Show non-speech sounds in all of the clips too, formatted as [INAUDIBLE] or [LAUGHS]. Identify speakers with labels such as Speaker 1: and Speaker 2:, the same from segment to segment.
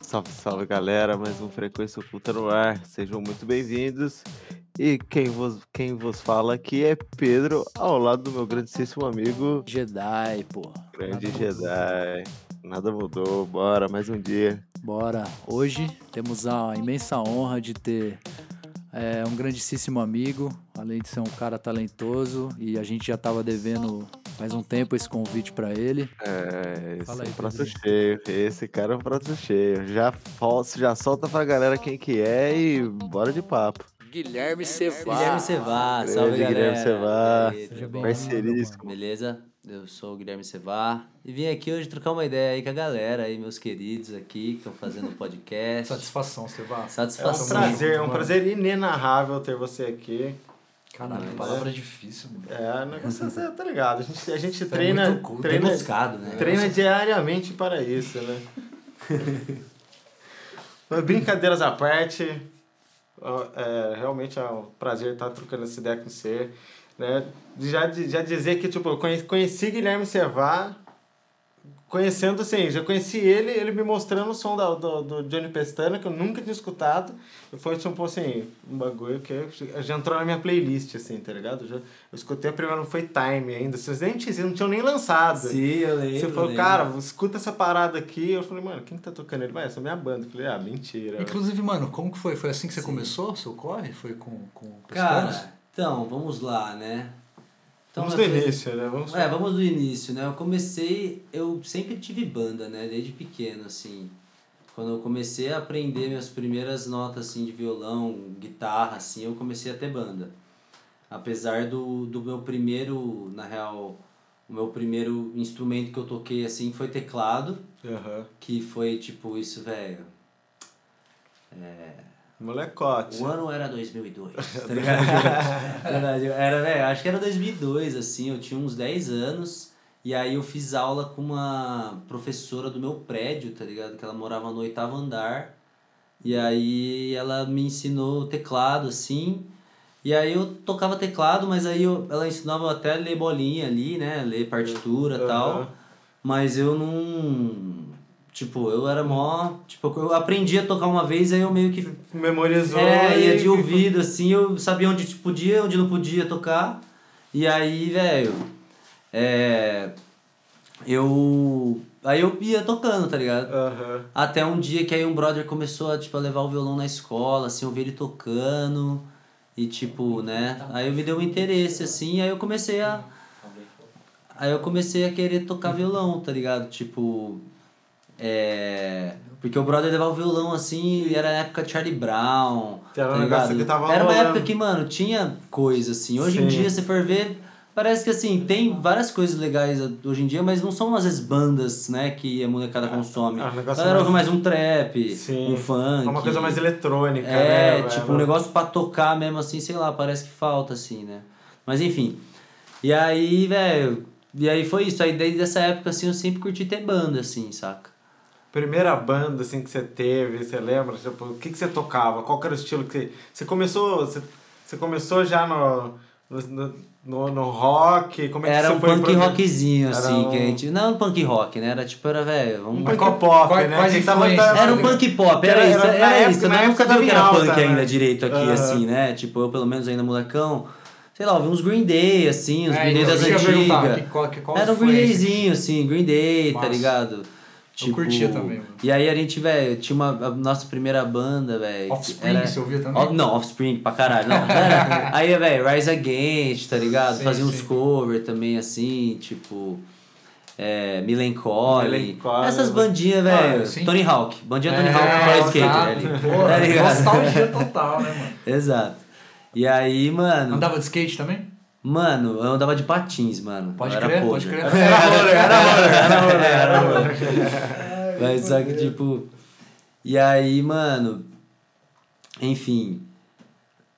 Speaker 1: Salve, salve galera, mais um Frequência Oculta no ar, sejam muito bem-vindos. E quem vos, quem vos fala aqui é Pedro, ao lado do meu grandíssimo amigo,
Speaker 2: Jedi, pô.
Speaker 1: grande
Speaker 2: Nada mudou.
Speaker 1: Jedi. Nada mudou, bora, mais um dia.
Speaker 2: Bora. Hoje temos a imensa honra de ter é, um grandíssimo amigo, além de ser um cara talentoso, e a gente já tava devendo faz um tempo esse convite pra ele.
Speaker 1: É, esse
Speaker 2: Fala
Speaker 1: é
Speaker 2: aí,
Speaker 1: um prato
Speaker 2: Pedrinho.
Speaker 1: cheio, esse cara é um prato cheio. Já, fal- já solta pra galera quem que é e bora de papo.
Speaker 3: Guilherme Cevá.
Speaker 4: Guilherme Cevá,
Speaker 1: Grande
Speaker 4: salve galera.
Speaker 1: Guilherme Cevá.
Speaker 4: E aí, tudo
Speaker 2: Ah, Seja bem-vindo,
Speaker 4: bom?
Speaker 1: Parceiríssimo.
Speaker 4: Beleza? Eu sou o Guilherme Cevá e vim aqui hoje trocar uma ideia aí com a galera aí, meus queridos aqui que estão fazendo o podcast.
Speaker 5: É Satisfação, Cevá.
Speaker 1: É um
Speaker 4: Satisfação.
Speaker 1: prazer, é um
Speaker 5: mano.
Speaker 1: prazer inenarrável ter você aqui.
Speaker 5: Caralho, que palavra difícil, mano.
Speaker 1: É, né, você, você tá ligado, a gente, a gente
Speaker 5: Tá
Speaker 1: treina,
Speaker 5: muito culto,
Speaker 1: né? treina,
Speaker 4: buscado, né?
Speaker 1: treina diariamente para isso, né? Mas Brincadeiras à parte, ó, é, realmente é um prazer estar trocando essa ideia com você. Né? Já, di- já dizer que, tipo, eu conhe- conheci Guilherme Cevá, conhecendo, assim, já conheci ele, ele me mostrando o som da, do, do Johnny Pestana, que eu nunca tinha escutado. E foi, tipo, assim, um bagulho que eu- já entrou na minha playlist, assim, tá ligado? Eu, já- eu escutei a primeira, não foi Time ainda, vocês nem tinham, vocês não tinham nem lançado.
Speaker 4: Sim, eu lembro.
Speaker 1: Você falou,
Speaker 4: lembro.
Speaker 1: cara, escuta essa parada aqui. Eu falei, mano, quem que tá tocando ele? Vai, essa é a minha banda. Eu falei, ah, mentira.
Speaker 5: Inclusive, mano, como que foi? Foi assim que você começou o seu corre? Foi com, com o Pestanos?
Speaker 4: Cara, então, vamos lá, né? Então,
Speaker 1: Vamos
Speaker 4: uma
Speaker 1: do
Speaker 4: coisa-
Speaker 1: início, né? Vamos...
Speaker 4: É, vamos do início, né? Eu comecei, eu sempre tive banda, né? Desde pequeno, assim. Quando eu comecei a aprender minhas primeiras notas, assim, de violão, guitarra, assim, eu comecei a ter banda. Apesar do, do meu primeiro, na real, o meu primeiro instrumento que eu toquei, assim, foi teclado.
Speaker 1: Aham.
Speaker 4: Que foi, tipo, isso, velho.
Speaker 1: Molecote.
Speaker 4: O ano era 2002, tá ligado? Verdade, era, velho, acho que era 2002, assim, eu tinha uns 10 anos, e aí eu fiz aula com uma professora do meu prédio, tá ligado? Que ela morava no oitavo andar, e aí ela me ensinou teclado, assim, e aí eu tocava teclado, mas aí eu, ela ensinava até a ler bolinha ali, né? Ler partitura e
Speaker 1: Aham.
Speaker 4: tal, mas eu não... Tipo, eu era mó... Tipo, eu aprendi a tocar uma vez, aí eu meio que
Speaker 1: Memorizou.
Speaker 4: é, ia
Speaker 1: e-
Speaker 4: de ouvido, assim, eu sabia onde tipo, podia, onde não podia tocar. E aí, velho, é, eu. Aí eu ia tocando, tá ligado?
Speaker 1: Aham.
Speaker 4: Até um dia que aí um brother começou a, tipo, a levar o violão na escola, assim, eu vi ele tocando. E tipo, né? Aí me deu um interesse, assim, aí eu comecei a. Aí eu comecei a querer tocar violão, tá ligado? Tipo. É. Porque o brother levava o violão assim, e era a época Charlie Brown.
Speaker 1: Que era um
Speaker 4: tá
Speaker 1: negócio
Speaker 4: ligado?
Speaker 1: que tava
Speaker 4: Era uma
Speaker 1: rolando.
Speaker 4: época que, mano, tinha coisa assim. Hoje
Speaker 1: Sim.
Speaker 4: em dia, se for ver, parece que assim, tem várias coisas legais hoje em dia, mas não são às vezes bandas, né, que a molecada consome.
Speaker 1: é um negócio
Speaker 4: A galera ouve
Speaker 1: mais-
Speaker 4: mais um trap,
Speaker 1: Sim.
Speaker 4: um funk.
Speaker 1: É uma coisa mais eletrônica,
Speaker 4: É,
Speaker 1: né?
Speaker 4: tipo, um negócio pra tocar mesmo assim, sei lá, parece que falta, assim, né? Mas enfim. E aí, velho. E aí foi isso. Aí desde essa época, assim, eu sempre curti ter banda, assim, saca?
Speaker 1: Primeira banda, assim, que você teve, você lembra? Tipo, o que, que você tocava? Qual que era o estilo que você... Você começou... Você, você começou já no... No, no, no rock? Como é que
Speaker 4: Era
Speaker 1: você
Speaker 4: um
Speaker 1: foi
Speaker 4: punk
Speaker 1: pro-
Speaker 4: rockzinho,
Speaker 1: Era
Speaker 4: assim, que a
Speaker 1: um-
Speaker 4: gente. Não era um punk rock, né? Era tipo, era, velho.
Speaker 1: Um
Speaker 4: Vamos...
Speaker 1: punk pop,
Speaker 5: quase-
Speaker 1: né?
Speaker 5: quase
Speaker 1: Que tava-
Speaker 5: influência,
Speaker 1: tava-
Speaker 4: Era um punk pop, era,
Speaker 1: Era-
Speaker 4: isso,
Speaker 1: era-
Speaker 4: era,
Speaker 1: na
Speaker 4: isso.
Speaker 1: época- na
Speaker 4: eu não
Speaker 1: época
Speaker 4: sabia o que era
Speaker 1: tava em
Speaker 4: punk
Speaker 1: alta,
Speaker 4: ainda
Speaker 1: né?
Speaker 4: direito aqui,
Speaker 1: Aham.
Speaker 4: assim, né? Tipo, eu pelo menos ainda molecão. Sei lá, ouvi uns Green Day, assim, uns
Speaker 5: É,
Speaker 4: Green Day
Speaker 5: então,
Speaker 4: das
Speaker 5: isso que eu ia perguntar,
Speaker 4: antigas.
Speaker 5: que- qual- que- qual
Speaker 4: era um Green
Speaker 5: influência que-
Speaker 4: Dayzinho, assim, Green Day,
Speaker 5: Massa.
Speaker 4: tá ligado? Tipo,
Speaker 5: curtia também, mano.
Speaker 4: E aí a gente, velho, tinha uma, a nossa primeira banda, velho. que
Speaker 5: Offspring,
Speaker 4: era-
Speaker 5: você ouvia também?
Speaker 4: Ó, não, Offspring pra caralho, não. Era,
Speaker 5: [LAUGHS]
Speaker 4: aí, velho, Rise Against, tá ligado?
Speaker 5: Sim,
Speaker 4: Fazia uns
Speaker 5: sim.
Speaker 4: cover também, assim, tipo... É, Milencore,
Speaker 1: Millencolin,
Speaker 4: essas
Speaker 1: né?
Speaker 4: bandinhas,
Speaker 5: Ah,
Speaker 4: velho.
Speaker 5: sim.
Speaker 4: Tony Hawk, bandinha Tony
Speaker 5: É,
Speaker 4: Hawk pro skater
Speaker 5: exato.
Speaker 4: ali.
Speaker 5: Pô,
Speaker 4: Tá ligado?
Speaker 5: nostalgia total, né, mano?
Speaker 4: [LAUGHS] Exato. E aí, mano.
Speaker 5: Andava de skate também?
Speaker 4: Mano, eu andava de patins, mano.
Speaker 5: Pode
Speaker 4: Eu era
Speaker 5: crer,
Speaker 4: podre.
Speaker 5: pode
Speaker 4: [LAUGHS]
Speaker 5: crer.
Speaker 1: É.
Speaker 4: Era roller, era roller. [LAUGHS] Mas só que, tipo. E aí, mano. Enfim.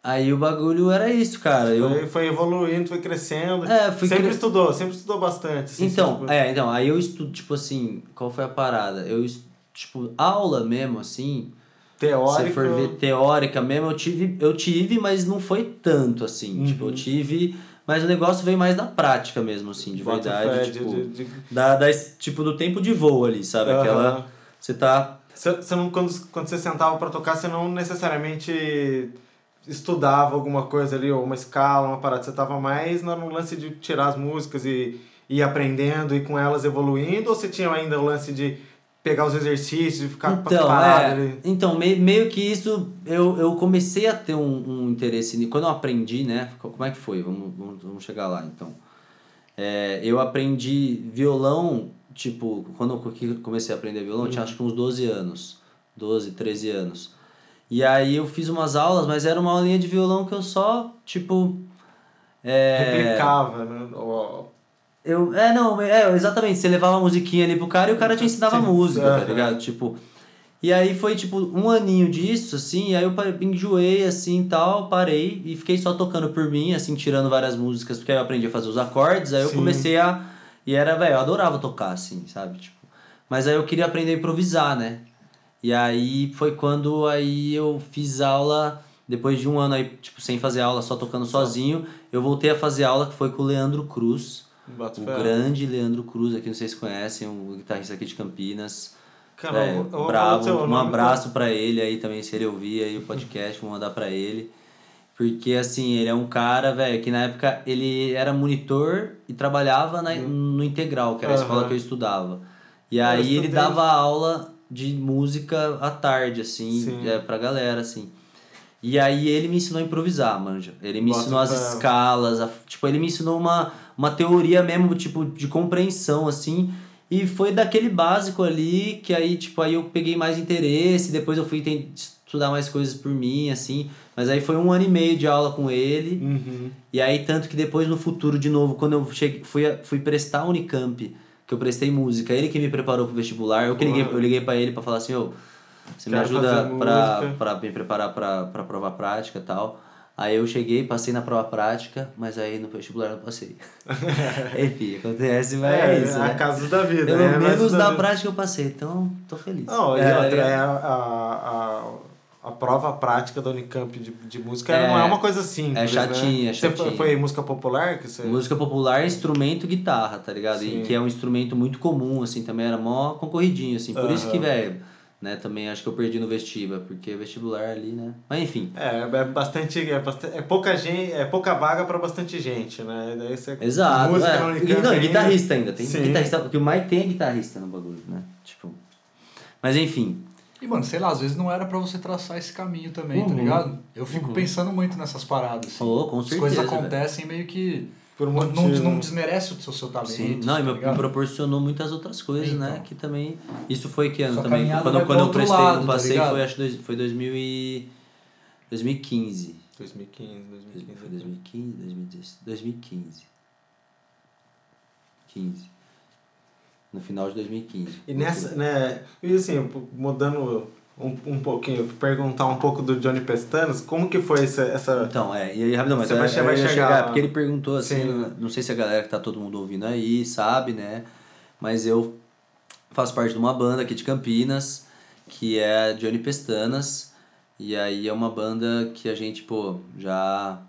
Speaker 4: Aí o bagulho era isso, cara. Eu,
Speaker 1: Foi, foi evoluindo, foi crescendo.
Speaker 4: É, fui
Speaker 1: sempre
Speaker 4: cre-
Speaker 1: estudou, sempre estudou bastante. assim,
Speaker 4: Então,
Speaker 1: sempre-
Speaker 4: é, então, aí eu estudo, tipo assim, qual foi a parada? Eu, es- tipo, aula mesmo, assim,
Speaker 1: teórico.
Speaker 4: se for ver teórica mesmo, eu tive, eu tive, mas não foi tanto, assim,
Speaker 1: Uhum.
Speaker 4: tipo, eu tive, mas o negócio veio mais da prática mesmo, assim, de
Speaker 1: bota
Speaker 4: verdade,
Speaker 1: fé, de-
Speaker 4: tipo,
Speaker 1: de- de-
Speaker 4: Da, da, tipo, do tempo de voo ali, sabe?
Speaker 1: Aham.
Speaker 4: Aquela, você tá
Speaker 1: Você, você não, quando, quando você sentava pra tocar, você não necessariamente estudava alguma coisa ali, ou uma escala, uma parada. Você tava mais no no lance de tirar as músicas e ir aprendendo e com elas evoluindo, ou você tinha ainda o lance de pegar os exercícios e ficar né?
Speaker 4: Então,
Speaker 1: parado
Speaker 4: é,
Speaker 1: ali?
Speaker 4: então me- meio que isso eu, eu comecei a ter um, um interesse. ni- Quando eu aprendi, né? co- Como é que foi? Vamos, vamos, vamos chegar lá então. É, eu aprendi violão, tipo, quando eu co- que comecei a aprender violão, eu tinha acho que uns 12 anos. 12, 13 anos. E aí eu fiz umas aulas, mas era uma aulinha de violão que eu só, tipo. é,
Speaker 1: Replicava, né? Ou-
Speaker 4: eu, é, não, é, exatamente. Você levava a musiquinha ali pro cara e o cara te ensinava música, tá
Speaker 1: Aham.
Speaker 4: ligado? Tipo. E aí foi tipo um aninho disso, assim, e aí eu pa- enjoei, assim e tal, parei e fiquei só tocando por mim, assim, tirando várias músicas, porque aí eu aprendi a fazer os acordes, aí eu
Speaker 1: Sim.
Speaker 4: comecei a. E era, velho, eu adorava tocar, assim, sabe? Tipo, mas aí eu queria aprender a improvisar, né? E aí foi quando aí eu fiz aula, depois de um ano aí, tipo, sem fazer aula, só tocando sozinho, eu voltei a fazer aula que foi com o Leandro Cruz.
Speaker 1: Bota
Speaker 4: O
Speaker 1: fé.
Speaker 4: grande Leandro Cruz, aqui não sei se conhecem, um guitarrista aqui de Campinas.
Speaker 1: Cara,
Speaker 4: É,
Speaker 1: eu vou- eu vou falar do
Speaker 4: bravo.
Speaker 1: seu
Speaker 4: Um
Speaker 1: nome. né?
Speaker 4: abraço pra ele aí também, se ele ouvir aí o podcast, vou mandar pra ele. Porque assim, ele é um cara, velho, que na época ele era monitor e trabalhava na, no integral, que era a
Speaker 1: Aham.
Speaker 4: escola que eu estudava. E
Speaker 1: Cara, eu
Speaker 4: aí ele
Speaker 1: estudei-
Speaker 4: dava aula de música à tarde, assim,
Speaker 1: Sim.
Speaker 4: é, pra galera, assim. E aí ele me ensinou a improvisar, manja. Ele me
Speaker 1: Bota
Speaker 4: ensinou as
Speaker 1: fé.
Speaker 4: escalas, a- tipo, ele me ensinou uma, uma teoria mesmo, tipo, de compreensão, assim. E foi daquele básico ali que aí, tipo, aí eu peguei mais interesse, depois eu fui ten- estudar mais coisas por mim, assim. Mas aí foi um ano e meio de aula com ele.
Speaker 1: Uhum.
Speaker 4: E aí, tanto que depois, no futuro, de novo, quando eu cheguei, fui, a- fui prestar a Unicamp, que eu prestei música, ele que me preparou pro vestibular, eu que liguei,
Speaker 1: Boa.
Speaker 4: eu liguei pra ele pra falar assim, ô, você me
Speaker 1: Quero
Speaker 4: ajuda
Speaker 1: fazer
Speaker 4: pra,
Speaker 1: música.
Speaker 4: pra me preparar pra, pra prova prática e tal. Aí eu cheguei, passei na prova prática, mas aí no vestibular eu não
Speaker 1: [LAUGHS]
Speaker 4: passei. [LAUGHS] Enfim, acontece, mas é,
Speaker 1: É,
Speaker 4: isso,
Speaker 1: a
Speaker 4: né?
Speaker 1: casa da vida.
Speaker 4: Pelo
Speaker 1: né? A
Speaker 4: menos
Speaker 1: casa
Speaker 4: na
Speaker 1: vida.
Speaker 4: prática eu passei, então tô feliz.
Speaker 1: Não, e
Speaker 4: É,
Speaker 1: outra,
Speaker 4: é.
Speaker 1: é a, a, a, a prova prática da Unicamp de, de música
Speaker 4: É.
Speaker 1: não é uma coisa simples.
Speaker 4: É chatinha,
Speaker 1: né?
Speaker 4: é
Speaker 1: Você foi-
Speaker 4: chatinha.
Speaker 1: Foi, música popular que você.
Speaker 4: Música popular, é instrumento, guitarra, tá ligado?
Speaker 1: Sim.
Speaker 4: E que é um instrumento muito comum, assim, também era mó concorridinho, assim. Por isso que,
Speaker 1: Aham.
Speaker 4: velho, né, também acho que eu perdi no vestiba, porque vestibular ali, né? Mas enfim.
Speaker 1: É, é bastante. É, bastante, é pouca gente, é pouca vaga pra bastante gente, né? Daí você,
Speaker 4: Exato.
Speaker 1: música
Speaker 4: é.
Speaker 1: na
Speaker 4: E,
Speaker 1: Unicamp
Speaker 4: não, e
Speaker 1: ainda-
Speaker 4: guitarrista ainda. Tem
Speaker 1: Sim.
Speaker 4: guitarrista. Porque o Mike tem é guitarrista no bagulho, né? Tipo. Mas enfim.
Speaker 5: E, mano, sei lá, às vezes não era pra você traçar esse caminho também, tá
Speaker 4: Uhum.
Speaker 5: ligado? Eu fico pensando muito nessas paradas. Assim.
Speaker 4: Oh, com
Speaker 5: As
Speaker 4: certeza.
Speaker 5: coisas
Speaker 4: velho.
Speaker 5: acontecem meio que.
Speaker 1: Por um
Speaker 5: não, não,
Speaker 1: motivo.
Speaker 5: não desmerece o seu, seu talento.
Speaker 4: Sim, não,
Speaker 5: tá
Speaker 4: e me, me
Speaker 5: ligado?
Speaker 4: proporcionou muitas outras coisas, né?
Speaker 5: Então.
Speaker 4: Que também. Isso foi que ano
Speaker 5: Sua
Speaker 4: também?
Speaker 5: caminhada
Speaker 4: Quando,
Speaker 5: vai
Speaker 4: quando
Speaker 5: pro
Speaker 4: eu
Speaker 5: outro
Speaker 4: prestei,
Speaker 5: lado,
Speaker 4: eu
Speaker 5: tá
Speaker 4: passei,
Speaker 5: ligado?
Speaker 4: foi acho dois, foi 2000 e 2015.
Speaker 1: 2015,
Speaker 4: Foi
Speaker 1: 2015.
Speaker 4: 2015, 2016, 2015. 15. No final de 2015.
Speaker 1: E nessa, né? E assim, mudando um, um pouquinho, perguntar um pouco do Johnny Pestanas, como que foi essa. essa
Speaker 4: Então, é, e aí rapidão, mas
Speaker 1: Você
Speaker 4: eu,
Speaker 1: vai-
Speaker 4: eu
Speaker 1: vai
Speaker 4: ia
Speaker 1: chegar-
Speaker 4: chegar, porque ele perguntou assim,
Speaker 1: Sim.
Speaker 4: não- não sei se a galera que tá todo mundo ouvindo aí sabe, né? Mas eu faço parte de uma banda aqui de Campinas, que é a Johnny Pestanas, e aí é uma banda que a gente, pô, já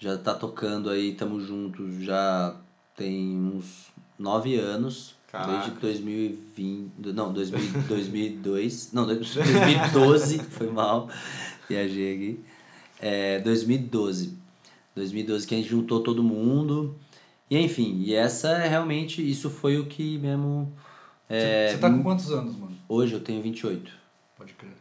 Speaker 4: já tá tocando aí, tamo juntos já tem uns nove anos,
Speaker 1: Caraca.
Speaker 4: desde 2020, não, [LAUGHS] 2000, 2002, não, 2012, [LAUGHS] foi mal, viajei aqui, é, 2012, 2012 que a gente juntou todo mundo, e enfim, e essa é realmente, isso foi o que mesmo, é,
Speaker 5: Você tá com quantos anos, mano?
Speaker 4: hoje eu tenho 28,
Speaker 5: Pode crer.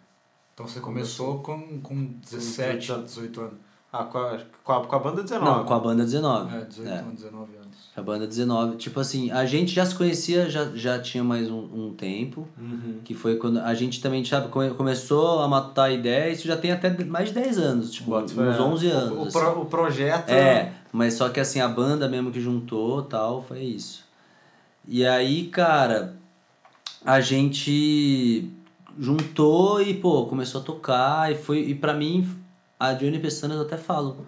Speaker 5: Então você começou com, com 17, 18 anos.
Speaker 1: ah, com, a, com, a, com a banda 19.
Speaker 4: não, com a banda 19,
Speaker 5: É, 18
Speaker 4: é.
Speaker 5: anos, 19 anos.
Speaker 4: A banda 19, tipo assim, a gente já se conhecia, já, já tinha mais um, um tempo,
Speaker 1: Uhum.
Speaker 4: que foi quando a gente também, sabe, come- começou a matar a ideia, isso já tem até mais de 10 anos, tipo,
Speaker 1: Bota fé.
Speaker 4: uns 11
Speaker 1: O-
Speaker 4: anos.
Speaker 1: O,
Speaker 4: assim.
Speaker 1: pro- o projeto.
Speaker 4: É, mas só que assim, a banda mesmo que juntou tal, foi isso. E aí, cara, a gente juntou e, pô, começou a tocar e foi. E pra mim, a Johnny Pestanas eu até falo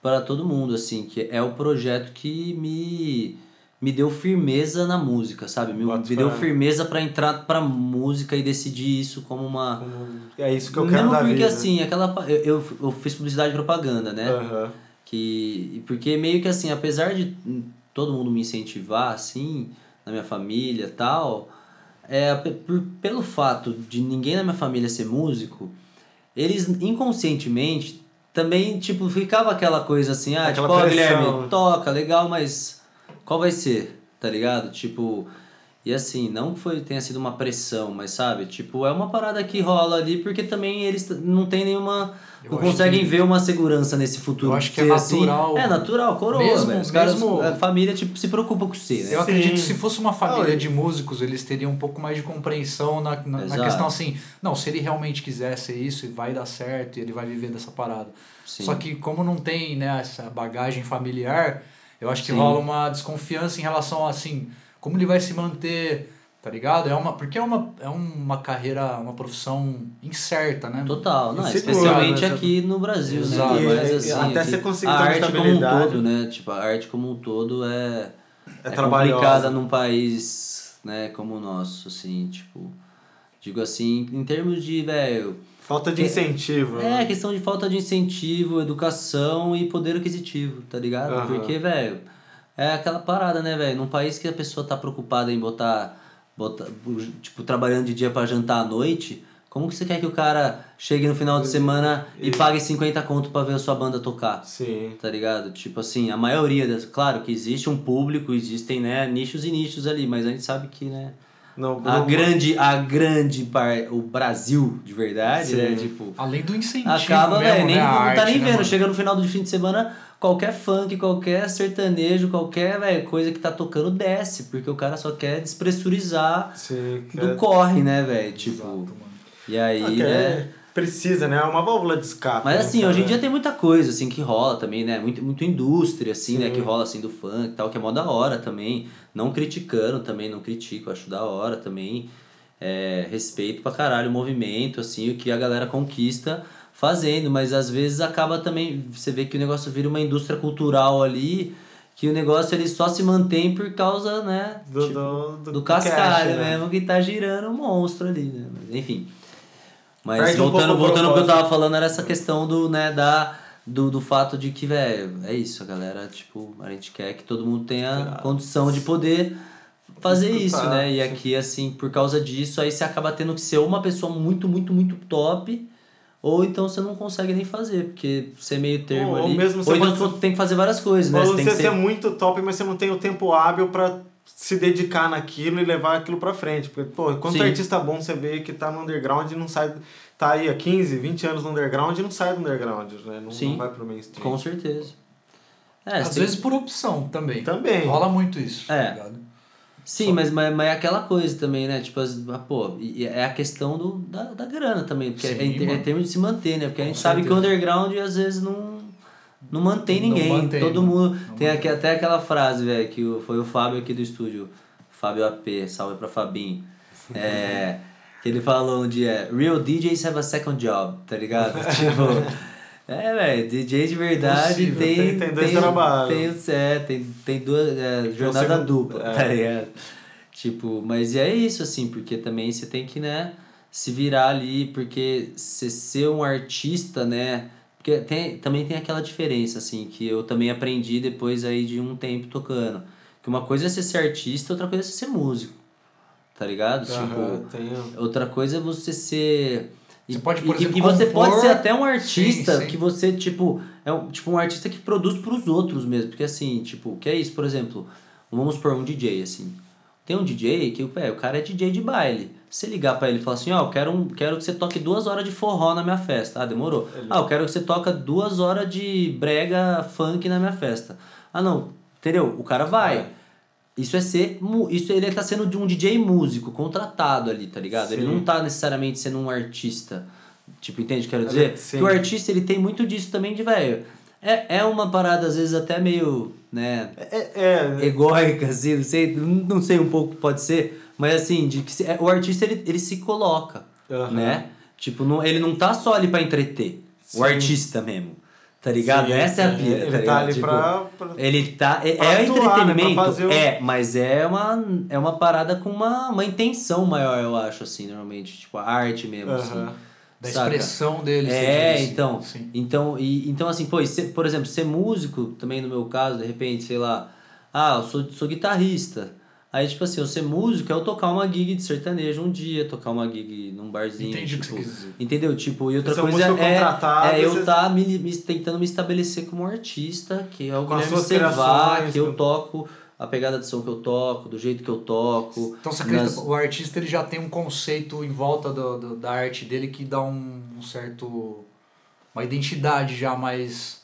Speaker 4: para todo mundo, assim, que é o projeto que me. Me deu firmeza na música, sabe? Me,
Speaker 1: Boto
Speaker 4: me deu
Speaker 1: fé.
Speaker 4: firmeza pra entrar pra música e decidir isso como uma.
Speaker 1: Como- É isso que eu quero
Speaker 4: Mesmo
Speaker 1: da
Speaker 4: porque
Speaker 1: vida. É.
Speaker 4: assim, aquela. pa- Eu, eu, eu fiz publicidade e propaganda, né?
Speaker 1: Aham.
Speaker 4: que e porque meio que assim apesar de hum, todo mundo me incentivar assim na minha família e tal é, pe- por- pelo fato de ninguém na minha família ser músico, eles inconscientemente também, tipo, ficava aquela coisa assim, ah,
Speaker 1: Aquela
Speaker 4: tipo, ó,
Speaker 1: pressão, né?
Speaker 4: Guilherme, toca, legal, mas qual vai ser? Tá ligado? Tipo, e assim, não que foi, tenha sido uma pressão, mas sabe, tipo, é uma parada que rola ali, porque também eles t- não tem nenhuma.
Speaker 5: Eu
Speaker 4: não
Speaker 5: acho
Speaker 4: conseguem
Speaker 5: que-
Speaker 4: ver uma segurança nesse futuro.
Speaker 5: Eu acho
Speaker 4: de
Speaker 5: que é
Speaker 4: ser assim.
Speaker 5: natural.
Speaker 4: É natural, coroa,
Speaker 5: Mesmo-
Speaker 4: velho. Os caras,
Speaker 5: mesmo-
Speaker 4: a família, tipo, se preocupa com você, né?
Speaker 1: Sim.
Speaker 5: Eu acredito que se fosse uma
Speaker 1: Não,
Speaker 5: família
Speaker 1: e-
Speaker 5: de músicos, eles teriam um pouco mais de compreensão na, na, na
Speaker 4: Exato.
Speaker 5: questão assim, não, se ele realmente quiser ser isso, e vai dar certo, e ele vai viver dessa parada.
Speaker 4: Sim.
Speaker 5: Só que como não tem né, essa bagagem familiar, eu acho que
Speaker 4: Sim.
Speaker 5: rola uma desconfiança em relação a, assim, como ele vai se manter, tá ligado? É uma, porque é uma, é uma carreira, uma profissão incerta, né?
Speaker 4: Total, não,
Speaker 1: Seguro,
Speaker 4: especialmente
Speaker 5: né?
Speaker 4: aqui no Brasil,
Speaker 5: Exato.
Speaker 4: né?
Speaker 5: E-
Speaker 4: Mas,
Speaker 1: e-
Speaker 4: assim,
Speaker 1: até
Speaker 4: aqui,
Speaker 1: você conseguir
Speaker 4: a
Speaker 1: ter uma
Speaker 4: arte como um
Speaker 1: estabilidade.
Speaker 4: todo, né? Tipo, a arte como um todo é,
Speaker 1: É
Speaker 4: é,
Speaker 1: trabalhosa.
Speaker 4: complicada num país, né, como o nosso, assim, tipo, digo assim, em termos de, velho,
Speaker 1: Falta de
Speaker 4: É-
Speaker 1: incentivo.
Speaker 4: é
Speaker 1: né?
Speaker 4: questão de falta de incentivo, educação e poder aquisitivo, tá ligado?
Speaker 1: Aham.
Speaker 4: Porque, velho, é aquela parada, né, velho? Num país que a pessoa tá preocupada em botar, botar tipo, trabalhando de dia pra jantar à noite, como que você quer que o cara chegue no final de semana e, pague 50 conto pra ver a sua banda tocar?
Speaker 1: Sim.
Speaker 4: Tá ligado? Tipo assim, a maioria das. Claro que existe um público, existem, né, nichos e nichos ali, mas a gente sabe que, né,
Speaker 1: Não,
Speaker 4: a
Speaker 1: não-
Speaker 4: grande, a grande, par, o Brasil de verdade,
Speaker 1: Sim.
Speaker 4: né, tipo,
Speaker 5: Além do incentivo
Speaker 4: Acaba,
Speaker 5: mesmo,
Speaker 4: velho, nem
Speaker 5: né? a
Speaker 4: não tá
Speaker 5: arte,
Speaker 4: nem
Speaker 5: né,
Speaker 4: vendo.
Speaker 5: mano?
Speaker 4: Chega no final do fim de semana, qualquer funk, qualquer sertanejo, qualquer velho, coisa que tá tocando desce, porque o cara só quer despressurizar
Speaker 1: Sim.
Speaker 4: do
Speaker 1: quer-
Speaker 4: corre, né, velho? Tipo, e aí,
Speaker 1: Ah,
Speaker 4: né?
Speaker 1: quer- Precisa, né? É uma válvula de escape.
Speaker 4: Mas
Speaker 1: né,
Speaker 4: assim, hoje em
Speaker 1: cara?
Speaker 4: dia tem muita coisa, assim, que rola também, né? Muito, muito indústria, assim, né? Que rola, assim, do funk e tal, que é mó da hora também. Não criticando também, não critico, acho da hora também. É, respeito pra caralho o movimento, assim, o que a galera conquista fazendo. Mas às vezes acaba também, você vê que o negócio vira uma indústria cultural ali, que o negócio ele só se mantém por causa, né?
Speaker 1: Do,
Speaker 4: tipo,
Speaker 1: do,
Speaker 4: do cascalho
Speaker 1: cash, né?
Speaker 4: mesmo que tá girando um monstro ali, né? Mas, enfim. Mas
Speaker 1: Perde um
Speaker 4: voltando,
Speaker 1: pouco o
Speaker 4: voltando ao que eu
Speaker 1: propósito.
Speaker 4: tava falando, era essa questão do, né, da, do, do fato de que, velho, é isso, a galera, tipo, a gente quer que todo mundo tenha condição de poder fazer
Speaker 1: Escutar,
Speaker 4: isso, né? E
Speaker 1: sim.
Speaker 4: aqui, assim, por causa disso, aí você acaba tendo que ser uma pessoa muito, muito, muito top. Ou então você não consegue nem fazer, porque você é meio termo
Speaker 1: Ou- ou
Speaker 4: ali.
Speaker 1: mesmo você
Speaker 4: ou então
Speaker 1: pode
Speaker 4: você tem que fazer várias coisas, né?
Speaker 1: Ou
Speaker 4: Você tem
Speaker 1: você
Speaker 4: que
Speaker 1: ser...
Speaker 4: ser-
Speaker 1: muito top, mas você não tem o tempo hábil pra se dedicar naquilo e levar aquilo pra frente. Porque, pô, quanto
Speaker 4: Sim.
Speaker 1: artista bom você vê que tá no underground e não sai. Tá aí há 15, 20 anos no underground e não sai do underground, né? Não,
Speaker 4: Sim.
Speaker 1: não vai pro mainstream.
Speaker 4: Com certeza. É,
Speaker 5: Às
Speaker 4: você tem-
Speaker 5: vezes por opção também.
Speaker 1: Também.
Speaker 5: Rola muito isso,
Speaker 4: É.
Speaker 5: tá ligado?
Speaker 4: Sim, mas, mas, mas é aquela coisa também, né? Tipo, as, ah, pô, e- e é a questão do, da, da grana também, porque é,
Speaker 5: Sim,
Speaker 4: em, ter- é
Speaker 5: mano.
Speaker 4: termo de se manter, né? Porque a
Speaker 5: Com
Speaker 4: gente sabe que o
Speaker 5: certeza.
Speaker 4: underground às vezes não, não mantém
Speaker 5: Não
Speaker 4: ninguém.
Speaker 5: mantém,
Speaker 4: Todo
Speaker 5: mano.
Speaker 4: mundo.
Speaker 5: Não
Speaker 4: tem aqui,
Speaker 5: mantém.
Speaker 4: até aquela frase, velho, que o- foi o Fábio aqui do estúdio, Fábio AP, salve pra
Speaker 5: [LAUGHS]
Speaker 4: Fabinho. É, que ele falou um dia: Real DJs have a second job, tá ligado?
Speaker 5: [LAUGHS]
Speaker 4: tipo. É, velho, DJ de verdade
Speaker 5: Impossível,
Speaker 4: tem,
Speaker 1: tem- tem dois trabalhos.
Speaker 4: Tem, é, tem, tem duas. é, jornada
Speaker 1: segundo-
Speaker 4: dupla,
Speaker 1: é.
Speaker 4: tá ligado? Tipo, mas é isso, assim, porque também você tem que, né, se virar ali, porque você ser um artista, né? Porque tem, também tem aquela diferença, assim, que eu também aprendi depois aí de um tempo tocando. Que uma coisa é você ser artista, outra coisa é você ser músico. Tá ligado?
Speaker 1: Aham,
Speaker 4: Tipo,
Speaker 1: tem- um-
Speaker 4: outra coisa é você ser. e-
Speaker 5: Você pode, por
Speaker 4: e,
Speaker 5: exemplo,
Speaker 4: e você
Speaker 5: compor.
Speaker 4: pode ser até um artista
Speaker 5: sim.
Speaker 4: que você, tipo, é um, tipo um artista que produz pros outros mesmo. Porque assim, tipo, que é isso, por exemplo, vamos por um DJ, assim. Tem um DJ que é, o cara é DJ de baile. Se ligar pra ele e falar assim, ó, eu quero, um, quero que você toque duas horas de forró na minha festa. Ah, demorou. Ah, eu quero que você toque duas horas de brega funk na minha festa. Ah, não. Entendeu? O cara vai. Isso é ser. mu- Isso ele tá sendo de um DJ músico, contratado ali, tá ligado? Ele
Speaker 1: Sim.
Speaker 4: não tá necessariamente sendo um artista. Tipo, entende? o que eu Quero dizer
Speaker 1: é, Sim.
Speaker 4: que o artista ele tem muito disso também de velho. É, é uma parada, às vezes, até meio, né,
Speaker 1: É, é,
Speaker 4: egóica, assim, não sei, não sei um pouco pode ser, mas assim, de que se- é, o artista ele, ele se coloca,
Speaker 1: Aham.
Speaker 4: né? Tipo, não, ele não tá só ali pra entreter.
Speaker 1: Sim.
Speaker 4: O artista mesmo. Tá ligado?
Speaker 1: Sim,
Speaker 4: Essa é a
Speaker 1: sim.
Speaker 4: pira.
Speaker 1: Ele
Speaker 4: tá,
Speaker 1: tá
Speaker 4: ligado?
Speaker 1: ali
Speaker 4: Tipo,
Speaker 1: pra- pra-
Speaker 4: Ele tá. É,
Speaker 1: pra
Speaker 4: é
Speaker 1: atuar, né? Pra
Speaker 4: entretenimento.
Speaker 1: fazer o-
Speaker 4: É, mas é uma, é uma parada com uma, uma intenção maior, eu acho, assim, normalmente. Tipo, a arte mesmo. Assim,
Speaker 1: Aham.
Speaker 5: Da
Speaker 4: saca?
Speaker 5: expressão dele. você
Speaker 4: É,
Speaker 5: diz assim.
Speaker 4: então.
Speaker 5: Sim.
Speaker 4: Então, e, então assim, pô, e ser- por exemplo, ser músico, também no meu caso, de repente, sei lá, ah, eu sou, sou guitarrista. Aí, tipo assim, eu ser músico é eu tocar uma gig de sertanejo um dia, tocar uma gig num barzinho.
Speaker 5: Entendi o que
Speaker 4: tipo,
Speaker 5: você quis dizer.
Speaker 4: Entendeu? Tipo, e outra
Speaker 1: Você é um
Speaker 4: coisa
Speaker 1: músico contratado,
Speaker 4: é, é eu
Speaker 1: você-
Speaker 4: tá me, me- tentando me estabelecer como artista, que é o
Speaker 1: Com as
Speaker 4: Guilherme
Speaker 1: suas
Speaker 4: Servá,
Speaker 1: criações,
Speaker 4: que eu
Speaker 5: né?
Speaker 1: com-
Speaker 4: toco a pegada de som que eu toco, do jeito que eu toco.
Speaker 5: Então você acredita
Speaker 4: nas-
Speaker 5: que o artista ele já tem um conceito em volta do, do- da arte dele que dá um, um certo. uma identidade já mais.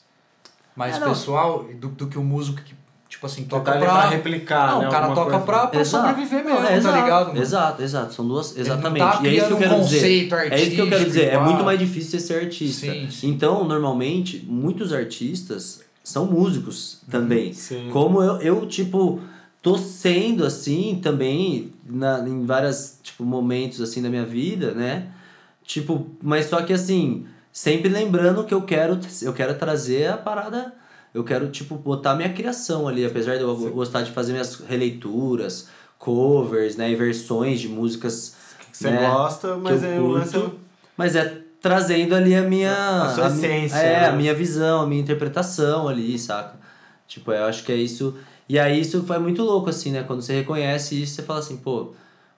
Speaker 5: mais
Speaker 4: É, não.
Speaker 5: pessoal do, do que o músico que, tipo assim, toca
Speaker 1: Tocar ele tá pra
Speaker 5: pra.
Speaker 1: replicar,
Speaker 5: não,
Speaker 1: né?
Speaker 5: o cara
Speaker 1: alguma
Speaker 5: toca
Speaker 1: coisa.
Speaker 5: pra, pra
Speaker 4: Exato.
Speaker 5: sobreviver
Speaker 4: Não,
Speaker 5: mesmo,
Speaker 4: é,
Speaker 5: tá
Speaker 4: exato,
Speaker 5: ligado? mano?
Speaker 4: Exato, exato. São duas.
Speaker 5: não tá
Speaker 4: Exatamente. e é isso que eu
Speaker 5: criando
Speaker 4: quero
Speaker 5: um
Speaker 4: dizer.
Speaker 5: conceito
Speaker 4: É isso que eu quero
Speaker 5: artístico,
Speaker 4: dizer. É
Speaker 5: ah.
Speaker 4: muito mais difícil ser artista.
Speaker 5: Sim, sim.
Speaker 4: Então, normalmente, muitos artistas são músicos
Speaker 5: Uhum.
Speaker 4: também.
Speaker 1: Sim.
Speaker 4: Como eu, eu, tipo, tô sendo assim também na, em vários tipo, momentos assim da minha vida, né? Tipo, mas só que assim, sempre lembrando que eu quero, eu quero trazer a parada. Eu quero, tipo, botar minha criação ali, apesar de eu
Speaker 1: Sim.
Speaker 4: gostar de fazer minhas releituras, covers, né? E versões de músicas.
Speaker 1: Você
Speaker 4: né?
Speaker 1: gosta, mas
Speaker 4: que eu
Speaker 1: aí o lance é
Speaker 4: curto. Mas é trazendo ali a minha.
Speaker 1: A sua
Speaker 4: mi-
Speaker 1: essência,
Speaker 4: É,
Speaker 1: né?
Speaker 4: a minha visão, a minha interpretação ali, saca? Tipo, eu acho que é isso. E aí isso foi muito louco, assim, né? Quando você reconhece isso, você fala assim, pô,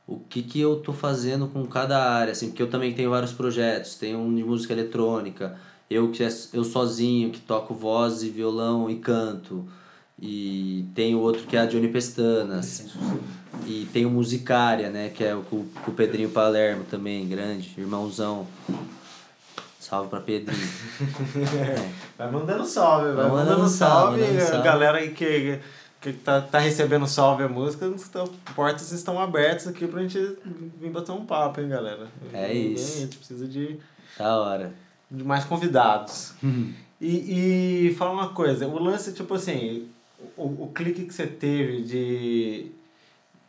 Speaker 4: o que que eu tô fazendo com cada área, assim? Porque eu também tenho vários projetos, tenho um de música eletrônica, eu que é- eu sozinho que toco voz e violão e canto. E tem o outro que é a Johnny assim. Pestanas. E tem o Musicária, né? Que é o, com com o Pedrinho Palermo também, grande, irmãozão. Salve pra Pedrinho.
Speaker 1: Vai mandando salve, vai, mandando, salve.
Speaker 4: mandando
Speaker 1: A
Speaker 4: salve.
Speaker 1: galera aí que, que tá, tá recebendo salve a música, então, portas estão abertas aqui pra gente vir bater um papo, hein, galera.
Speaker 4: É
Speaker 1: Vem,
Speaker 4: isso.
Speaker 1: A gente precisa de,
Speaker 4: da hora.
Speaker 1: de mais convidados.
Speaker 4: Uhum.
Speaker 1: E, e fala uma coisa, o lance, tipo assim, o, o clique que você teve de,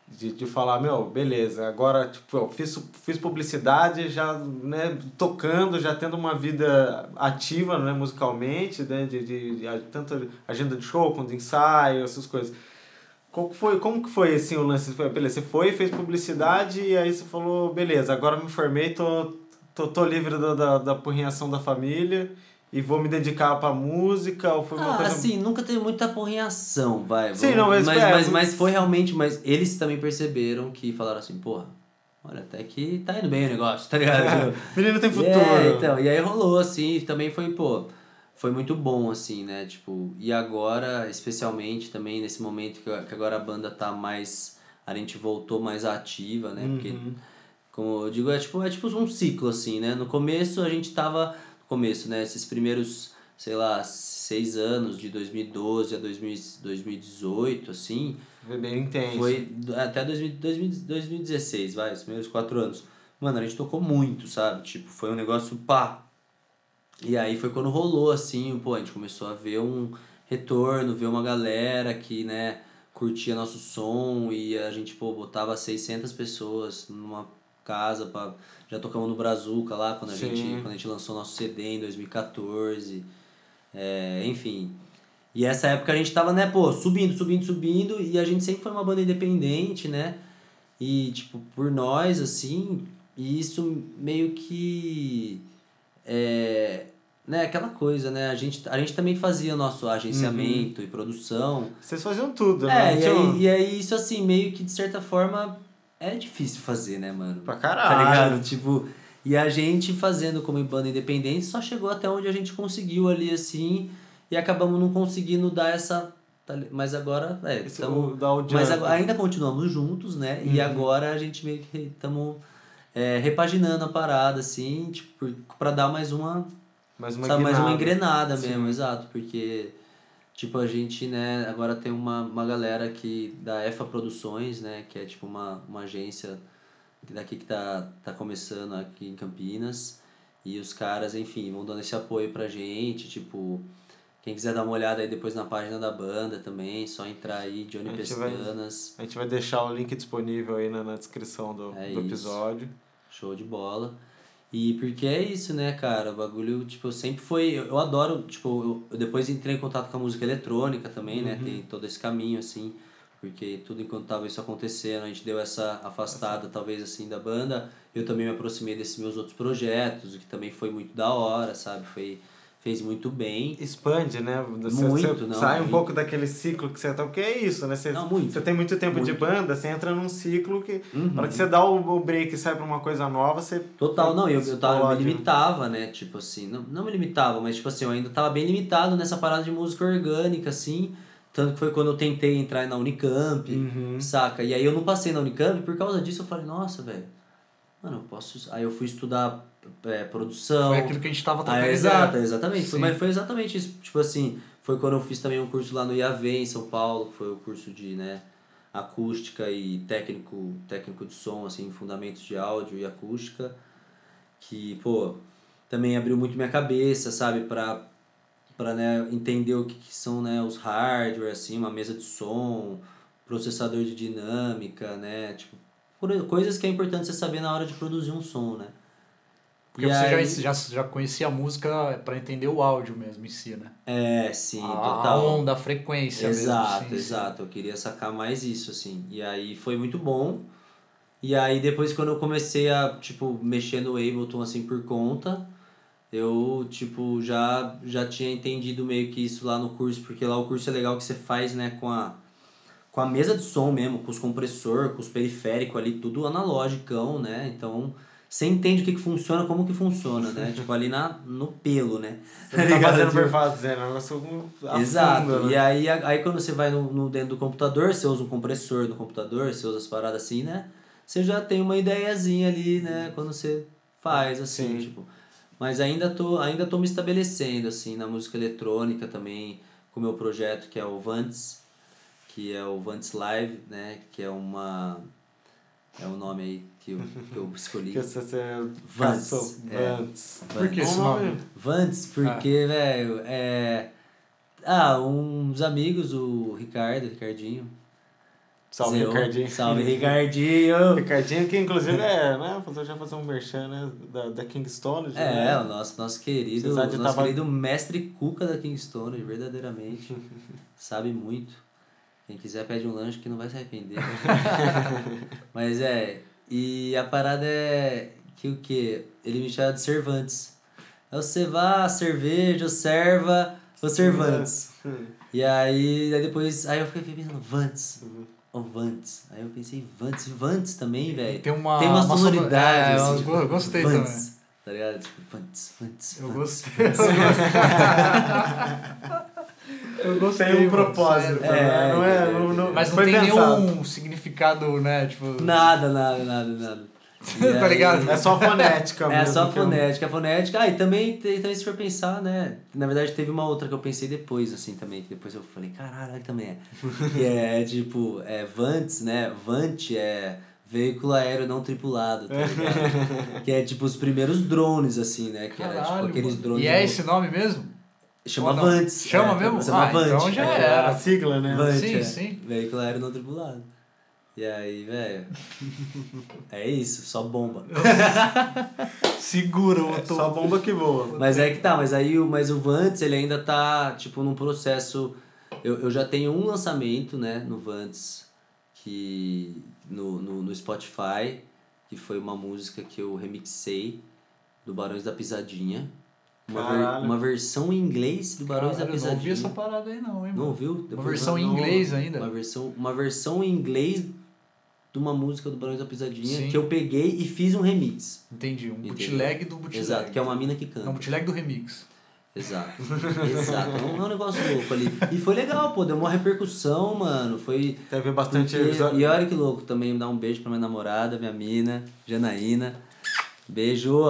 Speaker 1: de, de falar, meu, beleza, agora tipo, eu fiz, fiz publicidade, já né, tocando, já tendo uma vida ativa né, musicalmente, né, de, de, de- tanto agenda de show quanto ensaio, essas coisas. Qual que foi, como que foi assim, o lance? Foi, Beleza, você foi, fez publicidade e aí você falou, beleza, agora me formei, tô, tô, tô livre da, da, da porrinhação da família e vou me dedicar pra música, ou foi uma
Speaker 4: Ah,
Speaker 1: coisa...
Speaker 4: assim, nunca teve muita porrinhação, vai.
Speaker 1: Sim,
Speaker 4: vamos-
Speaker 1: não, mas-
Speaker 4: mas,
Speaker 1: é,
Speaker 4: mas, mas,
Speaker 1: mas-
Speaker 4: foi realmente, mas eles também perceberam que falaram assim, porra, olha, até que tá indo bem o negócio,
Speaker 1: [LAUGHS]
Speaker 4: tá ligado?
Speaker 1: Menino tem futuro.
Speaker 4: É, então, e aí rolou, assim, e também foi, pô, foi muito bom, assim, né? Tipo, e agora, especialmente também nesse momento que, que agora a banda tá mais. A gente voltou mais ativa, né? Porque,
Speaker 1: Uhum.
Speaker 4: como eu digo, é tipo, é tipo um ciclo, assim, né? No começo a gente tava. No começo, né? Esses primeiros, sei lá, seis anos, de 2012 a 2000, 2018, assim.
Speaker 1: Foi bem intenso.
Speaker 4: Foi do- até 2000, 2000, 2016, vai, os primeiros quatro anos. Mano, a gente tocou muito, sabe? Tipo, foi um negócio pá. E aí foi quando rolou, assim, pô, a gente começou a ver um retorno, ver uma galera que, né, curtia nosso som e a gente, pô, botava 600 pessoas numa casa pra... Já tocamos no Brazuca lá, quando a,
Speaker 1: Sim.
Speaker 4: gente, quando a gente lançou nosso CD em 2014. É, enfim, e essa época a gente tava, né, pô, subindo, subindo, subindo, e a gente sempre foi uma banda independente, né? E, tipo, por nós, assim, e isso meio que. É. Né, aquela coisa, né? A gente, a gente também fazia nosso agenciamento e produção.
Speaker 1: Vocês faziam tudo, né?
Speaker 4: É, e
Speaker 1: Tinha um-
Speaker 4: aí, e aí isso, assim, meio que de certa forma é difícil fazer, né, mano?
Speaker 1: Pra
Speaker 4: Tá
Speaker 1: caralho.
Speaker 4: ligado? Tipo, e a gente fazendo como banda independente só chegou até onde a gente conseguiu ali, assim, e acabamos não conseguindo dar essa. tá li- Mas agora, é,
Speaker 1: Esse
Speaker 4: tamo,
Speaker 1: o- Uhum. da audiência.
Speaker 4: mas agora- ainda continuamos juntos, né? E agora a gente meio que estamos repaginando a parada, assim, tipo, por- pra dar mais uma
Speaker 1: mais
Speaker 4: sabe, mais uma
Speaker 1: engrenagem.
Speaker 4: engrenada
Speaker 1: Sim.
Speaker 4: mesmo, exato, porque tipo a gente, né, agora tem uma, uma galera que da EFA Produções, né, que é tipo uma, uma agência daqui que tá tá começando aqui em Campinas, e os caras, enfim, vão dando esse apoio pra gente, tipo quem quiser dar uma olhada aí depois na página da banda também, só entrar aí, Johnny
Speaker 1: A gente vai-
Speaker 4: Pestanas,
Speaker 1: A gente vai deixar o link disponível aí na, na descrição do,
Speaker 4: É
Speaker 1: do
Speaker 4: isso.
Speaker 1: episódio.
Speaker 4: Show de bola. E porque é isso, né, cara? O bagulho, tipo, sempre foi. Eu, eu adoro, tipo, eu, eu depois entrei em contato com a música eletrônica também, né? Tem todo esse caminho, assim. Porque tudo enquanto tava isso acontecendo, a gente deu essa afastada, talvez, assim, da banda. Eu também me aproximei desses meus outros projetos, o que também foi muito da hora, sabe? Foi fez muito bem.
Speaker 1: Expande, né? Você,
Speaker 4: Muito,
Speaker 1: você
Speaker 4: não,
Speaker 1: sai um
Speaker 4: muito.
Speaker 1: pouco daquele ciclo que você tá. Porque é isso, né? Você,
Speaker 4: Não, muito.
Speaker 1: você tem muito tempo de
Speaker 4: Muito.
Speaker 1: banda, você entra num ciclo que.
Speaker 4: Uhum.
Speaker 1: Na hora que você dá o, o break e sai pra uma coisa nova,
Speaker 4: [LAUGHS]
Speaker 1: você.
Speaker 4: Total, não, eu, eu, tava, eu me
Speaker 1: Explode, né?
Speaker 4: limitava, né? Tipo assim, não, não me limitava, mas tipo assim, eu ainda tava bem limitado nessa parada de música orgânica, assim. Tanto que foi quando eu tentei entrar na Unicamp,
Speaker 1: Uhum.
Speaker 4: saca? E aí eu não passei na Unicamp, por causa disso eu falei, nossa, velho, mano, eu posso. Aí eu fui estudar é, produção.
Speaker 5: Foi aquilo que a gente tava
Speaker 4: Ah,
Speaker 5: tratando.
Speaker 4: é, exato, exatamente. Foi-
Speaker 5: Sim.
Speaker 4: mas foi exatamente isso. Tipo assim, foi quando eu fiz também um curso lá no IAV em São Paulo, que foi o curso de, né, acústica e técnico, técnico de som, assim, fundamentos de áudio e acústica, que, pô, também abriu muito minha cabeça, sabe, pra, pra né, entender o que, que são, né, os hardware, assim, uma mesa de som, processador de dinâmica, né, tipo, por- coisas que é importante você saber na hora de produzir um som, né.
Speaker 5: Porque
Speaker 4: E
Speaker 5: você
Speaker 4: aí-
Speaker 5: já, já, já conhecia a música pra entender o áudio mesmo em si, né?
Speaker 4: É, sim,
Speaker 5: a, a
Speaker 4: total.
Speaker 5: onda, a frequência
Speaker 4: Exato,
Speaker 5: Ah, é mesmo. sim, sim.
Speaker 4: exato. Eu queria sacar mais isso, assim. E aí foi muito bom. E aí depois quando eu comecei a, tipo, mexer no Ableton, assim, por conta, eu, tipo, já, já tinha entendido meio que isso lá no curso, porque lá o curso é legal que você faz, né, com a, com a mesa de som mesmo, com os compressor, com os periféricos ali, tudo analógico, né? Então... Você entende o que, que funciona, como que funciona,
Speaker 5: [LAUGHS]
Speaker 4: né? tipo, ali na, no pelo, né?
Speaker 1: Você não tá fazendo por fazer, né? Um negócio a
Speaker 4: tipo. Exato.
Speaker 1: fundo, né?
Speaker 4: E aí, a- aí quando você vai no, no dentro do computador, você usa um compressor no computador, você usa as paradas assim, né? Você já tem uma ideiazinha ali, né? Quando você faz, assim,
Speaker 1: Sim.
Speaker 4: tipo. Mas ainda tô, ainda tô me estabelecendo, assim, na música eletrônica também, com o meu projeto que é o Vants, que é o Vants Live, né? Que é uma. É o nome aí que eu, que
Speaker 1: [LAUGHS]
Speaker 4: eu escolhi.
Speaker 1: Que você, você
Speaker 4: Vans,
Speaker 1: caçou.
Speaker 4: é.
Speaker 1: Vans.
Speaker 5: Por que esse
Speaker 1: Bom
Speaker 5: nome?
Speaker 1: nome.
Speaker 4: Vantes, porque,
Speaker 1: Ah.
Speaker 4: velho, é. Ah, uns amigos, o Ricardo, Ricardinho.
Speaker 1: Salve,
Speaker 4: Zeon.
Speaker 1: Ricardinho.
Speaker 4: Salve, Ricardinho!
Speaker 1: [LAUGHS] Ricardinho, que inclusive é, né? Fazer, já fazer um merchan, né? Da, da Kingston. já,
Speaker 4: É,
Speaker 1: né?
Speaker 4: o nosso, nosso querido,
Speaker 1: Apesar de
Speaker 4: nosso
Speaker 1: tava-
Speaker 4: querido mestre Cuca da Kingston, verdadeiramente.
Speaker 1: [LAUGHS]
Speaker 4: sabe muito. Quem quiser pede um lanche que não vai se
Speaker 1: [LAUGHS]
Speaker 4: arrepender. Mas é, e a parada é que o que? Ele me chama de Cervantes. É o Cevá, cerveja, o serva, o Cervantes. E aí, aí depois, aí eu fiquei pensando, Vantes. Ou Vantes. Aí eu pensei, Vantes, Vantes também, velho.
Speaker 5: Tem uma,
Speaker 4: É. Tem uma
Speaker 5: sonor-
Speaker 4: sonoridade.
Speaker 5: É,
Speaker 4: assim,
Speaker 5: eu
Speaker 4: tipo,
Speaker 5: go- gostei também.
Speaker 4: Vantes, Tá ligado? Tipo, Vantes, Vantes.
Speaker 5: Eu
Speaker 4: Vantes.
Speaker 5: gostei. eu gostei. Eu gostei.
Speaker 1: Tem um
Speaker 5: mano,
Speaker 1: propósito,
Speaker 5: sério.
Speaker 1: né?
Speaker 4: É,
Speaker 1: não é,
Speaker 4: entendeu,
Speaker 1: não, não,
Speaker 5: Mas não
Speaker 1: foi
Speaker 5: tem
Speaker 1: pensado.
Speaker 5: nenhum significado, né? Tipo.
Speaker 4: Nada, nada, nada, nada. E
Speaker 5: [LAUGHS] Tá
Speaker 4: aí- né,
Speaker 5: ligado?
Speaker 1: É só fonética
Speaker 4: um- [LAUGHS] É
Speaker 1: mesmo.
Speaker 4: só
Speaker 1: que eu-
Speaker 4: fonética, fonética. Ah, e também, tem- também se for pensar, né? Na verdade, teve uma outra que eu pensei depois, assim, também. Que depois eu falei, caralho, olha que também
Speaker 5: [LAUGHS]
Speaker 4: é. que é, tipo, é Vantes, né? Vante é veículo aéreo não tripulado, tá
Speaker 5: [LAUGHS]
Speaker 4: ligado? que é, tipo, os primeiros drones, assim, né? Que era, tipo,
Speaker 5: Caralho,
Speaker 4: aqueles
Speaker 5: mano.
Speaker 4: drones...
Speaker 5: E é esse nome mesmo?
Speaker 4: Chama
Speaker 5: Ou não?
Speaker 4: Vantes.
Speaker 5: Chama
Speaker 4: é,
Speaker 5: mesmo?
Speaker 4: Chama
Speaker 5: Ah,
Speaker 4: Vante.
Speaker 5: então já
Speaker 1: É,
Speaker 5: era.
Speaker 1: a sigla, né?
Speaker 4: Vante,
Speaker 5: Sim,
Speaker 4: é.
Speaker 5: sim.
Speaker 4: Veículo aéreo não tripulado. E aí,
Speaker 5: [LAUGHS]
Speaker 4: velho... é isso, só bomba.
Speaker 5: Segura o
Speaker 1: É só bomba que voa.
Speaker 4: Mas é que tá, mas aí o, mas o Vantes ele ainda tá, tipo, num processo. Eu, eu já tenho um lançamento, né, no Vantes, que. No, no, no Spotify, que foi uma música que eu remixei do Barões da Pisadinha. Uma, ver,
Speaker 1: Caralho.
Speaker 4: uma versão em inglês do Barões da
Speaker 5: Caralho, não ouvi
Speaker 4: Pisadinha.
Speaker 5: essa parada aí, não, hein,
Speaker 4: Não
Speaker 5: mano.
Speaker 4: ouviu?
Speaker 5: Uma
Speaker 4: Depois
Speaker 5: versão em
Speaker 4: manda-
Speaker 5: inglês ainda.
Speaker 4: Uma versão, uma versão em inglês de uma música do Barões da Pisadinha
Speaker 5: Sim.
Speaker 4: que eu peguei e fiz um remix.
Speaker 5: Entendi. Um
Speaker 4: Entendeu?
Speaker 5: bootleg do bootleg.
Speaker 4: Exato, que é uma mina que canta.
Speaker 5: Não, bootleg do remix.
Speaker 4: Exato. Exato. É um, é um negócio louco ali. E foi legal, pô. Deu uma repercussão, mano. Foi.
Speaker 1: Teve bastante
Speaker 4: porque-
Speaker 1: episódio.
Speaker 4: E olha que louco também. Dar um beijo pra minha namorada, minha mina, Janaína. Beijo!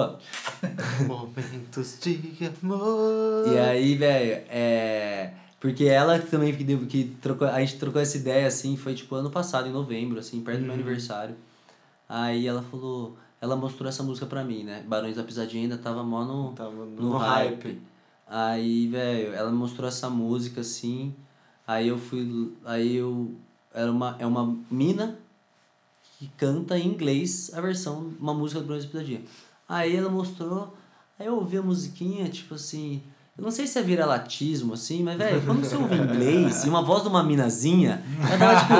Speaker 1: Momentos de amor.
Speaker 4: E aí, velho, é. Porque ela que também que, deu- que trocou, a gente trocou essa ideia assim, foi tipo ano passado, em novembro, assim, perto do meu aniversário. Aí ela falou, ela mostrou essa música pra mim, né? Barões da Pisadinha ainda tava mó no,
Speaker 1: Tava no-
Speaker 4: no,
Speaker 1: no
Speaker 4: hype.
Speaker 1: hype.
Speaker 4: Aí, velho, ela mostrou essa música assim. Aí eu fui. Aí eu. Era uma, é uma mina que canta em inglês a versão, uma música do Barões da Pisadinha. Aí ela mostrou, aí eu ouvi a musiquinha, tipo assim, Eu não sei se é vira-latismo, assim, mas, velho, quando você ouve inglês e uma voz de uma minazinha, ela tava [LAUGHS] tipo.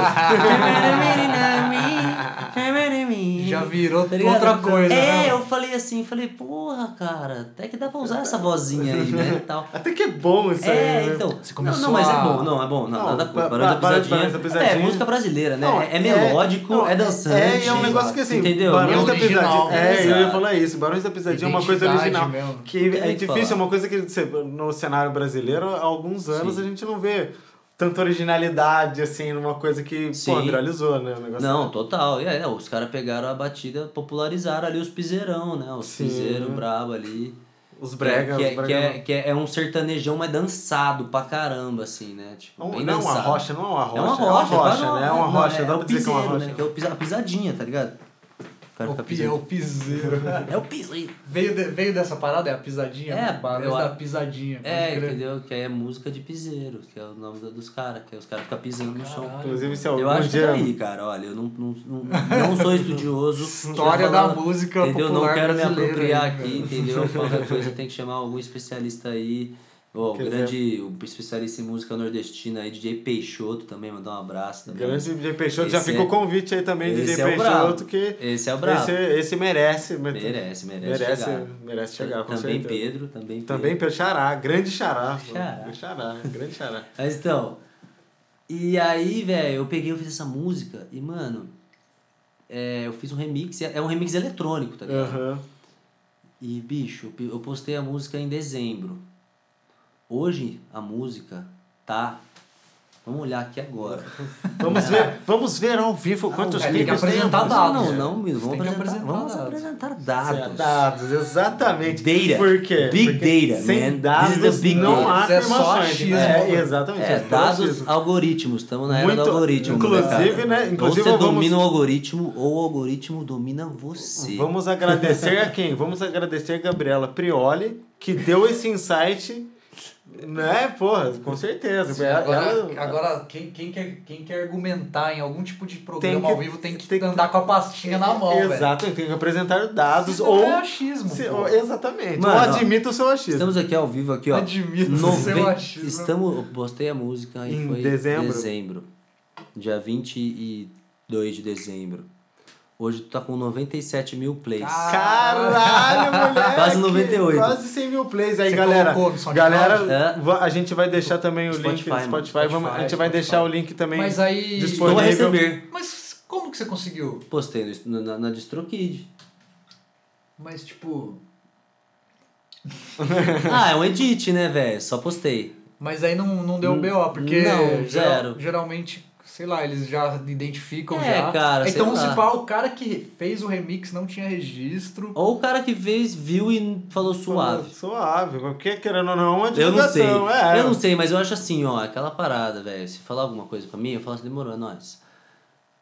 Speaker 5: Já virou
Speaker 4: ligado?
Speaker 5: outra coisa,
Speaker 4: É,
Speaker 5: né?
Speaker 4: eu falei assim, falei, porra, cara, até que dá pra usar essa vozinha aí, né? e Tal.
Speaker 1: Até que é bom [LAUGHS] isso
Speaker 4: É,
Speaker 1: aí. né?
Speaker 4: então.
Speaker 5: Você começou
Speaker 4: não, não, mas
Speaker 5: a-
Speaker 4: é bom, não, é bom. Não,
Speaker 1: Não,
Speaker 4: nada
Speaker 1: ba-
Speaker 4: contra. Barões da
Speaker 1: ba- Barões-
Speaker 4: Pisadinha.
Speaker 1: Barões da Pisadinha.
Speaker 4: É, música brasileira, né?
Speaker 1: Não,
Speaker 4: é, é melódico,
Speaker 1: não,
Speaker 4: é, dançante.
Speaker 1: É, e é um negócio que assim,
Speaker 4: Entendeu?
Speaker 1: Barões
Speaker 4: Não- né?
Speaker 1: da
Speaker 5: original,
Speaker 1: Pisadinha. É, eu ia
Speaker 5: exato.
Speaker 1: falar isso. Barões da Pisadinha é uma coisa
Speaker 5: Identidade
Speaker 1: original.
Speaker 5: mesmo.
Speaker 1: Que
Speaker 4: Tem
Speaker 1: é
Speaker 4: que
Speaker 1: difícil, é
Speaker 4: falar.
Speaker 1: uma coisa que você- no cenário brasileiro, há alguns anos
Speaker 4: Sim.
Speaker 1: a gente não vê tanta originalidade assim numa coisa que, pô,
Speaker 4: Sim.
Speaker 1: viralizou, né? O negócio
Speaker 4: Não, total. E aí, não, os caras pegaram a batida, popularizaram ali os piseirão, né? Os
Speaker 1: Sim.
Speaker 4: piseiro brabo ali.
Speaker 1: Os brega,
Speaker 4: que,
Speaker 1: os
Speaker 4: é, que,
Speaker 1: brega.
Speaker 4: é, que é, é um sertanejão, mas dançado pra caramba, assim, né? Tipo,
Speaker 1: não,
Speaker 4: bem
Speaker 1: não é uma
Speaker 4: dançado.
Speaker 1: rocha, não é uma rocha.
Speaker 4: É uma
Speaker 1: é
Speaker 4: rocha,
Speaker 1: uma
Speaker 4: quase
Speaker 1: rocha, né? É uma
Speaker 4: não,
Speaker 1: rocha,
Speaker 4: é,
Speaker 1: dá
Speaker 4: o
Speaker 1: pra dizer que é uma
Speaker 4: piseiro, né?
Speaker 1: rocha.
Speaker 4: Que é o pisa- a pisadinha, tá ligado? O cara
Speaker 5: O
Speaker 4: fica
Speaker 5: pi- é
Speaker 4: pisando.
Speaker 5: o
Speaker 4: [LAUGHS]
Speaker 5: piseiro.
Speaker 4: É o piseiro.
Speaker 5: veio, de- veio dessa parada, é a pisadinha?
Speaker 4: É,
Speaker 5: barulho
Speaker 4: eu
Speaker 5: da
Speaker 4: acho-
Speaker 5: pisadinha. pode
Speaker 4: É,
Speaker 5: crer.
Speaker 4: entendeu? Que aí é música de piseiro, que é o nome do- dos caras, que aí os caras ficam pisando no chão.
Speaker 1: Inclusive, se
Speaker 4: Eu
Speaker 1: algum
Speaker 4: acho que é
Speaker 1: dia.
Speaker 4: daí, cara, olha, eu não, não, não, não
Speaker 1: [LAUGHS]
Speaker 4: sou estudioso.
Speaker 5: História
Speaker 4: já
Speaker 5: da
Speaker 4: falando,
Speaker 5: música
Speaker 4: Entendeu? Não
Speaker 5: popular
Speaker 4: quero me
Speaker 5: brasileira,
Speaker 4: apropriar
Speaker 5: né,
Speaker 4: aqui, entendeu? Qualquer coisa tem que chamar algum especialista aí. Ó, o
Speaker 1: Quer
Speaker 4: grande o especialista em música nordestina aí, DJ Peixoto também, mandar um abraço também.
Speaker 1: Grande DJ Peixoto, já
Speaker 4: Esse
Speaker 1: fica
Speaker 4: é-
Speaker 1: o convite aí também,
Speaker 4: esse
Speaker 1: DJ
Speaker 4: é o
Speaker 1: Peixoto,
Speaker 4: brabo.
Speaker 1: que
Speaker 4: Esse é o brabo.
Speaker 1: esse, esse merece. mas-
Speaker 4: Merece, merece,
Speaker 1: merece,
Speaker 4: É chegar.
Speaker 1: merece chegar, com
Speaker 4: também
Speaker 1: certeza.
Speaker 4: Pedro, também Pedro.
Speaker 1: Também pelo Xará, grande Xará.
Speaker 4: Xará.
Speaker 1: Xará, grande Xará.
Speaker 4: Mas então. E aí, velho, eu peguei, eu fiz essa música e, mano, é, eu fiz um remix, é é um remix eletrônico, tá ligado?
Speaker 1: Aham.
Speaker 4: E, bicho, eu pi- eu postei a música em dezembro. Hoje a música tá. Vamos olhar aqui agora.
Speaker 1: [LAUGHS] Vamos, ver, vamos ver ao vivo quantos
Speaker 5: tem que
Speaker 1: clipes tem.
Speaker 5: apresentar
Speaker 1: a música.
Speaker 5: dados,
Speaker 4: Não,
Speaker 5: né?
Speaker 4: não, meu, vamos
Speaker 5: Tem que
Speaker 4: apresentar,
Speaker 5: apresentar
Speaker 4: vamos
Speaker 5: dados.
Speaker 4: apresentar dados.
Speaker 1: Dados, exatamente.
Speaker 4: Data.
Speaker 1: Por quê?
Speaker 4: Big
Speaker 1: Porque
Speaker 4: data,
Speaker 1: sem
Speaker 4: man. This
Speaker 1: dados
Speaker 4: is the big
Speaker 1: não
Speaker 4: data.
Speaker 1: há
Speaker 5: Isso é só
Speaker 1: afirmações.
Speaker 5: achismo,
Speaker 1: É,
Speaker 5: né?
Speaker 1: exatamente.
Speaker 4: É,
Speaker 1: só
Speaker 4: dados,
Speaker 1: achismo.
Speaker 4: algoritmos, estamos na era
Speaker 1: Muito-
Speaker 4: do algoritmo.
Speaker 1: inclusive,
Speaker 4: molecada.
Speaker 1: né, inclusive
Speaker 4: ou você
Speaker 1: vamos-
Speaker 4: domina o algoritmo, ou o algoritmo domina você.
Speaker 1: Vamos agradecer a quem? Vamos agradecer a Gabriela Prioli, que deu esse insight. Né, porra, com certeza. Ela-
Speaker 5: Agora,
Speaker 1: ela-
Speaker 5: agora quem, quem, quer, quem quer argumentar em algum tipo de programa
Speaker 1: Tem que-
Speaker 5: ao vivo tem que
Speaker 1: tem que- É,
Speaker 5: andar com a pastinha na mão, velho.
Speaker 1: Exato, tem que apresentar dados
Speaker 5: Isso
Speaker 1: ou.
Speaker 5: é achismo,
Speaker 1: se-
Speaker 5: pô.
Speaker 1: ou- exatamente.
Speaker 4: Mano,
Speaker 1: ou
Speaker 4: ó,
Speaker 1: admita o seu achismo.
Speaker 4: Estamos aqui ao vivo, aqui, ó.
Speaker 5: Admito é um
Speaker 4: Noven-
Speaker 5: seu achismo.
Speaker 4: Estamos, eu postei a música e
Speaker 1: Em
Speaker 4: foi
Speaker 1: dezembro?
Speaker 4: dezembro. Dia 22 de dezembro. Hoje tu tá com 97 mil plays.
Speaker 1: Ah, Caralho, moleque!
Speaker 4: Quase 98.
Speaker 1: Quase 100 mil plays aí,
Speaker 5: Você
Speaker 1: galera.
Speaker 5: colocou no SoundCloud?
Speaker 1: Galera,
Speaker 4: É.
Speaker 1: va- a gente vai deixar também o link
Speaker 4: Spotify, é
Speaker 1: do
Speaker 4: mano.
Speaker 1: Spotify. vamos, a gente vai
Speaker 5: Spotify.
Speaker 1: deixar o link também
Speaker 5: Mas aí.
Speaker 1: disponível.
Speaker 4: Estou a receber.
Speaker 5: Mas como que você conseguiu?
Speaker 4: Postei no, na, na DistroKid. [LAUGHS]
Speaker 5: Mas tipo.
Speaker 4: ah, é um edit, né, velho? Só postei.
Speaker 5: Mas aí não, não deu BO, porque.
Speaker 4: não,
Speaker 5: geral-
Speaker 4: zero.
Speaker 5: geralmente, sei lá, eles já identificam
Speaker 4: É,
Speaker 5: já.
Speaker 4: cara,
Speaker 5: então,
Speaker 4: sei lá.
Speaker 5: se pá, o cara que fez o remix não tinha registro.
Speaker 4: Ou o cara que fez, viu e falou suave.
Speaker 1: Suave, porque querendo ou não, é uma
Speaker 4: Eu não sei.
Speaker 1: divulgação. É,
Speaker 4: Eu não sei, mas eu acho assim, ó, aquela parada, velho. Se falar alguma coisa pra mim, eu falo assim, demorou, é nóis.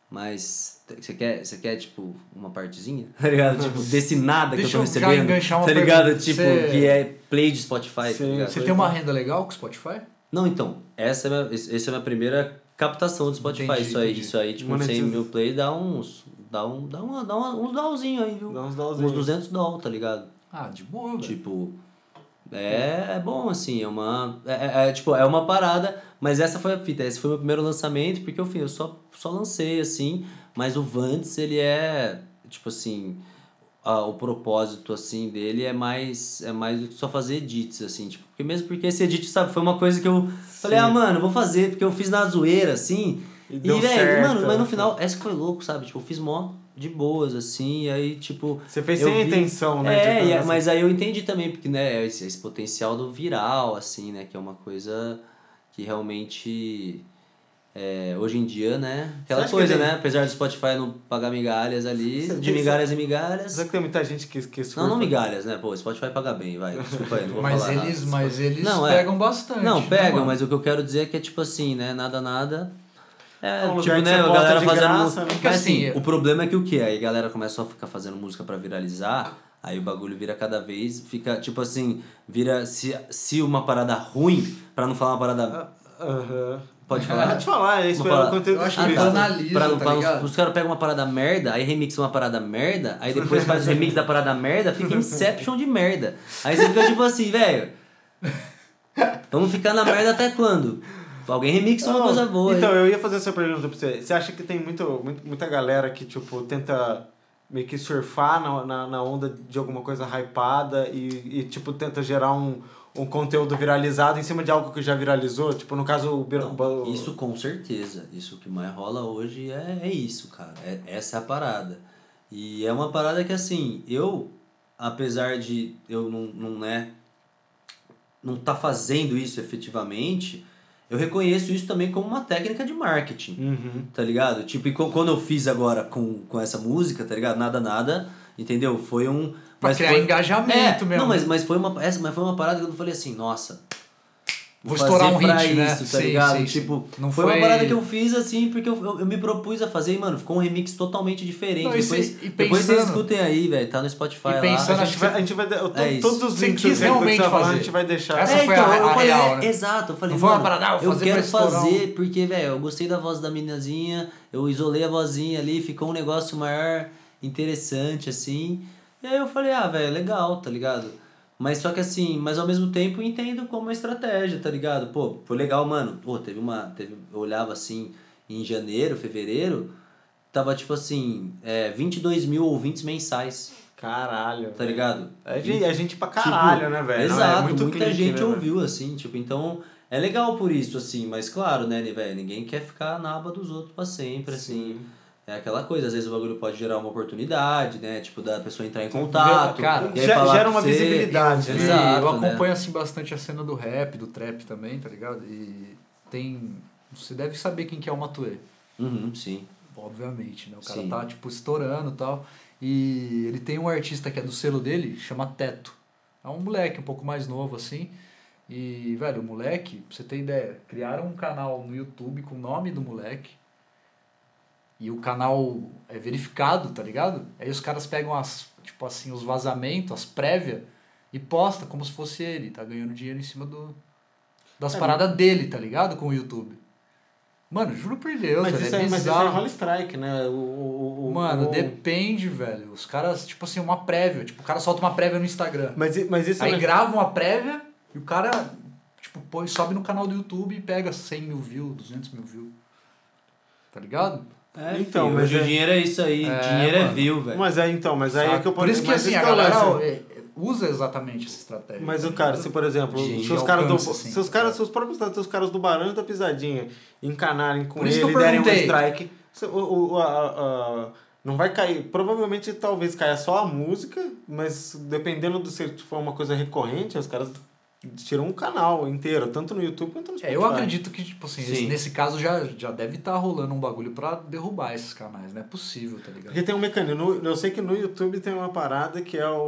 Speaker 4: Mas t- você quer, você quer, tipo, uma partezinha? [LAUGHS] Tá ligado? Tipo, desse nada
Speaker 5: Hum. Deixa
Speaker 4: que eu tô
Speaker 5: eu já
Speaker 4: recebendo.
Speaker 5: enganchar uma
Speaker 4: tá ligado?
Speaker 5: pergunta.
Speaker 4: Tipo,
Speaker 5: Você-
Speaker 4: que é play de Spotify, tá
Speaker 1: Sim,
Speaker 4: ligado?
Speaker 5: Você tem um uma renda legal com o Spotify?
Speaker 4: Não, então, essa é a minha, esse- essa é a minha primeira captação do Spotify.
Speaker 5: Entendi,
Speaker 4: isso aí,
Speaker 5: entendi.
Speaker 4: isso aí, tipo,
Speaker 1: Monetiza.
Speaker 4: 100 mil play dá uns. Dá um. Dá, uma, dá uma, uns dollzinho aí, viu?
Speaker 1: Dá uns
Speaker 4: Uns
Speaker 5: um
Speaker 1: dollzinhos.
Speaker 4: 200 doll, tá ligado?
Speaker 5: Ah, de boa, velho.
Speaker 4: Tipo, é, é bom, assim, é uma. É, é, é, tipo, é uma parada, mas essa foi a fita, esse foi o meu primeiro lançamento, porque eu, enfim, eu só, só lancei, assim, mas o Vantz, ele é, tipo assim. ah, o propósito, assim, dele é mais, é mais do que só fazer edits, assim, tipo, porque mesmo porque esse edit, sabe, foi uma coisa que eu falei, ah, mano, eu vou fazer, porque eu fiz na zoeira, assim,
Speaker 1: E
Speaker 4: e,
Speaker 1: deu
Speaker 4: velho,
Speaker 1: certo,
Speaker 4: mano, mas no
Speaker 1: né?
Speaker 4: final, essa que foi louco, sabe, tipo, eu fiz mó de boas, assim, e aí, tipo,
Speaker 1: Você fez
Speaker 4: eu
Speaker 1: sem
Speaker 4: vi-
Speaker 1: intenção, né?
Speaker 4: é,
Speaker 1: de-
Speaker 4: e a- mas aí eu entendi também, porque, né, esse, esse potencial do viral, assim, né, que é uma coisa que realmente, é, hoje em dia, né, aquela
Speaker 1: acha que
Speaker 4: coisa,
Speaker 1: tem-
Speaker 4: né, apesar do Spotify não pagar migalhas ali,
Speaker 1: Você- você-
Speaker 4: de migalhas em migalhas,
Speaker 1: Só que tem muita gente que, que surfa.
Speaker 4: não, não migalhas, né, pô, o Spotify paga bem, vai, desculpa aí, não vou
Speaker 5: Mas
Speaker 4: falar nada.
Speaker 5: eles, mas eles
Speaker 4: Não, é.
Speaker 5: pegam bastante.
Speaker 4: Não,
Speaker 5: né,
Speaker 4: pegam,
Speaker 5: mano?
Speaker 4: mas o que eu quero dizer é que é tipo assim, né? Nada, nada.
Speaker 1: É
Speaker 4: É,
Speaker 1: um
Speaker 4: tipo,
Speaker 1: lugar que
Speaker 4: né?
Speaker 1: você
Speaker 4: A
Speaker 1: bota
Speaker 4: galera
Speaker 1: de
Speaker 4: fazendo.
Speaker 1: graça, né?
Speaker 4: música.
Speaker 5: Porque
Speaker 4: Mas assim,
Speaker 5: assim,
Speaker 4: o problema é que o quê? Aí a galera começa a ficar fazendo música pra viralizar, aí o bagulho vira cada vez, fica tipo assim, vira se, se uma parada ruim, pra não falar uma parada.
Speaker 1: Aham.
Speaker 4: Pode
Speaker 1: Vou
Speaker 4: falar?
Speaker 1: te falar, esse
Speaker 4: Vou
Speaker 1: foi o
Speaker 4: falar.
Speaker 1: conteúdo
Speaker 5: Eu acho
Speaker 1: que
Speaker 5: que
Speaker 1: eu
Speaker 5: dá
Speaker 1: fiz.
Speaker 5: na- Analisa,
Speaker 4: pra não,
Speaker 5: tá
Speaker 4: pra não-
Speaker 5: ligado?
Speaker 4: os caras pegam uma parada merda, aí remixam uma parada merda, aí depois
Speaker 1: [LAUGHS]
Speaker 4: faz o remix da parada merda, fica Inception de merda. Aí você fica tipo assim, velho. Vamos ficar na merda até quando? Alguém remixa é uma coisa boa.
Speaker 1: Então,
Speaker 4: hein?
Speaker 1: eu ia fazer essa pergunta pra você. Você acha que tem muito, muito- muita galera que, tipo, tenta meio que surfar na, na, na onda de alguma coisa hypada e, e tipo, tenta gerar um, um conteúdo viralizado em cima de algo que já viralizou? Tipo, no caso, o... Bir-
Speaker 4: Não,
Speaker 1: o-
Speaker 4: isso com certeza. Isso que mais rola hoje é, é isso, cara. É, essa é a parada. E é uma parada que, assim, eu, apesar de eu não, não né, não tá fazendo isso efetivamente, eu reconheço isso também como uma técnica de marketing.
Speaker 1: Uhum.
Speaker 4: tá ligado? Tipo, e co- quando eu fiz agora com, com essa música, tá ligado? Nada, nada, entendeu? Foi um.
Speaker 5: Pra criar
Speaker 4: foi...
Speaker 5: engajamento
Speaker 4: é,
Speaker 5: mesmo. né?
Speaker 4: Não, mas, mas, foi uma, essa, mas foi uma parada que eu falei assim, nossa.
Speaker 5: Vou estourar
Speaker 4: fazer
Speaker 5: um
Speaker 4: pra
Speaker 5: hit, né?
Speaker 4: isso, tá
Speaker 5: Sim,
Speaker 4: ligado?
Speaker 5: sim, sim.
Speaker 4: tipo,
Speaker 5: Não
Speaker 4: foi,
Speaker 5: foi-
Speaker 4: uma parada que eu fiz assim, porque eu, eu, eu me propus a fazer e, mano, ficou um remix totalmente diferente.
Speaker 5: Não, e
Speaker 4: depois,
Speaker 5: se- e
Speaker 4: depois vocês
Speaker 5: pensando-
Speaker 4: escutem aí, velho, tá no Spotify
Speaker 5: E
Speaker 4: lá.
Speaker 5: pensando-
Speaker 1: A gente vai, a gente vai de- eu tô-
Speaker 4: É isso.
Speaker 1: todos os
Speaker 5: Você
Speaker 1: links
Speaker 5: quis
Speaker 1: do que você
Speaker 5: realmente
Speaker 1: tá falando,
Speaker 5: fazer.
Speaker 1: a gente vai deixar.
Speaker 5: Essa
Speaker 4: é,
Speaker 5: foi
Speaker 4: então,
Speaker 5: a-
Speaker 4: eu
Speaker 5: a
Speaker 4: falei,
Speaker 5: real, né?
Speaker 4: Exato, eu falei,
Speaker 5: Não foi uma
Speaker 4: mano,
Speaker 5: parada, ah, vou
Speaker 4: eu
Speaker 5: fazer pra
Speaker 4: quero
Speaker 5: estourar um-
Speaker 4: fazer porque, velho, eu gostei da voz da meninazinha, eu isolei a vozinha ali, ficou um negócio maior, interessante, assim. E aí eu falei, ah, velho, legal, tá ligado? Mas só que assim, mas ao mesmo tempo eu entendo como uma estratégia, tá ligado? Pô, foi legal, mano. Pô, teve uma. Teve, eu olhava assim em janeiro, fevereiro, tava tipo assim, é, 22 mil ouvintes mensais,
Speaker 1: Caralho.
Speaker 4: tá
Speaker 1: velho.
Speaker 4: ligado?
Speaker 1: É gente, é gente pra caralho,
Speaker 4: Tipo,
Speaker 1: né, velho? Não,
Speaker 4: Exato,
Speaker 1: é muito
Speaker 4: muita
Speaker 1: clique, né,
Speaker 4: gente
Speaker 1: velho?
Speaker 4: ouviu, assim, tipo, então é legal por isso, assim, mas claro, né, velho, ninguém quer ficar na aba dos outros pra sempre, assim. É aquela coisa, às vezes o bagulho pode gerar uma oportunidade, né? Tipo, da pessoa entrar em contato.
Speaker 5: cara,
Speaker 4: e aí
Speaker 1: Ge-
Speaker 4: falar
Speaker 1: Gera
Speaker 4: pra
Speaker 1: uma
Speaker 4: você.
Speaker 1: visibilidade,
Speaker 5: E
Speaker 1: né?
Speaker 4: Exato,
Speaker 5: eu
Speaker 4: né?
Speaker 5: acompanho assim bastante a cena do rap, do trap também, tá ligado? E tem. Você deve saber quem que é o Matue.
Speaker 4: Uhum, sim.
Speaker 5: Obviamente, né? O cara
Speaker 4: Sim.
Speaker 5: tá, tipo, estourando e tal. E ele tem um artista que é do selo dele, chama Teto. É um moleque um pouco mais novo, assim. E, velho, o moleque, pra você ter ideia, criaram um canal no YouTube com o nome do moleque. E o canal é verificado, tá ligado? Aí os caras pegam as, tipo assim, os vazamentos, as prévias, e posta como se fosse ele. Tá ganhando dinheiro em cima do. Das
Speaker 1: É.
Speaker 5: paradas dele, tá ligado? Com o YouTube. Mano, juro por Deus,
Speaker 1: Mas
Speaker 5: velho,
Speaker 1: isso,
Speaker 5: é
Speaker 1: aí, mas isso aí
Speaker 5: bizarro.
Speaker 1: rola strike, né? O, o, o,
Speaker 5: Mano,
Speaker 1: o...
Speaker 5: depende, velho. Os caras, tipo assim, uma prévia. Tipo, o cara solta uma prévia no Instagram.
Speaker 1: Mas, i- mas isso
Speaker 5: Aí
Speaker 1: né?
Speaker 5: grava uma prévia e o cara, tipo, põe, sobe no canal do YouTube e pega 100 mil views, 200 mil views. Tá ligado?
Speaker 4: É,
Speaker 1: Então,
Speaker 4: então,
Speaker 1: mas
Speaker 4: hoje
Speaker 1: é-
Speaker 4: o dinheiro é isso aí,
Speaker 5: É,
Speaker 4: dinheiro é
Speaker 5: mano.
Speaker 4: view, velho.
Speaker 1: Mas é então, mas aí é
Speaker 5: Sabe?
Speaker 1: que eu
Speaker 5: Por isso que,
Speaker 1: mas
Speaker 5: assim, a
Speaker 1: que é o
Speaker 5: galera
Speaker 1: lance.
Speaker 5: é, é, usa exatamente essa estratégia.
Speaker 1: Mas
Speaker 5: tá
Speaker 1: o cara,
Speaker 5: ligado?
Speaker 1: se por exemplo,
Speaker 5: De
Speaker 1: se os caras do,
Speaker 5: alcance, assim.
Speaker 1: se os caras, se os próprios se os caras do Barão e da Pisadinha encanarem com
Speaker 5: Por isso que
Speaker 1: ele e
Speaker 5: eu
Speaker 1: derem um
Speaker 5: perguntei.
Speaker 1: strike, se- o, o, a, a- a- não vai cair, provavelmente talvez caia só a música, mas dependendo do se for uma coisa recorrente, os caras tiram um canal inteiro, tanto no YouTube quanto no
Speaker 5: É,
Speaker 1: Spotify.
Speaker 5: eu acredito que, tipo assim,
Speaker 4: Sim.
Speaker 5: esse- nesse caso já, já deve estar rolando um bagulho pra derrubar esses canais. Não é possível, tá ligado?
Speaker 1: Porque tem um mecanismo. no- Eu sei que no YouTube tem uma parada que é o.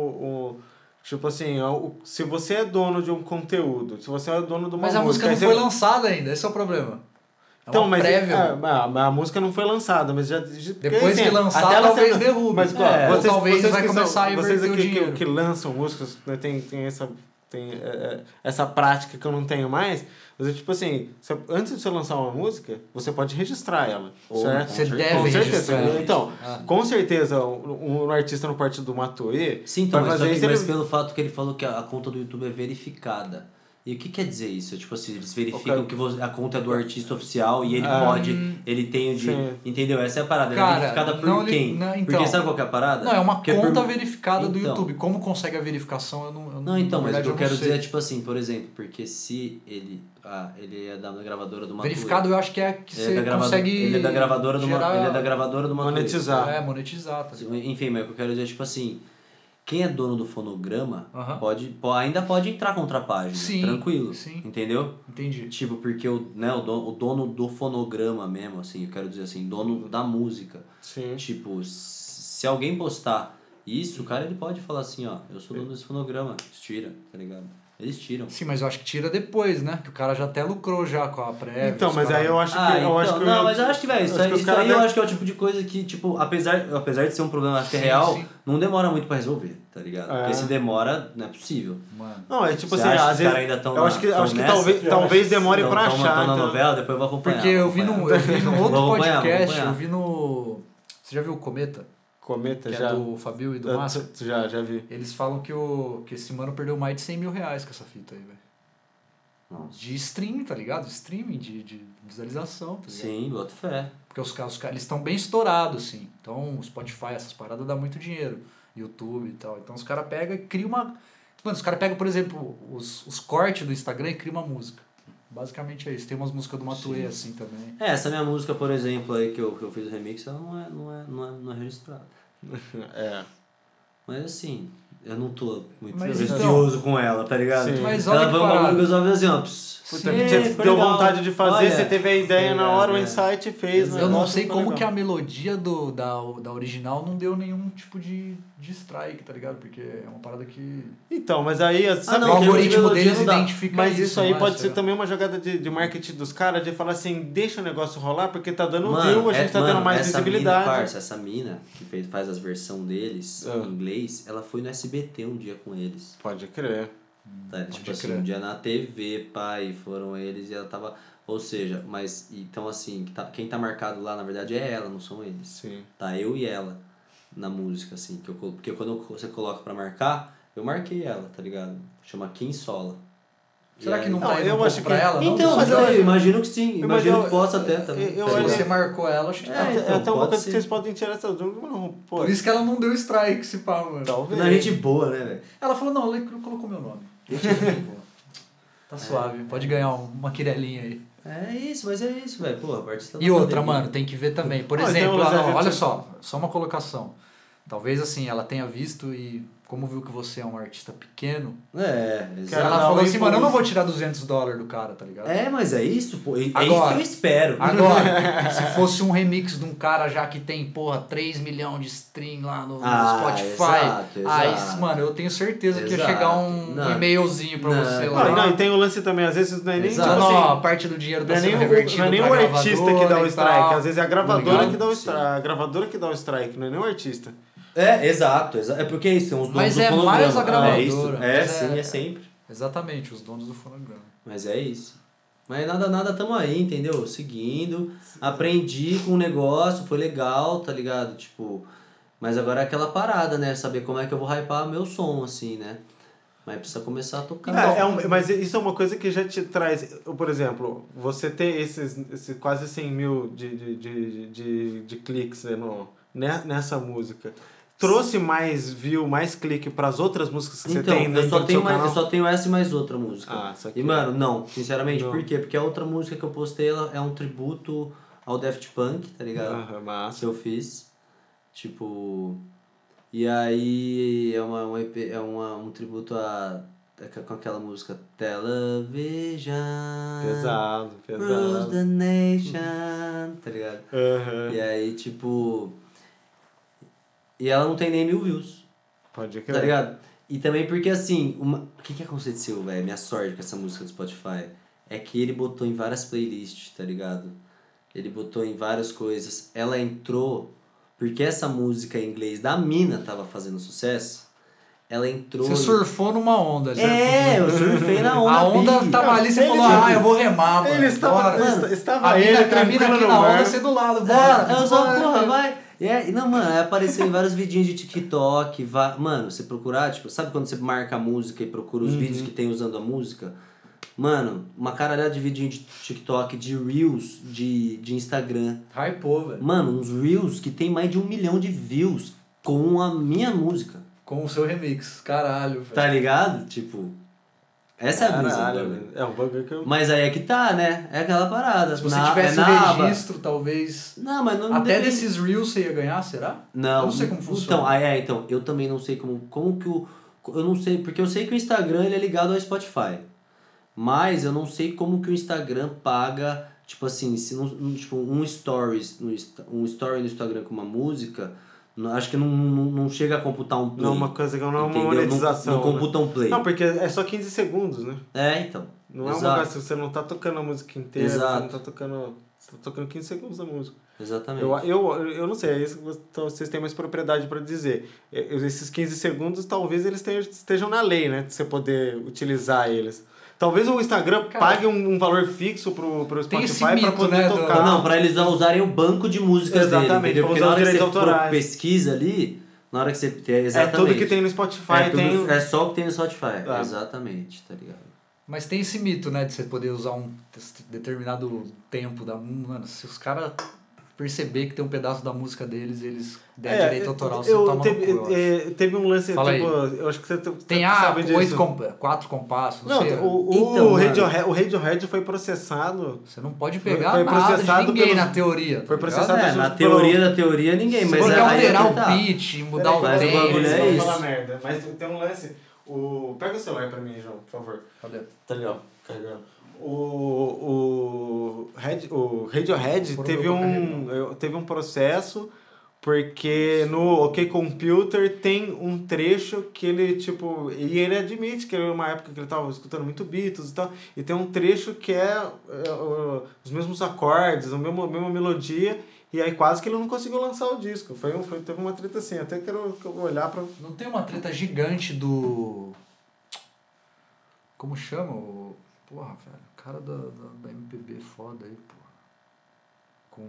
Speaker 1: o- tipo assim, é o- se você é dono de um conteúdo, se você é dono de uma
Speaker 5: Mas a música
Speaker 1: aí
Speaker 5: não
Speaker 1: você-
Speaker 5: foi lançada ainda, esse é o problema. É
Speaker 4: um
Speaker 1: Então,
Speaker 5: uma
Speaker 1: mas
Speaker 5: prévia.
Speaker 1: é, a, a música não foi lançada, mas já. já- porque, assim,
Speaker 5: Depois que lançar,
Speaker 1: até ela
Speaker 5: talvez
Speaker 1: sendo-
Speaker 5: derrube.
Speaker 1: Mas,
Speaker 5: É,
Speaker 1: pô,
Speaker 5: ou
Speaker 1: vocês,
Speaker 5: talvez
Speaker 1: vocês
Speaker 5: vai
Speaker 1: que são-
Speaker 5: começar a
Speaker 1: Vocês
Speaker 5: inverter o
Speaker 1: que, que,
Speaker 5: dinheiro.
Speaker 1: que lançam músicas, né, tem, tem essa. Tem é, é, essa prática que eu não tenho mais. Mas é tipo assim, você- antes de você lançar uma música, você pode registrar ela.
Speaker 4: Ou-
Speaker 1: certo?
Speaker 5: Você
Speaker 4: Com
Speaker 5: deve
Speaker 1: Com certeza.
Speaker 5: registrar.
Speaker 1: Então,
Speaker 5: Ah.
Speaker 1: com certeza, um, um artista no partido do Matoê
Speaker 4: Sim, então,
Speaker 1: vai
Speaker 4: mas, só
Speaker 1: fazer
Speaker 4: que-
Speaker 1: isso.
Speaker 4: mas
Speaker 1: Ele...
Speaker 4: pelo fato que ele falou que a a conta do YouTube é verificada. E o que quer dizer isso? É Tipo assim, eles verificam
Speaker 1: Ok.
Speaker 4: que vo- a conta é do artista oficial e ele
Speaker 1: Ah,
Speaker 4: pode, ele tem o de.
Speaker 1: sim.
Speaker 4: Entendeu? Essa é a parada. ela
Speaker 5: hum, Cara,
Speaker 4: é verificada por
Speaker 5: não li-
Speaker 4: quem?
Speaker 5: não, então.
Speaker 4: Porque sabe qual que é a parada?
Speaker 5: Não, é uma
Speaker 4: Porque
Speaker 5: conta
Speaker 4: por-
Speaker 5: verificada do
Speaker 4: Então.
Speaker 5: YouTube. Como consegue a verificação, eu não. Eu
Speaker 4: Não, então,
Speaker 5: na
Speaker 4: mas o
Speaker 5: verdade,
Speaker 4: que eu quero
Speaker 5: não sei.
Speaker 4: dizer é tipo assim, por exemplo, porque se ele. Ah, ele é da gravadora do Matuê.
Speaker 5: Verificado, eu acho que é que
Speaker 4: ele é,
Speaker 5: você
Speaker 4: da gravado-
Speaker 5: consegue.
Speaker 4: ele é da gravadora do
Speaker 5: gerar-
Speaker 4: Ma- Ele é da gravadora do Matuê.
Speaker 1: Monetizar.
Speaker 5: É, monetizar, tá ligado?
Speaker 4: Enfim, mas o que eu quero dizer é tipo assim. Quem é dono do fonograma
Speaker 5: Aham.
Speaker 4: pode, po- ainda pode entrar contra a página,
Speaker 5: Sim,
Speaker 4: tranquilo.
Speaker 5: sim.
Speaker 4: Entendeu?
Speaker 5: Entendi.
Speaker 4: Tipo, porque o, né, o, dono, o dono do fonograma mesmo, assim, eu quero dizer assim, dono da música.
Speaker 1: Sim.
Speaker 4: Tipo, s- se alguém postar isso, o cara ele pode falar assim, ó, eu sou dono desse fonograma, eles tiram, tá ligado? Eles tiram.
Speaker 5: Sim, mas eu acho que tira depois, né? Que o cara já até lucrou já com a prévia.
Speaker 1: Então,
Speaker 5: os
Speaker 1: mas
Speaker 5: caras-
Speaker 1: aí eu acho que.
Speaker 4: ah,
Speaker 1: eu
Speaker 4: então,
Speaker 1: acho que
Speaker 4: não,
Speaker 1: eu-
Speaker 4: mas eu acho que, velho, isso,
Speaker 1: acho
Speaker 4: aí-
Speaker 1: que os
Speaker 4: isso
Speaker 1: caras
Speaker 4: aí eu
Speaker 1: devem-
Speaker 4: acho que é o tipo de coisa que, tipo, apesar, apesar de ser um problema até
Speaker 5: Sim,
Speaker 4: real,
Speaker 5: sim.
Speaker 4: não demora muito pra resolver, tá ligado?
Speaker 1: É.
Speaker 4: Porque se demora, não é possível.
Speaker 5: Mano.
Speaker 1: Não, é tipo
Speaker 4: Você
Speaker 1: assim,
Speaker 4: acha que
Speaker 1: às
Speaker 4: os
Speaker 1: vezes.
Speaker 4: caras ainda tão
Speaker 1: eu
Speaker 4: na-
Speaker 1: acho que,
Speaker 4: tão
Speaker 1: acho que
Speaker 4: nessa?
Speaker 1: talvez,
Speaker 4: Eu
Speaker 1: talvez demore
Speaker 4: Então,
Speaker 1: pra
Speaker 4: tamo-
Speaker 1: achar.
Speaker 4: tamo na
Speaker 1: então-
Speaker 4: novela, depois eu vou acompanhar.
Speaker 5: Porque eu
Speaker 4: vou
Speaker 5: vi num, eu
Speaker 4: acompanhar.
Speaker 5: vi num outro tá
Speaker 4: Vou acompanhar, vou
Speaker 5: podcast, eu
Speaker 4: acompanhar.
Speaker 5: vi no. Você já viu o Cometa?
Speaker 1: Cometa
Speaker 5: Que
Speaker 1: já.
Speaker 5: é do Fabio e do
Speaker 1: Eu-
Speaker 5: Massa?
Speaker 1: tu- Já, já vi.
Speaker 5: Eles falam que, o, que esse mano perdeu mais de 100 mil reais com essa fita aí, velho.
Speaker 4: Nossa.
Speaker 5: de stream, tá ligado? Streaming, de, de visualização, tá ligado?
Speaker 4: Sim, boto fé.
Speaker 5: Porque os caras, os caras eles estão bem estourados, assim. Então, o Spotify, essas paradas dá muito dinheiro. YouTube e tal. Então, os caras pegam e criam uma... Mano, os caras pegam, por exemplo, os, os cortes do Instagram e criam uma música. Basicamente é isso. Tem umas músicas do Matuê, assim, também.
Speaker 4: É, essa minha música, por exemplo, aí que eu, que eu fiz o remix, ela não é, não é, não é, não é registrada.
Speaker 1: [LAUGHS] É.
Speaker 4: Mas assim, eu não tô muito
Speaker 5: Mas então-
Speaker 4: ansioso com ela, tá ligado?
Speaker 1: Sim.
Speaker 5: Mas olha
Speaker 4: ela
Speaker 5: que
Speaker 4: foi um bagulho
Speaker 5: parada. é
Speaker 4: que eu só vi assim, ó. pss,
Speaker 1: Puta,
Speaker 4: sim,
Speaker 1: você
Speaker 4: foi
Speaker 1: deu
Speaker 4: legal.
Speaker 1: vontade de fazer,
Speaker 4: Olha,
Speaker 1: você teve a ideia na
Speaker 4: legal,
Speaker 1: hora, o
Speaker 4: é.
Speaker 1: insight fez.
Speaker 5: Eu não
Speaker 1: tá
Speaker 5: sei como que a melodia do, da, da original não deu nenhum tipo de, de strike, tá ligado? Porque é uma parada que.
Speaker 1: Então, mas aí,
Speaker 4: Ah,
Speaker 1: sabe
Speaker 4: não,
Speaker 5: o
Speaker 1: que
Speaker 4: porque
Speaker 5: algoritmo
Speaker 4: melodia
Speaker 5: deles
Speaker 4: não dá.
Speaker 5: identifica
Speaker 1: Mas
Speaker 5: isso.
Speaker 1: isso, aí
Speaker 5: eu
Speaker 1: pode
Speaker 5: acho,
Speaker 1: ser
Speaker 5: é.
Speaker 1: também uma jogada de, de marketing dos caras, de falar assim, deixa o negócio rolar, porque tá dando
Speaker 4: Mano,
Speaker 1: view, a gente
Speaker 4: é-
Speaker 1: tá
Speaker 4: mano,
Speaker 1: tendo mais
Speaker 4: essa
Speaker 1: visibilidade.
Speaker 4: Mina, parça, essa mina que fez, faz as versões deles
Speaker 1: Ah.
Speaker 4: em inglês, ela foi no SBT um dia com eles.
Speaker 1: Pode crer.
Speaker 4: Tá, tipo
Speaker 5: Pode
Speaker 4: assim,
Speaker 5: crer.
Speaker 4: um dia na TV, pai, foram eles e ela tava. Ou seja, mas então assim, que tá- quem tá marcado lá na verdade é ela, não são eles.
Speaker 1: Sim.
Speaker 4: Tá eu e ela na música, assim, que eu colo- porque quando eu co- você coloca pra marcar, eu marquei ela, tá ligado? Chama Kim Sola.
Speaker 5: Será
Speaker 4: E
Speaker 5: que
Speaker 4: aí-
Speaker 5: não
Speaker 1: Não,
Speaker 5: tá indo
Speaker 1: eu
Speaker 5: um pouco
Speaker 1: acho
Speaker 5: pra
Speaker 1: que-
Speaker 5: ela? não?
Speaker 4: Então, mas
Speaker 5: Você-
Speaker 1: mas
Speaker 4: eu,
Speaker 1: eu acho-
Speaker 4: imagino que sim.
Speaker 1: mas
Speaker 4: Imagino
Speaker 1: eu-
Speaker 4: que possa até também.
Speaker 1: eu- eu
Speaker 4: tá
Speaker 5: Se
Speaker 1: olho-
Speaker 4: ligado?
Speaker 5: você marcou ela, acho que
Speaker 4: É,
Speaker 5: tá.
Speaker 1: até
Speaker 4: então,
Speaker 1: até uma
Speaker 4: pode
Speaker 1: coisa
Speaker 4: ser.
Speaker 1: que vocês podem tirar essas dúvidas, mas não, pô,
Speaker 5: Por isso que ela não deu strike, esse pá, mano.
Speaker 1: talvez.
Speaker 4: Na gente boa, né, velho?
Speaker 5: Ela falou, não, ela colocou meu nome.
Speaker 1: É.
Speaker 5: tá suave, pode ganhar uma quirelinha aí.
Speaker 4: É isso, mas é isso, velho. Porra, o artista
Speaker 5: E
Speaker 4: não tá
Speaker 5: outra,
Speaker 4: devendo.
Speaker 5: mano, tem que ver também. Por
Speaker 1: Ah, então,
Speaker 5: exemplo,
Speaker 1: mas
Speaker 5: ela-
Speaker 1: a gente-
Speaker 5: olha só, só uma colocação. Talvez assim, ela tenha visto e como viu que você é um artista pequeno,
Speaker 4: É,
Speaker 1: Cara,
Speaker 4: exato.
Speaker 5: ela
Speaker 1: não,
Speaker 5: falou assim,
Speaker 1: isso-
Speaker 5: mano, eu não vou tirar 200 dólares do cara, tá ligado?
Speaker 4: É, mas é isso, pô. É isso
Speaker 5: Agora.
Speaker 4: que eu espero. [LAUGHS]
Speaker 5: Agora, se fosse um remix de um cara já que tem, porra, 3 milhões de stream lá no, no
Speaker 4: Ah,
Speaker 5: Spotify,
Speaker 4: exato,
Speaker 5: aí,
Speaker 4: exato.
Speaker 5: mano, eu tenho certeza que ia
Speaker 4: Exato.
Speaker 5: chegar um
Speaker 4: Não.
Speaker 5: e-mailzinho pra
Speaker 4: Não.
Speaker 5: você lá.
Speaker 1: Não, não, e tem o lance também, às vezes não é nem
Speaker 4: Exato.
Speaker 1: tipo
Speaker 5: Dando
Speaker 1: assim,
Speaker 5: a parte do dinheiro
Speaker 1: Não
Speaker 5: da
Speaker 1: é,
Speaker 5: Tá sendo
Speaker 1: nem o,
Speaker 5: revertido
Speaker 1: não é nem
Speaker 5: pra
Speaker 1: o artista
Speaker 5: gravadora
Speaker 1: que dá o
Speaker 5: e
Speaker 1: strike,
Speaker 5: tal.
Speaker 1: às vezes é a
Speaker 5: Tá
Speaker 1: gravadora que
Speaker 5: ligado?
Speaker 1: dá o strike, a gravadora que dá o strike, não é nem o artista.
Speaker 4: É, exato, exato. É porque é isso, são os donos
Speaker 5: Mas
Speaker 4: do
Speaker 5: é mais
Speaker 4: fonograma.
Speaker 5: a gravadora,
Speaker 4: É, isso. é
Speaker 5: mas
Speaker 4: sim,
Speaker 5: é-
Speaker 4: é sempre.
Speaker 5: Exatamente, os donos do fonograma.
Speaker 4: Mas é isso. Mas nada, nada, tamo aí, entendeu? Seguindo. Aprendi com o negócio, foi legal, tá ligado? Tipo, mas agora é aquela parada, né? Saber como é que eu vou hypar meu som, assim, né? Mas precisa começar a tocar.
Speaker 1: É, é um- mas isso é uma coisa que já te traz. eu, Por exemplo, você ter esses, esse quase 100 mil de, de, de, de, de cliques né, no, ne- nessa música. Trouxe mais view, mais clique para as outras músicas que você
Speaker 4: então,
Speaker 1: tem
Speaker 4: eu
Speaker 1: dentro
Speaker 4: só,
Speaker 1: do
Speaker 4: tenho
Speaker 1: seu
Speaker 4: mais, eu
Speaker 1: canal?
Speaker 4: só tenho essa e mais outra música.
Speaker 1: Ah, isso aqui.
Speaker 4: E, mano, não, sinceramente,
Speaker 1: Não.
Speaker 4: por quê? Porque a outra música que eu postei ela é um tributo ao Daft Punk, tá ligado?
Speaker 1: Aham,
Speaker 4: que
Speaker 1: massa.
Speaker 4: eu fiz. Tipo. E aí é, uma, um, EP, é uma, um tributo a. a- com aquela música Television.
Speaker 1: Pesado,
Speaker 4: Rules
Speaker 1: pesado.
Speaker 4: the Nation. Tá ligado?
Speaker 1: Aham,
Speaker 4: E aí, tipo. E ela não tem nem mil views
Speaker 1: Pode crer.
Speaker 4: tá ligado? E também porque assim, uma... o que que aconteceu, velho? Minha sorte com essa música do Spotify é que ele botou em várias playlists, tá ligado? Ele botou em várias coisas. Ela entrou porque essa música em inglês da mina tava fazendo sucesso. Ela entrou.
Speaker 5: Você surfou numa onda, já.
Speaker 4: É, eu surfei na onda.
Speaker 5: a onda
Speaker 4: big.
Speaker 5: tava ali, você
Speaker 1: Ele
Speaker 5: falou,
Speaker 1: já-
Speaker 5: ah, eu vou remar, mano.
Speaker 1: Ele estava,
Speaker 5: bora."
Speaker 1: est- estava
Speaker 5: a mina,
Speaker 1: ele
Speaker 5: a mina
Speaker 1: tranquilo é.
Speaker 5: aqui
Speaker 1: no
Speaker 5: na
Speaker 1: mar.
Speaker 5: onda, você do lado, bora.
Speaker 4: É, eu só,
Speaker 5: bora.
Speaker 4: porra, vai. E aí- não, mano, aí apareceu em vários vidinhos de TikTok. va- Mano, você procurar, tipo, sabe quando você marca a música e procura os
Speaker 5: Uhum.
Speaker 4: vídeos que tem usando a música? Mano, uma caralhada de vidinho de TikTok, de Reels, de, de Instagram.
Speaker 5: Hypou, velho.
Speaker 4: Mano, uns Reels que tem mais de um milhão de views com a minha música.
Speaker 5: Com o seu remix, caralho, velho.
Speaker 4: Tá ligado? Tipo, essa é a brisa.
Speaker 5: então.
Speaker 1: Caralho,
Speaker 4: mano.
Speaker 1: é um bagulho que eu.
Speaker 4: Mas aí é que tá, né? É aquela parada.
Speaker 5: Se você
Speaker 4: Na- é
Speaker 5: tivesse um
Speaker 4: na aba.
Speaker 5: registro, talvez...
Speaker 4: Não, mas não
Speaker 5: Até
Speaker 4: depende-
Speaker 5: desses Reels você ia ganhar, será?
Speaker 4: Não.
Speaker 5: Eu não sei como funciona.
Speaker 4: Então, ah, é, então, eu também não sei como, como que o. Eu não sei, porque eu sei que o Instagram ele é ligado ao Spotify. Mas eu não sei como que o Instagram paga, tipo assim, se não, não- tipo, um stories, no Insta- um story no Instagram com uma música, não- acho que não, não, não chega a computar um play.
Speaker 1: Não, uma coisa que eu não é uma
Speaker 4: entendeu?
Speaker 1: monetização.
Speaker 4: Não, não
Speaker 1: né?
Speaker 4: computa um play.
Speaker 1: Não, porque é só 15 segundos, né?
Speaker 4: É, então.
Speaker 1: Não é
Speaker 4: Exato.
Speaker 1: uma coisa, você não tá tocando a música inteira,
Speaker 4: Exato. É
Speaker 1: você não tá tocando. Você tá tocando 15 segundos da música.
Speaker 4: Exatamente.
Speaker 1: Eu, eu, eu não sei, é isso que você- então vocês têm mais propriedade pra dizer. É, Esses 15 segundos, talvez eles tenham- estejam na lei, né? De você poder utilizar eles. Talvez o Instagram
Speaker 5: Cara,
Speaker 1: pague um, um valor fixo pro, pro
Speaker 5: tem esse
Speaker 1: Spotify pra
Speaker 5: mito,
Speaker 1: poder
Speaker 5: né, do-
Speaker 1: tocar.
Speaker 4: Não, Então, não, pra eles usarem o banco de músicas
Speaker 1: Exatamente,
Speaker 4: dele. Exatamente,
Speaker 1: pra
Speaker 4: porque
Speaker 1: usar
Speaker 4: na
Speaker 1: os
Speaker 4: hora que você
Speaker 1: direitos
Speaker 4: pro-
Speaker 1: autorais.
Speaker 4: pesquisa ali, na hora que você.
Speaker 1: é
Speaker 4: Exatamente.
Speaker 1: tudo que tem no Spotify.
Speaker 4: É, tudo-
Speaker 1: tem...
Speaker 4: é só o que tem no Spotify.
Speaker 1: Ah.
Speaker 4: Exatamente, tá ligado?
Speaker 5: Mas tem esse mito, né, de você poder usar um des- determinado tempo da. hum, Mano, se os caras perceber que tem um pedaço da música deles, eles der
Speaker 1: É,
Speaker 5: direito autoral, você
Speaker 1: eu,
Speaker 5: toma
Speaker 1: teve,
Speaker 5: no cu, eu acho.
Speaker 1: é, teve um lance,
Speaker 5: Fala aí.
Speaker 1: tipo, eu acho que você você
Speaker 5: Tem ah,
Speaker 1: sabe
Speaker 5: com
Speaker 1: disso.
Speaker 5: oito compa- quatro compassos, não,
Speaker 1: Não,
Speaker 5: sei.
Speaker 1: o, o,
Speaker 4: Então, mano.
Speaker 1: Radiohead, o Radiohead foi processado.
Speaker 5: Você não pode pegar
Speaker 1: Foi
Speaker 5: nada de
Speaker 1: processado
Speaker 5: ninguém
Speaker 1: pelos-
Speaker 5: na teoria. tá
Speaker 1: Foi
Speaker 5: ligado?
Speaker 1: processado
Speaker 4: É,
Speaker 1: pelo-
Speaker 4: na teoria da teoria ninguém,
Speaker 5: Você
Speaker 4: mas
Speaker 5: pode
Speaker 4: é, aí é
Speaker 5: alterar
Speaker 4: que tá.
Speaker 5: o pitch, mudar o
Speaker 4: mas o bagulho
Speaker 5: tempo.
Speaker 4: é
Speaker 1: Vamos
Speaker 4: isso.
Speaker 1: falar merda. Mas tem um lance. O... Pega o celular pra mim, João, por favor.
Speaker 5: Cadê?
Speaker 1: Tá ali, ó, carregando. O, o, Red, o Radiohead
Speaker 5: Foram
Speaker 1: teve
Speaker 5: meu pra
Speaker 1: um, eu- teve um processo porque no OK Computer tem um trecho que ele, tipo... E ele admite que era uma época que ele tava escutando muito Beatles e tal. E tem um trecho que é, é, o- os mesmos acordes, a mesma, a mesma melodia. E aí quase que ele não conseguiu lançar o disco. Foi, um- foi, teve uma treta assim. Até quero que eu vou olhar pra...
Speaker 5: Não tem uma treta gigante do. Como chama? O... Porra, velho. O cara da, da, da MPB foda aí, porra. Com.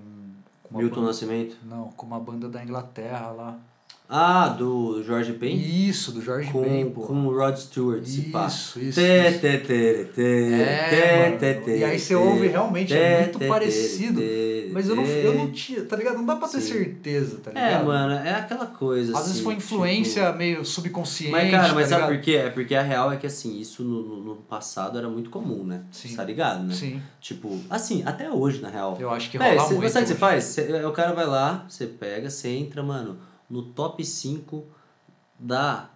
Speaker 5: com uma
Speaker 4: Milton
Speaker 5: banda...
Speaker 4: Nascimento.
Speaker 5: Não, com uma banda da Inglaterra lá.
Speaker 4: Ah, do Jorge Ben?
Speaker 5: Isso, do George Ben,
Speaker 4: Com,
Speaker 5: porra.
Speaker 4: com o Rod Stewart, se pá.
Speaker 5: Isso, isso,
Speaker 4: Tê,
Speaker 5: isso.
Speaker 4: tê, tê, tê,
Speaker 5: É,
Speaker 4: tê,
Speaker 5: mano.
Speaker 4: tê,
Speaker 5: E aí você
Speaker 4: tê,
Speaker 5: ouve realmente, é
Speaker 4: tê,
Speaker 5: muito
Speaker 4: tê,
Speaker 5: parecido,
Speaker 4: tê,
Speaker 5: Mas eu não,
Speaker 4: tê.
Speaker 5: eu não tinha, tá ligado? Não dá pra ter
Speaker 4: Sim.
Speaker 5: certeza, tá
Speaker 4: É,
Speaker 5: ligado?
Speaker 4: mano, é aquela coisa
Speaker 5: Às
Speaker 4: assim.
Speaker 5: vezes foi
Speaker 4: tipo-
Speaker 5: influência meio subconsciente.
Speaker 4: Mas, cara, mas
Speaker 5: tá
Speaker 4: sabe
Speaker 5: ligado?
Speaker 4: por quê? É porque a real é que, assim, isso no, no- no passado era muito comum, né?
Speaker 5: Sim.
Speaker 4: Tá ligado, né?
Speaker 5: Sim,
Speaker 4: Tipo, assim, até hoje, na real.
Speaker 5: eu acho que rola
Speaker 4: Véi, cê-
Speaker 5: muito.
Speaker 4: sabe o que É, você
Speaker 5: hoje.
Speaker 4: faz? Cê- o cara vai lá, você pega, você entra, mano, no top 5 da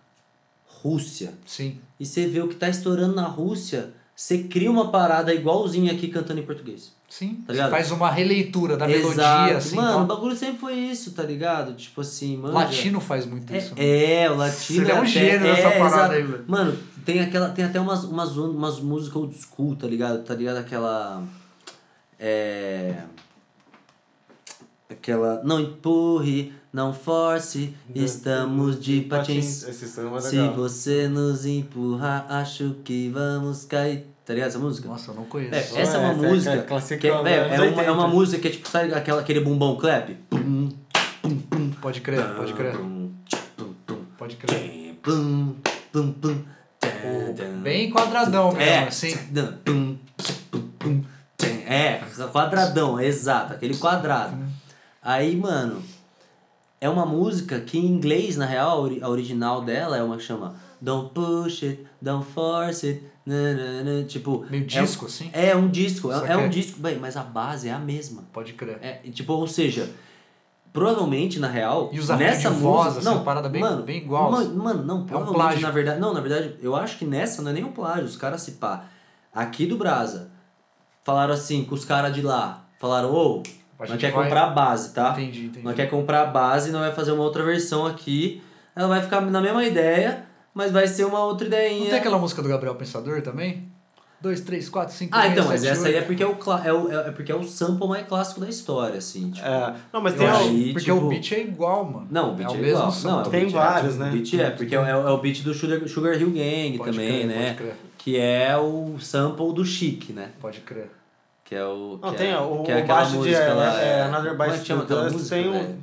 Speaker 4: Rússia.
Speaker 5: Sim.
Speaker 4: E você vê o que tá estourando na Rússia, você cria uma parada igualzinha aqui cantando em português.
Speaker 5: Sim,
Speaker 4: Tá
Speaker 5: você
Speaker 4: ligado?
Speaker 5: faz uma releitura da melodia, assim.
Speaker 4: Mano, o
Speaker 5: tal.
Speaker 4: bagulho sempre foi isso, tá ligado? Tipo assim, mano.
Speaker 5: Latino faz muito isso. né?
Speaker 4: É, é, o latino.
Speaker 5: Ele é um
Speaker 4: até-
Speaker 5: gênio nessa
Speaker 4: é,
Speaker 5: parada
Speaker 4: exato.
Speaker 5: aí, velho.
Speaker 4: Mano, tem aquela. Tem até umas, umas, on- umas músicas old school, tá ligado? Tá ligado? Aquela. É. Aquela. Não empurre, não force, estamos de patins.
Speaker 1: Esse samba é
Speaker 4: Se
Speaker 1: legal.
Speaker 4: você nos empurrar, acho que vamos cair. Tá ligado essa música?
Speaker 5: Nossa, eu não
Speaker 4: É,
Speaker 5: conheço.
Speaker 4: essa é
Speaker 1: É,
Speaker 4: uma
Speaker 1: essa é
Speaker 4: música.
Speaker 1: aquela classicão
Speaker 4: que é,
Speaker 1: dos
Speaker 4: véi, é
Speaker 1: anos
Speaker 4: uma, é
Speaker 1: 80.
Speaker 4: uma música que é tipo, sabe aquela, aquele bumbum clap? Pum,
Speaker 5: Pode crer, pode crer.
Speaker 4: pum, pum, pum,
Speaker 5: Pode crer.
Speaker 4: pum, pum, pum, tan,
Speaker 5: Pô,
Speaker 4: tan.
Speaker 5: Bem quadradão
Speaker 4: É,
Speaker 5: mesmo, assim.
Speaker 4: tan, pum, pum, pum, tan. É, quadradão, exato, aquele quadrado. Aí, mano, é uma música que em inglês, na real, a ori- a original dela é uma que chama Don't Push It, Don't Force It, na, na, na, tipo.
Speaker 5: Meio
Speaker 4: é um-
Speaker 5: disco, assim.
Speaker 4: É um disco,
Speaker 5: Só
Speaker 4: é,
Speaker 5: que
Speaker 4: é
Speaker 5: é-
Speaker 4: um disco, bem, mas a base é a mesma.
Speaker 5: Pode crer.
Speaker 4: É, e, tipo, ou seja, provavelmente, na real,
Speaker 5: E os arranjos
Speaker 4: nessa
Speaker 5: de voz, assim,
Speaker 4: não,
Speaker 5: uma parada bem-
Speaker 4: mano,
Speaker 5: bem igual,
Speaker 4: ma-
Speaker 5: assim.
Speaker 4: Mano, não, provavelmente,
Speaker 5: plágio.
Speaker 4: na verdade, não, na verdade, eu acho que nessa não é nem um plágio, os caras se pá. Aqui do Brasa, falaram assim, com os caras de lá, falaram, ô,
Speaker 5: A
Speaker 4: nós
Speaker 5: gente
Speaker 4: quer
Speaker 5: vai-
Speaker 4: comprar a base, tá?
Speaker 5: Entendi, entendi.
Speaker 4: Nós quer comprar a base, nós vai fazer uma outra versão aqui, ela vai ficar na mesma ideia, mas vai ser uma outra
Speaker 5: Não
Speaker 4: ideinha.
Speaker 5: tem aquela música do Gabriel Pensador também? dois três quatro cinco
Speaker 4: Ah,
Speaker 5: seis,
Speaker 4: então, mas
Speaker 5: sete,
Speaker 4: essa aí é
Speaker 5: oito.
Speaker 4: porque é o, cla- é, o, é porque é o sample mais clássico da história, assim, tipo.
Speaker 1: É, não, mas
Speaker 5: Eu
Speaker 1: tem,
Speaker 4: Eu
Speaker 1: al-
Speaker 5: acho,
Speaker 4: aí,
Speaker 5: porque
Speaker 4: tipo-
Speaker 5: o beat é igual, mano.
Speaker 4: Não, o beat é,
Speaker 5: o
Speaker 4: igual.
Speaker 5: mesmo
Speaker 4: Não,
Speaker 5: som.
Speaker 4: é o
Speaker 1: Tem
Speaker 4: beat,
Speaker 1: vários,
Speaker 4: é,
Speaker 1: né?
Speaker 4: O beat é, porque é, é o beat do Sugar, Sugar Hill Gang
Speaker 5: Pode
Speaker 4: também,
Speaker 5: crer,
Speaker 4: né?
Speaker 5: Pode crer,
Speaker 4: Que é o sample do Chic, né?
Speaker 5: pode crer.
Speaker 4: Que é o.
Speaker 1: Não,
Speaker 4: que
Speaker 1: tem
Speaker 4: é,
Speaker 1: o-
Speaker 4: que é
Speaker 1: o
Speaker 4: aquela
Speaker 1: baixo de,
Speaker 4: música
Speaker 1: é,
Speaker 4: lá,
Speaker 1: é, Another
Speaker 4: como é
Speaker 1: Bites
Speaker 4: que chama
Speaker 1: the
Speaker 4: aquela
Speaker 1: Dust,
Speaker 4: música,
Speaker 1: tem um o-
Speaker 4: velho?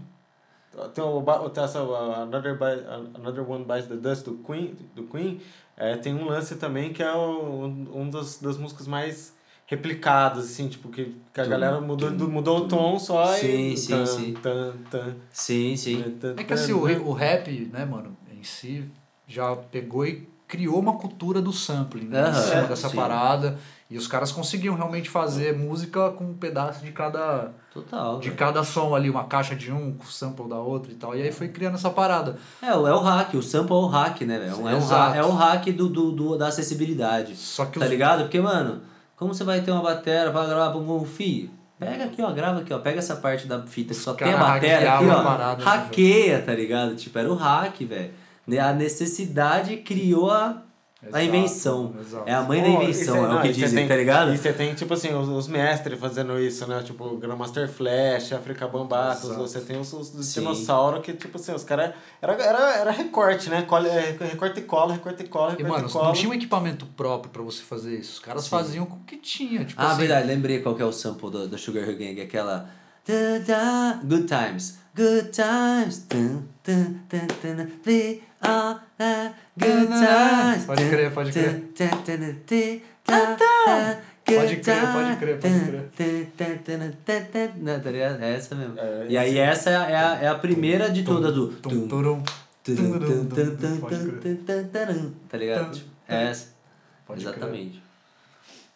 Speaker 1: Tem o, ba- tem essa uh, another, Bi- another One Bites the Dust do Queen, do Queen é, tem um lance também que é o, um um das, das músicas mais replicadas, assim, tipo, que, que a
Speaker 4: Tum,
Speaker 1: galera mudou,
Speaker 4: tum,
Speaker 1: mudou
Speaker 4: tum.
Speaker 1: o tom só
Speaker 4: Sim,
Speaker 1: e...
Speaker 4: sim,
Speaker 1: tan,
Speaker 4: sim.
Speaker 1: tan, tan,
Speaker 4: Sim, sim.
Speaker 1: tan,
Speaker 5: É que
Speaker 1: tan,
Speaker 5: assim, o,
Speaker 1: tan.
Speaker 5: o rap, né, mano, em si, já pegou e criou uma cultura do sampling, né, em
Speaker 4: Aham, É,
Speaker 5: cima dessa
Speaker 4: sim.
Speaker 5: parada. E os caras conseguiam realmente fazer música com um pedaço de cada,
Speaker 1: É.
Speaker 4: Total.
Speaker 5: de
Speaker 4: velho.
Speaker 5: cada som ali, uma caixa de um, com sample da outra e tal. E aí foi criando essa parada.
Speaker 4: É, o- é o hack, o sample é o hack, né, velho? É, um
Speaker 5: Exato.
Speaker 4: ha- é o hack do, do, do- da acessibilidade.
Speaker 5: Só que
Speaker 4: Tá
Speaker 5: os,
Speaker 4: ligado? Porque, mano, como você vai ter uma bateria pra gravar com um fio? Pega aqui, ó, grava aqui, ó. Pega essa parte da fita que só tem a
Speaker 5: cara
Speaker 4: bateria aqui,
Speaker 5: hackeava
Speaker 4: ó.
Speaker 5: a parada, né,
Speaker 4: hackeia, tá ligado? Tipo, era o hack, velho. Né, A necessidade criou a, a
Speaker 5: Exato,
Speaker 4: invenção.
Speaker 5: exato.
Speaker 4: É a mãe da
Speaker 1: Pô,
Speaker 4: invenção,
Speaker 1: e cê-
Speaker 4: é o
Speaker 1: não,
Speaker 4: que
Speaker 1: e cê
Speaker 4: dizem,
Speaker 1: tem-
Speaker 4: tá ligado?
Speaker 1: E você tem, tipo assim, os, os mestres fazendo isso, né? Tipo, o Grandmaster Flash, África Bambatos,
Speaker 5: Exato.
Speaker 1: você tem os, os dos
Speaker 4: Sim.
Speaker 1: dinossauros que, tipo assim, os caras... Era, era, era recorte, né? Cola, é, recorte e cola, recorte e cola,
Speaker 5: E,
Speaker 1: recorte
Speaker 5: mano,
Speaker 1: e cola.
Speaker 5: não tinha um equipamento próprio pra você fazer isso. Os caras faziam com o que tinha. Tipo
Speaker 4: Ah,
Speaker 5: assim,
Speaker 4: verdade, lembrei qual que é o sample do, do Sugar Hill Gang, aquela. Good times, good times. Tum, tum, tum, tum, tum, we all the good times.
Speaker 5: Pode crer, pode crer. Pode
Speaker 4: Pode
Speaker 5: crer, pode crer, pode crer.
Speaker 4: crer. Não, tá ligado? É essa mesmo.
Speaker 1: É,
Speaker 4: e aí essa é a, é a primeira de todas do...
Speaker 5: Tum, turum. tum, tum, tum, tum, pode
Speaker 4: Tá ligado?
Speaker 5: Tum,
Speaker 4: Tipo, É essa.
Speaker 5: Pode crer.
Speaker 4: Exatamente.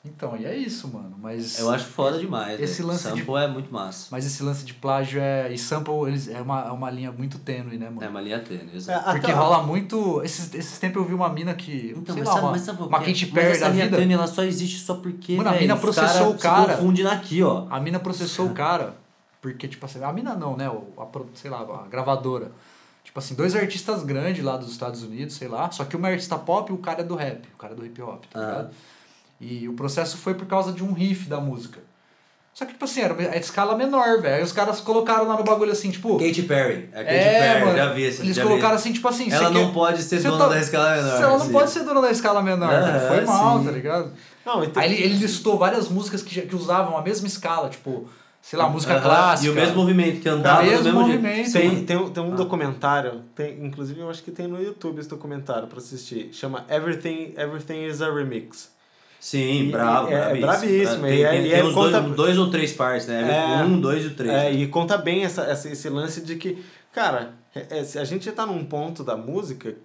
Speaker 5: Então, e é isso, mano. Mas.
Speaker 4: Eu acho foda demais.
Speaker 5: Esse
Speaker 4: velho.
Speaker 5: lance de-
Speaker 4: Sample é muito massa.
Speaker 5: Mas esse lance de plágio é. E sample eles, é, uma, é uma linha muito tênue, né, mano?
Speaker 4: É uma linha tênue,
Speaker 1: É,
Speaker 4: exato.
Speaker 1: até-
Speaker 5: Porque rola muito. Esses, esses tempos eu vi uma mina que.
Speaker 4: Então,
Speaker 5: sei
Speaker 4: mas
Speaker 5: lá,
Speaker 4: sabe,
Speaker 5: uma,
Speaker 4: mas sabe o
Speaker 5: uma
Speaker 4: quê?
Speaker 5: Katy
Speaker 4: Mas
Speaker 5: Perry
Speaker 4: essa
Speaker 5: da
Speaker 4: linha
Speaker 5: vida.
Speaker 4: tênue, ela só existe só porque,
Speaker 5: Mano, a
Speaker 4: velho,
Speaker 5: mina
Speaker 4: os
Speaker 5: processou o
Speaker 4: Se
Speaker 5: cara.
Speaker 4: confunde naqui, ó.
Speaker 5: A mina processou o cara, porque, tipo assim, a mina não, né? o- A, pro- sei lá, a gravadora. Tipo assim, dois artistas grandes lá dos Estados Unidos, sei lá. Só que uma é artista pop e o cara é do rap, o cara é do hip hop, tá
Speaker 4: Ah.
Speaker 5: ligado? E o processo foi por causa de um riff da música. Só que, tipo assim, era uma é de escala menor, velho. Aí os caras colocaram lá no bagulho assim, tipo.
Speaker 4: Katy Perry. É a Katy
Speaker 5: é,
Speaker 4: Perry,
Speaker 5: mano.
Speaker 4: já vi esse
Speaker 5: eles
Speaker 4: já vi.
Speaker 5: colocaram assim, tipo assim.
Speaker 4: Ela
Speaker 5: "Cê
Speaker 4: não
Speaker 5: quer-
Speaker 4: pode ser
Speaker 5: cê
Speaker 4: dona da escala menor.
Speaker 5: tá- Ela não
Speaker 4: assim.
Speaker 5: pode ser dona da escala menor. velho.
Speaker 4: Aham,
Speaker 5: foi mal,
Speaker 4: sim.
Speaker 5: tá ligado?
Speaker 1: Não, então,
Speaker 5: Aí ele, ele listou várias músicas que, já- que usavam a mesma escala, tipo, sei lá, música
Speaker 4: Aham,
Speaker 5: clássica.
Speaker 4: E o mesmo movimento que andava
Speaker 5: O
Speaker 4: do
Speaker 5: mesmo
Speaker 4: mesmo
Speaker 5: movimento.
Speaker 4: movimento.
Speaker 1: tem, tem, um- tem
Speaker 5: Ah.
Speaker 1: um documentário, tem, inclusive eu acho que tem no YouTube esse documentário pra assistir. Chama Everything, Everything is a Remix.
Speaker 4: Sim,
Speaker 1: E-
Speaker 4: bravo,
Speaker 1: é- é
Speaker 4: bravíssimo.
Speaker 1: bravíssimo,
Speaker 4: Tem,
Speaker 1: e aí-
Speaker 4: tem,
Speaker 1: e
Speaker 4: tem
Speaker 5: é
Speaker 1: aí
Speaker 4: os
Speaker 1: conta-
Speaker 4: dois, dois ou três partes, né?
Speaker 1: É.
Speaker 4: um, dois e o três.
Speaker 1: É, e conta bem essa, essa- esse lance de que, cara, é- é, se a gente tá num ponto da música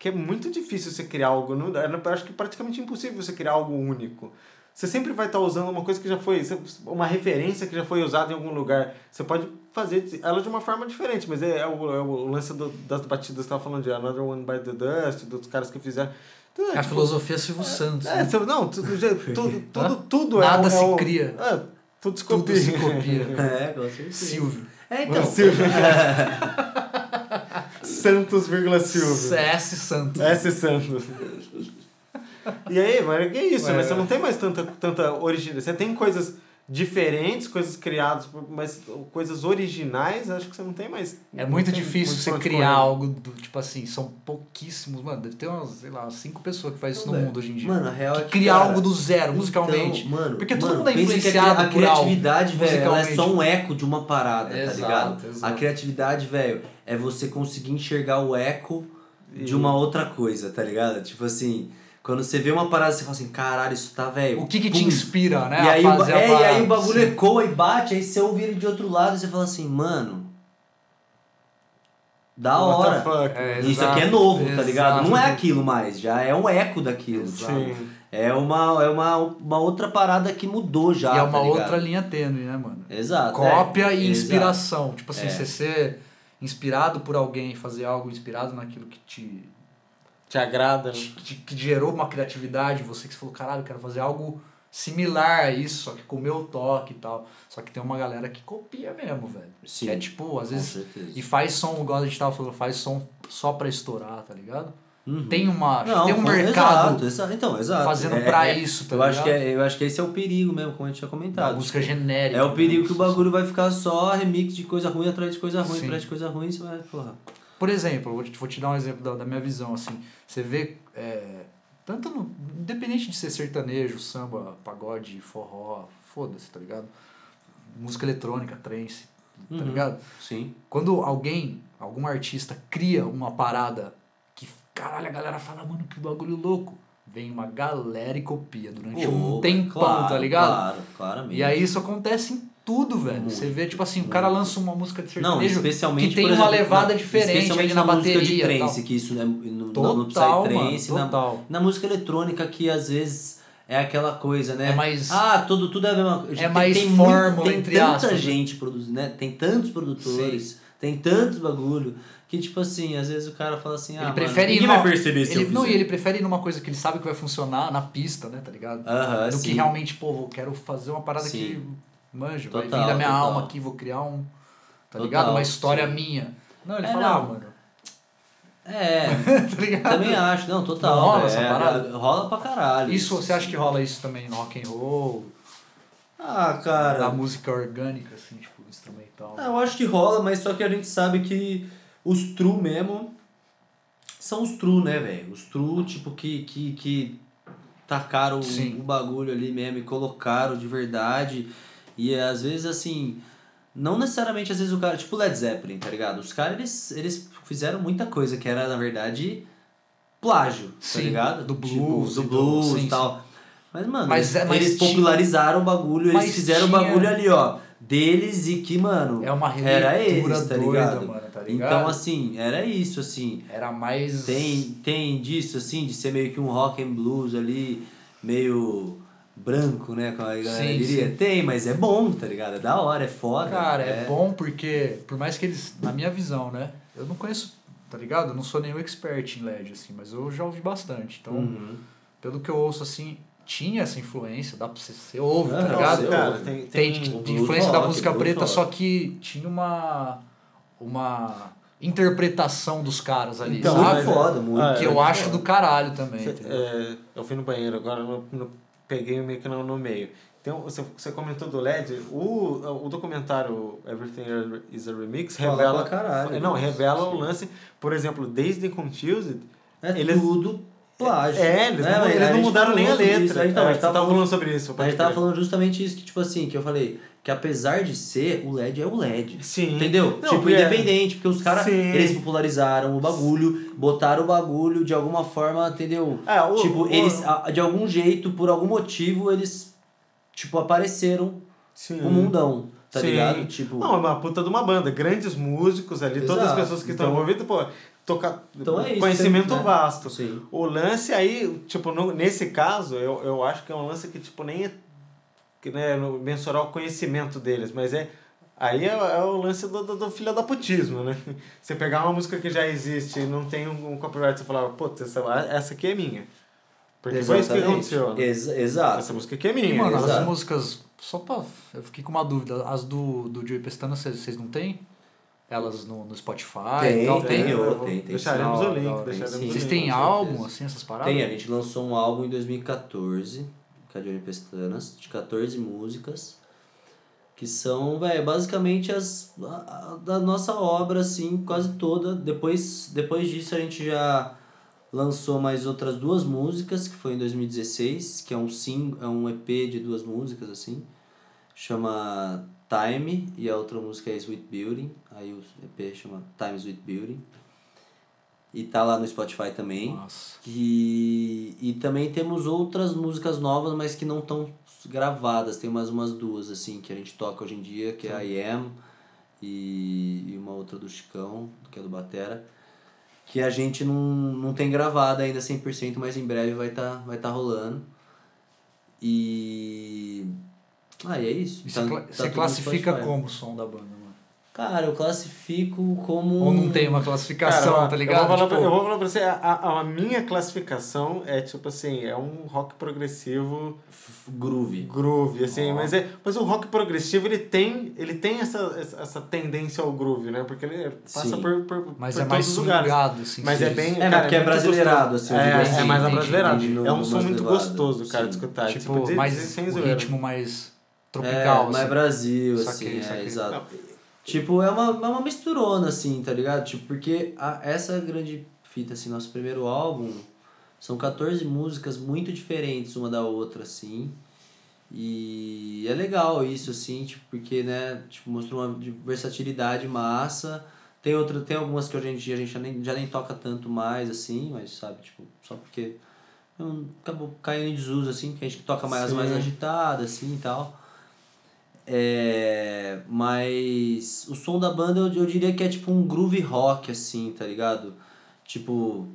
Speaker 1: que é muito difícil você criar algo. nu- Eu acho que é praticamente impossível você criar algo único. Você sempre vai estar usando uma coisa que já foi. Uma referência que já foi usada em algum lugar. Você pode fazer ela de uma forma diferente, mas é, é o, é o lance do- das batidas que você tava falando de Another One by the Dust, dos caras que fizeram. Então,
Speaker 5: É a
Speaker 1: tipo,
Speaker 5: filosofia Silvio Santos.
Speaker 1: é,
Speaker 5: né?
Speaker 1: você- não, tudo, tudo,
Speaker 5: [LAUGHS]
Speaker 1: tudo, tudo é.
Speaker 5: Nada
Speaker 1: o- é
Speaker 5: se
Speaker 1: o-
Speaker 5: cria.
Speaker 1: é, tudo se
Speaker 5: Tudo
Speaker 1: copia.
Speaker 5: se
Speaker 4: [LAUGHS]
Speaker 5: copia.
Speaker 4: [LAUGHS] É, com certeza.
Speaker 5: Silvio.
Speaker 4: É, então.
Speaker 1: Santos, vírgula Silva.
Speaker 5: CS Santos.
Speaker 4: É,
Speaker 1: S Santos. E aí, mas que isso,
Speaker 5: Ué.
Speaker 1: mas você não tem mais tanta, tanta originalidade. Você tem coisas diferentes, coisas criadas, por- mas coisas originais, acho que você não tem mais.
Speaker 5: É muito
Speaker 1: não tem
Speaker 5: difícil
Speaker 1: muito
Speaker 5: você
Speaker 1: pra onde
Speaker 5: criar
Speaker 1: correr.
Speaker 5: algo do tipo assim, são pouquíssimos, mano. Deve ter umas, sei lá, cinco pessoas que faz isso no
Speaker 4: Velho,
Speaker 5: mundo hoje em dia.
Speaker 4: Mano, a real Então, é
Speaker 5: que
Speaker 4: que,
Speaker 5: cria
Speaker 4: cara,
Speaker 5: algo do zero,
Speaker 4: Então,
Speaker 5: musicalmente.
Speaker 4: mano,
Speaker 5: Porque todo
Speaker 4: mano,
Speaker 5: mundo é
Speaker 4: pensa que a cri-
Speaker 5: influenciado
Speaker 4: A
Speaker 5: por algo,
Speaker 4: criatividade, velho, ela é
Speaker 5: musicalmente.
Speaker 4: só um eco de uma parada,
Speaker 5: Exato,
Speaker 4: tá ligado?
Speaker 5: exato.
Speaker 4: A criatividade, velho, é você conseguir enxergar o eco de
Speaker 1: E-
Speaker 4: uma outra coisa, tá ligado? Tipo assim, quando você vê uma parada, você fala assim, caralho, isso tá, velho.
Speaker 5: O que que te
Speaker 4: pum,
Speaker 5: inspira, né?
Speaker 4: e
Speaker 5: a
Speaker 4: aí, o ba-
Speaker 5: fazer a
Speaker 4: é, e
Speaker 5: parada?
Speaker 4: aí o bagulho
Speaker 5: Sim.
Speaker 4: ecoa e bate, aí você ouve ele de outro lado e você fala assim, mano. Da
Speaker 1: What
Speaker 4: hora.
Speaker 1: the fuck?
Speaker 5: É,
Speaker 4: Isso
Speaker 5: exato,
Speaker 4: aqui é novo, tá
Speaker 5: exato.
Speaker 4: ligado? Não é aquilo mais, já é um eco daquilo, sabe?
Speaker 1: Sim.
Speaker 4: É uma, é uma, uma outra parada que mudou já.
Speaker 5: E é
Speaker 4: tá
Speaker 5: uma
Speaker 4: ligado?
Speaker 5: outra linha tênue, né, mano?
Speaker 4: Exato.
Speaker 5: Cópia
Speaker 4: é,
Speaker 5: e
Speaker 4: exato.
Speaker 5: inspiração. Tipo assim,
Speaker 4: É.
Speaker 5: você ser inspirado por alguém, fazer algo inspirado naquilo que te,
Speaker 1: Te agrada, né?
Speaker 5: te- te- que gerou uma criatividade, você que falou, caralho, eu quero fazer algo similar a isso, só que com o meu toque e tal. Só que tem uma galera que copia mesmo, velho.
Speaker 4: Sim.
Speaker 5: Que é tipo, às
Speaker 4: Com
Speaker 5: vezes.
Speaker 4: certeza.
Speaker 5: E faz som, igual a gente tava falando, faz som só pra estourar, tá ligado?
Speaker 4: Uhum.
Speaker 5: Tem uma.
Speaker 4: Não,
Speaker 5: tem um
Speaker 4: com-
Speaker 5: mercado
Speaker 4: Exato, exato, então, exato.
Speaker 5: fazendo
Speaker 4: É-
Speaker 5: pra
Speaker 4: é-
Speaker 5: isso, tá
Speaker 4: Eu
Speaker 5: ligado?
Speaker 4: acho, que é, eu acho que esse é o perigo mesmo, como a gente tinha
Speaker 5: Uma
Speaker 4: comentado.
Speaker 5: música genérica.
Speaker 4: É o perigo
Speaker 5: né?
Speaker 4: que o bagulho vai ficar só remix de coisa ruim atrás de coisa ruim,
Speaker 5: Sim. Tá
Speaker 4: atrás de coisa ruim, você vai, porra.
Speaker 5: Por exemplo, eu vou te, vou te dar um exemplo da, da minha visão, assim. Você vê, é, tanto no, independente de ser sertanejo, samba, pagode, forró, foda-se, tá ligado? Música eletrônica, trance, tá
Speaker 4: Uhum.
Speaker 5: ligado?
Speaker 4: Sim.
Speaker 5: Quando alguém, algum artista cria uma parada que, caralho, a galera fala, mano, que bagulho louco. Vem uma galera e copia durante um
Speaker 4: Pô,
Speaker 5: tempão,
Speaker 4: claro,
Speaker 5: tá ligado?
Speaker 4: Claro, claramente.
Speaker 5: E aí isso acontece em tudo, velho.
Speaker 4: Muito,
Speaker 5: Você vê, tipo assim, o cara lança uma música de
Speaker 4: Não,
Speaker 5: sertanejo,
Speaker 4: especialmente
Speaker 5: que tem
Speaker 4: por
Speaker 5: uma
Speaker 4: exemplo,
Speaker 5: levada
Speaker 4: não,
Speaker 5: diferente ali
Speaker 4: especialmente
Speaker 5: na
Speaker 4: música
Speaker 5: bateria e
Speaker 4: de trance,
Speaker 5: tal.
Speaker 4: que isso é no,
Speaker 5: Total,
Speaker 4: no psytrance,
Speaker 5: mano,
Speaker 4: na,
Speaker 5: é total.
Speaker 4: na música eletrônica que às vezes é aquela coisa, né?
Speaker 5: É mais-
Speaker 4: Ah, tudo, tudo é a mesma coisa.
Speaker 5: É mais fórmula,
Speaker 4: tem
Speaker 5: entre
Speaker 4: tanta
Speaker 5: aspas, né?
Speaker 4: gente produzindo, né? Tem tantos produtores, tem tantos bagulho, que tipo assim, às vezes o cara fala assim, ah,
Speaker 5: ele
Speaker 4: mano,
Speaker 5: prefere ir
Speaker 4: ninguém
Speaker 5: numa...
Speaker 4: vai perceber se
Speaker 5: ele-
Speaker 4: eu
Speaker 5: Não, e
Speaker 4: fizer.
Speaker 5: ele prefere ir numa coisa que ele sabe que vai funcionar na pista, né, tá ligado?
Speaker 4: Aham,
Speaker 5: Do
Speaker 4: Ah, sim.
Speaker 5: que realmente, pô, eu quero fazer uma parada
Speaker 4: Sim.
Speaker 5: que manjo, vai
Speaker 4: Total,
Speaker 5: vir da minha
Speaker 4: total.
Speaker 5: alma aqui, vou criar um... Tá
Speaker 4: Total,
Speaker 5: ligado? Uma história
Speaker 4: sim.
Speaker 5: minha. Não, ele
Speaker 4: É,
Speaker 5: fala, ah,
Speaker 4: não.
Speaker 5: mano... [LAUGHS]
Speaker 4: É,
Speaker 5: tá ligado? [LAUGHS]
Speaker 4: também acho, não, total.
Speaker 5: Não rola
Speaker 4: é,
Speaker 5: essa parada?
Speaker 4: Rola pra caralho. assim.
Speaker 5: Isso, você acha que rola isso também no rock and roll?
Speaker 4: Ah,
Speaker 5: Na
Speaker 4: cara.
Speaker 5: música orgânica, assim, tipo, instrumental.
Speaker 4: Ah, eu acho que rola, mas só que a gente sabe que os true mesmo são os true, né, velho? Os true, tipo, que, que, que tacaram
Speaker 5: Sim.
Speaker 4: o bagulho ali mesmo e colocaram de verdade. E às vezes, assim, Não necessariamente, às vezes, o cara. Tipo Led Zeppelin, tá ligado? Os caras, eles, eles fizeram muita coisa que era, na verdade, plágio,
Speaker 5: Sim,
Speaker 4: tá ligado?
Speaker 5: do
Speaker 4: Tipo,
Speaker 5: blues
Speaker 4: do
Speaker 5: e do-
Speaker 4: blues
Speaker 5: sim,
Speaker 4: e tal. Mas, mano,
Speaker 5: Mas é-
Speaker 4: eles,
Speaker 5: mas
Speaker 4: eles
Speaker 5: tinha-
Speaker 4: popularizaram o bagulho, eles
Speaker 5: mas
Speaker 4: fizeram o
Speaker 5: tinha-
Speaker 4: bagulho ali, ó. Deles e que, mano.
Speaker 5: É uma
Speaker 4: Era
Speaker 5: releitura
Speaker 4: eles, tá
Speaker 5: doida,
Speaker 4: ligado?
Speaker 5: mano, tá ligado?
Speaker 4: Então, assim, era isso, assim.
Speaker 5: Era mais.
Speaker 4: Tem, tem disso, assim, de ser meio que um rock and blues ali, meio branco, né? Como a galera
Speaker 5: Sim,
Speaker 4: diria.
Speaker 5: sim.
Speaker 4: Tem, mas é bom, tá ligado? É da hora, é foda.
Speaker 5: Cara, é. bom porque, por mais que eles, na minha visão, né? Eu não conheço, tá ligado? Eu não sou nenhum expert em LED, assim, mas eu já ouvi bastante. Então,
Speaker 4: Uhum.
Speaker 5: pelo que eu ouço, assim, tinha essa influência, dá pra você, você ouve, tá
Speaker 4: Aham,
Speaker 5: ligado?
Speaker 4: você
Speaker 1: cara,
Speaker 4: ouve.
Speaker 1: tem,
Speaker 5: tem,
Speaker 1: tem,
Speaker 5: de-
Speaker 4: o
Speaker 5: de
Speaker 4: blues
Speaker 5: influência da
Speaker 4: rock,
Speaker 5: música
Speaker 4: blues
Speaker 5: preta,
Speaker 4: rock.
Speaker 5: só que tinha uma uma interpretação dos caras ali,
Speaker 1: Então,
Speaker 5: sabe?
Speaker 4: muito
Speaker 1: mas é-
Speaker 4: foda, muito.
Speaker 1: Ah,
Speaker 5: que
Speaker 1: é,
Speaker 5: eu
Speaker 1: muito
Speaker 5: acho
Speaker 1: foda.
Speaker 5: do caralho também.
Speaker 1: Cê-
Speaker 5: entendeu?
Speaker 1: é, eu fui no banheiro, agora não, não peguei meio que não no meio. Tem um- você, você comentou do LED, o, o documentário Everything is a Remix
Speaker 4: Fala
Speaker 1: revela.
Speaker 4: pra caralho.
Speaker 1: não, revela o
Speaker 4: Sim.
Speaker 1: lance, por exemplo, desde Confused.
Speaker 4: É
Speaker 1: Eles-
Speaker 4: tudo plágio.
Speaker 1: É, eles,
Speaker 4: né,
Speaker 1: não,
Speaker 4: mas
Speaker 1: eles
Speaker 4: a
Speaker 1: não
Speaker 4: gente
Speaker 1: mudaram
Speaker 4: falou
Speaker 1: nem a
Speaker 4: sobre
Speaker 1: letra.
Speaker 4: Isso. Aí, Então,
Speaker 1: é,
Speaker 4: a gente
Speaker 1: você
Speaker 4: tava
Speaker 1: tava
Speaker 4: falando
Speaker 1: falando sobre isso.
Speaker 4: A
Speaker 1: pode
Speaker 4: gente tava
Speaker 1: crer.
Speaker 4: falando justamente isso, que tipo assim, que eu falei, que apesar de ser, o LED é o LED.
Speaker 1: Sim.
Speaker 4: Entendeu?
Speaker 1: Não,
Speaker 4: tipo,
Speaker 1: é.
Speaker 4: independente, porque os caras,
Speaker 1: Sim.
Speaker 4: eles popularizaram o bagulho, botaram o bagulho de alguma forma, entendeu?
Speaker 1: É, o-
Speaker 4: tipo,
Speaker 1: o-
Speaker 4: eles, a- de algum jeito, por algum motivo, eles, tipo, apareceram
Speaker 1: Sim.
Speaker 4: o mundão, tá
Speaker 1: Sim.
Speaker 4: ligado? Tipo,
Speaker 1: Não, é uma puta de uma banda. Grandes músicos ali, todas as
Speaker 4: Exato.
Speaker 1: pessoas que estão
Speaker 4: Então-
Speaker 1: envolvidas, pô, toca...
Speaker 4: Então é isso,
Speaker 1: conhecimento
Speaker 4: né?
Speaker 1: vasto.
Speaker 4: Sim.
Speaker 1: O lance aí, tipo, no- nesse caso, eu, eu acho que é um lance que, tipo, nem é que, né, no- mensurar o conhecimento deles, mas é. Aí é, é o lance do, do, do filho da putismo, né? [LAUGHS] Você pegar uma música que já existe e não tem um, um copyright, você falar, putz, essa, essa aqui é minha. Porque foi isso que
Speaker 4: Exatamente.
Speaker 1: aconteceu, né?
Speaker 4: Ex- exato.
Speaker 1: Essa música aqui é
Speaker 5: E,
Speaker 1: minha.
Speaker 5: mano, as
Speaker 4: exato.
Speaker 5: músicas, só pra. Eu fiquei com uma dúvida. As do, do Joey Pestana, vocês vocês não têm? Elas no, no Spotify e
Speaker 4: Tem,
Speaker 5: tal?
Speaker 4: tem,
Speaker 5: Tem?
Speaker 4: eu-
Speaker 1: né?
Speaker 4: tem, tem.
Speaker 1: Deixaremos
Speaker 4: Da
Speaker 1: o
Speaker 4: hora, da
Speaker 1: link,
Speaker 4: hora,
Speaker 1: deixaremos
Speaker 4: sim.
Speaker 1: o link.
Speaker 5: Vocês
Speaker 4: com
Speaker 5: têm
Speaker 4: certeza.
Speaker 5: álbum, assim, essas paradas?
Speaker 4: Tem, a gente lançou um álbum em 2014, que é de Olho Pestanas, de 14 músicas, que são, velho, basicamente as a, a- da nossa obra, assim, quase toda. Depois, depois disso a gente já lançou mais outras duas músicas, que foi em 2016, que é um sing, é um EP de duas músicas, assim, chama Time, e a outra música é Sweet Building, aí o EP chama Time Sweet Building. E tá lá no Spotify também.
Speaker 5: Nossa.
Speaker 4: Que... E também temos outras músicas novas, mas que não estão gravadas. Tem mais umas duas, assim, que a gente toca hoje em dia, que é a I Am e... e uma outra do Chicão, que é do Batera. Que a gente não, não tem gravada ainda 100%, mas em breve vai estar vai tá rolando. E... Ah, e é isso.
Speaker 5: E
Speaker 4: Tá-
Speaker 5: você cla-
Speaker 4: tá
Speaker 5: você
Speaker 4: tudo no
Speaker 5: classifica
Speaker 4: Spotify.
Speaker 5: como o som da banda, mano?
Speaker 4: Cara, eu classifico como...
Speaker 5: Ou não tem uma
Speaker 1: Cara,
Speaker 5: classificação, tá
Speaker 1: Eu vou
Speaker 5: ligado?
Speaker 1: falar, pra, eu
Speaker 5: Tipo,
Speaker 1: vou falar pra você, a, a, a minha classificação é tipo assim, é um rock progressivo
Speaker 4: F- Groove.
Speaker 1: groove, assim,
Speaker 5: Ó.
Speaker 1: mas é, mas o rock progressivo ele tem, ele tem essa, essa essa tendência ao groove, né? Porque ele passa
Speaker 4: Sim.
Speaker 1: por, por,
Speaker 5: mas
Speaker 1: por
Speaker 5: é mais
Speaker 1: todos os lugares.
Speaker 5: sungado, assim.
Speaker 1: Mas
Speaker 5: se
Speaker 1: é
Speaker 5: diz.
Speaker 1: bem,
Speaker 4: um É,
Speaker 1: cara,
Speaker 4: mas porque é
Speaker 1: muito
Speaker 4: brasileirado,
Speaker 1: gostoso.
Speaker 4: assim, eu digo
Speaker 1: é,
Speaker 5: assim,
Speaker 1: é mais
Speaker 5: entendi,
Speaker 1: abrasileirado.
Speaker 4: entendi, no-
Speaker 1: É um
Speaker 4: no
Speaker 1: som muito
Speaker 4: brasileirado,
Speaker 1: gostoso, cara, de
Speaker 4: sim.
Speaker 1: escutar.
Speaker 5: Tipo,
Speaker 1: de-
Speaker 5: mais
Speaker 1: de- é, sem
Speaker 5: o
Speaker 1: zoeira.
Speaker 5: ritmo mais
Speaker 4: é,
Speaker 5: tropical,
Speaker 4: mas
Speaker 5: assim.
Speaker 4: Brasil,
Speaker 5: Saquei,
Speaker 4: assim,
Speaker 5: saquei.
Speaker 4: é, exato.
Speaker 1: Não,
Speaker 4: Tipo, é uma, é uma misturona, assim, tá ligado? Tipo, porque a, essa grande fita, assim, nosso primeiro álbum, são 14 músicas muito diferentes uma da outra, assim. E é legal isso, assim, tipo, porque, né, tipo, mostrou uma de- versatilidade massa. Tem outra, tem algumas que hoje em dia a gente já nem, já nem toca tanto mais, assim, mas sabe, tipo, só porque hum, acabou caindo em desuso, assim, que a gente toca mais,
Speaker 1: Sim.
Speaker 4: mais agitada, assim e tal. É, mas o som da banda eu, eu diria que é tipo um groove rock, assim, tá ligado? Tipo,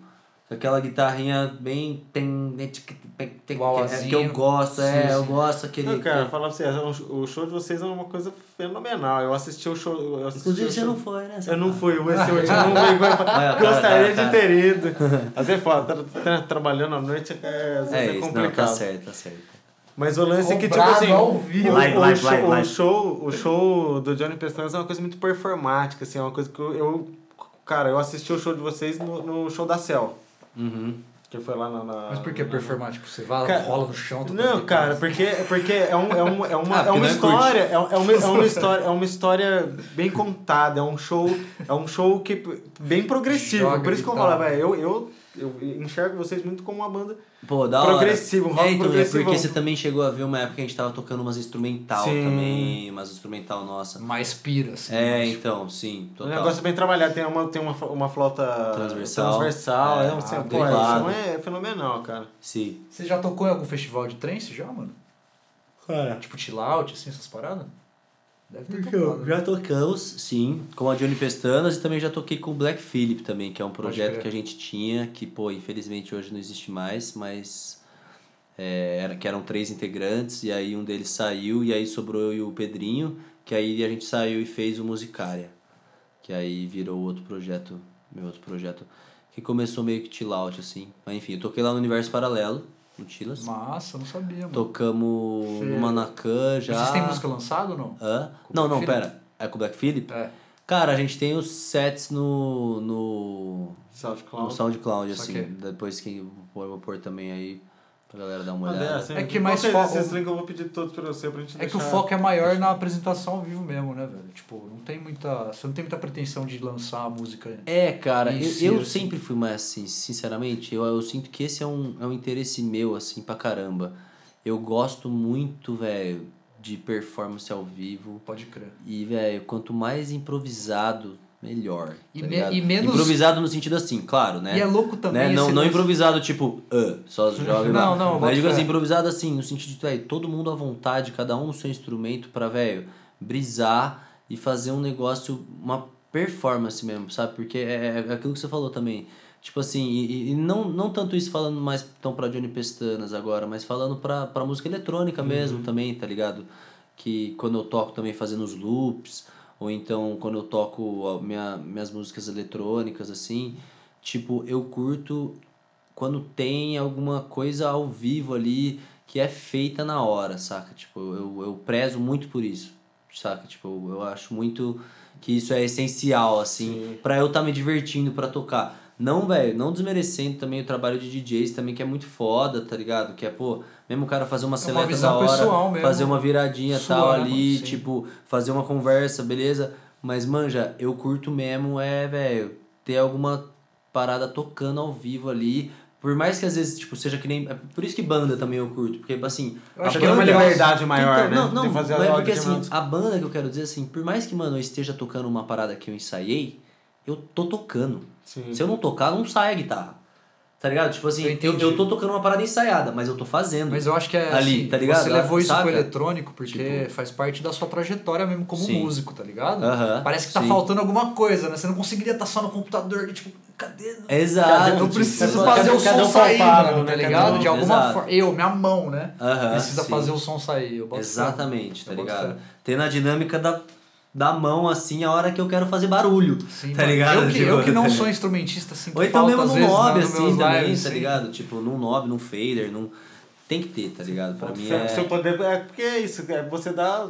Speaker 4: aquela guitarrinha bem. tem- tem- tic- tem- tem-
Speaker 5: O
Speaker 4: que- Que eu
Speaker 5: auazinho.
Speaker 4: gosto,
Speaker 5: Sim,
Speaker 4: é, eu
Speaker 5: sim.
Speaker 4: gosto aquele.
Speaker 1: Não, cara, falar pra você, é um o show de vocês é uma coisa fenomenal. Eu assisti o show. Eu assisti
Speaker 4: Inclusive
Speaker 1: o
Speaker 4: você
Speaker 1: show-
Speaker 4: não foi, tá, né?
Speaker 1: Eu não fui, o esse
Speaker 4: [LAUGHS]
Speaker 1: último eu não fui. mas
Speaker 4: cara,
Speaker 1: Gostaria
Speaker 4: cara,
Speaker 1: de ter ido. Mas é foda, tra- tra- trabalhando à noite é, às vezes
Speaker 4: É
Speaker 1: é,
Speaker 4: isso, não, tá
Speaker 1: complicado.
Speaker 4: certo, tá certo.
Speaker 1: Mas o lance é que, tipo
Speaker 5: Comprado
Speaker 1: assim,
Speaker 5: ao vivo.
Speaker 1: o-
Speaker 3: Live,
Speaker 1: o,
Speaker 3: live,
Speaker 1: show,
Speaker 3: live, live.
Speaker 1: o show, o show do Johnny Pestanas é uma coisa muito performática, assim, é uma coisa que eu, eu- cara, eu assisti o show de vocês no, no show da Cell,
Speaker 4: Uhum.
Speaker 1: que foi lá na... na
Speaker 5: Mas por
Speaker 4: né?
Speaker 5: que
Speaker 1: na-
Speaker 5: performático? Você vai,
Speaker 1: Cara,
Speaker 5: rola no chão... tá
Speaker 1: Não,
Speaker 5: tocando
Speaker 1: cara, porque, porque é, um, é, um, é uma,
Speaker 4: Ah,
Speaker 1: é
Speaker 4: porque não
Speaker 1: uma
Speaker 4: é
Speaker 1: história, é, um- é uma, é uma história, é uma história bem contada, é um show, é um show que bem progressivo.
Speaker 5: Joga
Speaker 1: Por isso que eu
Speaker 5: guitarra.
Speaker 1: falava, eu, eu eu enxergo vocês muito como uma banda
Speaker 4: Pô, da
Speaker 1: progressiva, um
Speaker 4: hora.
Speaker 1: rock
Speaker 4: É, então, é
Speaker 1: progressivo.
Speaker 4: porque você também chegou a ver uma época que a gente tava tocando umas instrumental
Speaker 1: Sim.
Speaker 4: também, umas instrumental nossa.
Speaker 5: Mais pira, assim.
Speaker 4: É,
Speaker 5: Tipo,
Speaker 4: então, sim,
Speaker 1: um
Speaker 4: total.
Speaker 1: negócio bem trabalhado. Tem uma, tem uma, uma flauta
Speaker 4: Transversal.
Speaker 1: transversal,
Speaker 4: É,
Speaker 1: é, um assim,
Speaker 5: ah,
Speaker 1: pô,
Speaker 4: bem
Speaker 1: isso
Speaker 4: claro.
Speaker 1: é fenomenal, cara.
Speaker 4: Sim.
Speaker 5: Você já tocou em algum festival de trance já, mano?
Speaker 4: Cara,
Speaker 5: Tipo chill out, assim, essas paradas? Deve ter
Speaker 4: Porque
Speaker 5: tocado.
Speaker 4: eu
Speaker 5: né?
Speaker 4: já tocamos, sim, com a Johnny Pestanas e também já toquei com o Black Phillip também, que é um projeto
Speaker 5: crer.
Speaker 4: que a gente tinha, que, pô, infelizmente hoje não existe mais, mas é, era, que eram três integrantes, e aí um deles saiu, e aí sobrou eu e o Pedrinho, que aí a gente saiu e fez o Musicária, que aí virou outro projeto, meu outro projeto, que começou meio que chill out, assim. Mas enfim, eu toquei lá no Universo Paralelo, no Chilas.
Speaker 5: Massa, eu não sabia, mano.
Speaker 4: Tocamos
Speaker 5: Sim.
Speaker 4: no Manacan já.
Speaker 5: Vocês têm música lançada ou não?
Speaker 4: Hã?
Speaker 5: Com
Speaker 4: Não,
Speaker 5: Black
Speaker 4: não,
Speaker 5: Phillip?
Speaker 4: pera. É com o Black Phillip?
Speaker 5: É.
Speaker 4: Cara, a gente tem os sets no. no. no
Speaker 1: SoundCloud.
Speaker 4: SoundCloud,
Speaker 5: Só
Speaker 4: assim.
Speaker 5: que-
Speaker 4: Depois que eu vou eu vou pôr também aí pra galera dar uma
Speaker 1: Mas
Speaker 4: olhada.
Speaker 1: assim,
Speaker 5: É que mais
Speaker 1: qualquer
Speaker 5: foco-
Speaker 1: Esses links eu vou pedir todos pra você, pra gente
Speaker 5: É que o
Speaker 1: deixar-
Speaker 5: foco é maior na apresentação ao vivo mesmo, né, velho? Tipo, não tem muita. Você não tem muita pretensão de lançar a música.
Speaker 4: É, cara,
Speaker 5: Em
Speaker 4: eu,
Speaker 5: si,
Speaker 4: eu
Speaker 5: assim.
Speaker 4: sempre fui mais assim, sinceramente, eu, eu sinto que esse é um, é um interesse meu, assim, pra caramba. Eu gosto muito, velho, de performance ao vivo.
Speaker 5: Pode crer.
Speaker 4: E, velho, quanto mais improvisado, melhor. tá
Speaker 5: E me-
Speaker 4: ligado?
Speaker 5: e menos-
Speaker 4: Improvisado no sentido assim, claro, né?
Speaker 5: E é louco também.
Speaker 4: Né? Não,
Speaker 5: esse
Speaker 4: não
Speaker 5: lance-
Speaker 4: improvisado tipo, "Ah", só
Speaker 5: [LAUGHS]
Speaker 4: joga lá.
Speaker 5: Não, não,
Speaker 4: Mas
Speaker 5: boto
Speaker 4: eu digo
Speaker 5: fé.
Speaker 4: assim, improvisado assim, no sentido de véi, todo mundo à vontade, cada um no seu instrumento pra, velho, brisar e fazer um negócio, uma performance mesmo, sabe? Porque é, é aquilo que você falou também. Tipo assim, e, e- e não, não tanto isso falando mais tão pra Johnny Pestanas agora, mas falando pra, pra música eletrônica
Speaker 5: Uhum.
Speaker 4: mesmo também, tá ligado? Que quando eu toco também fazendo os loops, ou então quando eu toco a minha, minhas músicas eletrônicas, assim, tipo, eu curto quando tem alguma coisa ao vivo ali que é feita na hora, saca? Tipo, eu, eu prezo muito por isso, saca? Tipo, eu, eu acho muito que isso é essencial, assim,
Speaker 1: Sim.
Speaker 4: pra eu estar tá me divertindo pra tocar. Não, velho, não desmerecendo também o trabalho de DJs também, que é muito foda, tá ligado? Que é, pô, mesmo o cara fazer uma seleta da
Speaker 5: É visão pessoal
Speaker 4: hora,
Speaker 5: mesmo.
Speaker 4: fazer uma viradinha
Speaker 5: Sua,
Speaker 4: tal
Speaker 5: né,
Speaker 4: ali,
Speaker 5: mano? Sim.
Speaker 4: tipo, fazer uma conversa, beleza? Mas, manja, eu curto mesmo, é, velho, ter alguma parada tocando ao vivo ali. Por mais que às vezes, tipo, seja que nem. é por isso que banda também eu curto, porque, assim.
Speaker 5: Eu
Speaker 4: a
Speaker 5: acho
Speaker 1: Acho que
Speaker 5: que é
Speaker 1: é uma
Speaker 5: legal.
Speaker 1: liberdade maior,
Speaker 4: Então,
Speaker 1: né?
Speaker 4: Não, não,
Speaker 1: de fazer as
Speaker 4: mas
Speaker 1: rodas
Speaker 4: porque
Speaker 1: de
Speaker 4: assim,
Speaker 5: né?
Speaker 1: música.
Speaker 4: a banda que eu quero dizer, assim, por mais que, mano, eu esteja tocando uma parada que eu ensaiei, eu tô tocando.
Speaker 1: Sim.
Speaker 4: Se eu não tocar, não sai a guitarra. Tá ligado? Tipo assim,
Speaker 5: Uhum. Eu
Speaker 4: eu,
Speaker 5: entendi.
Speaker 4: eu tô tocando uma parada ensaiada, mas eu tô fazendo.
Speaker 5: Mas eu acho que é.
Speaker 4: Ali,
Speaker 5: assim,
Speaker 4: tá ligado?
Speaker 5: Você levou isso
Speaker 4: Saca?
Speaker 5: pro eletrônico porque faz parte da sua trajetória mesmo como
Speaker 4: Sim.
Speaker 5: músico, tá ligado?
Speaker 4: Aham,
Speaker 5: Parece que tá
Speaker 4: sim.
Speaker 5: faltando alguma coisa, né? Você não conseguiria estar só no computador, tipo, cadê?
Speaker 4: Exato.
Speaker 5: eu
Speaker 4: tipo,
Speaker 5: preciso
Speaker 1: cadê-
Speaker 5: fazer o
Speaker 1: cadê
Speaker 4: um
Speaker 5: som
Speaker 1: o
Speaker 5: sair,
Speaker 1: palpável,
Speaker 5: mano,
Speaker 1: né?
Speaker 5: tá
Speaker 1: Cadê
Speaker 5: ligado?
Speaker 1: o-
Speaker 5: De alguma
Speaker 4: Exato.
Speaker 5: forma. Eu, minha mão, né?
Speaker 4: um. Aham,
Speaker 5: Precisa
Speaker 4: sim.
Speaker 5: fazer o som sair. Eu boto fé.
Speaker 4: Exatamente, tá
Speaker 5: Eu boto
Speaker 4: ligado?
Speaker 5: fé.
Speaker 4: Tendo a dinâmica da, da mão, assim, a hora que eu quero fazer barulho.
Speaker 5: Sim,
Speaker 4: tá
Speaker 5: mano.
Speaker 4: ligado?
Speaker 5: Eu que,
Speaker 4: Tipo,
Speaker 5: eu que não sou instrumentista, assim,
Speaker 4: Ou então mesmo
Speaker 5: às
Speaker 4: num
Speaker 5: vezes,
Speaker 4: knob,
Speaker 5: né, nos meus
Speaker 4: assim, também,
Speaker 5: lives,
Speaker 4: tá
Speaker 5: sim.
Speaker 4: ligado? Tipo, num knob, num fader, num... Tem que ter, tá ligado? Pra mim
Speaker 1: Seu-
Speaker 4: é...
Speaker 1: seu poder é porque é isso é você dá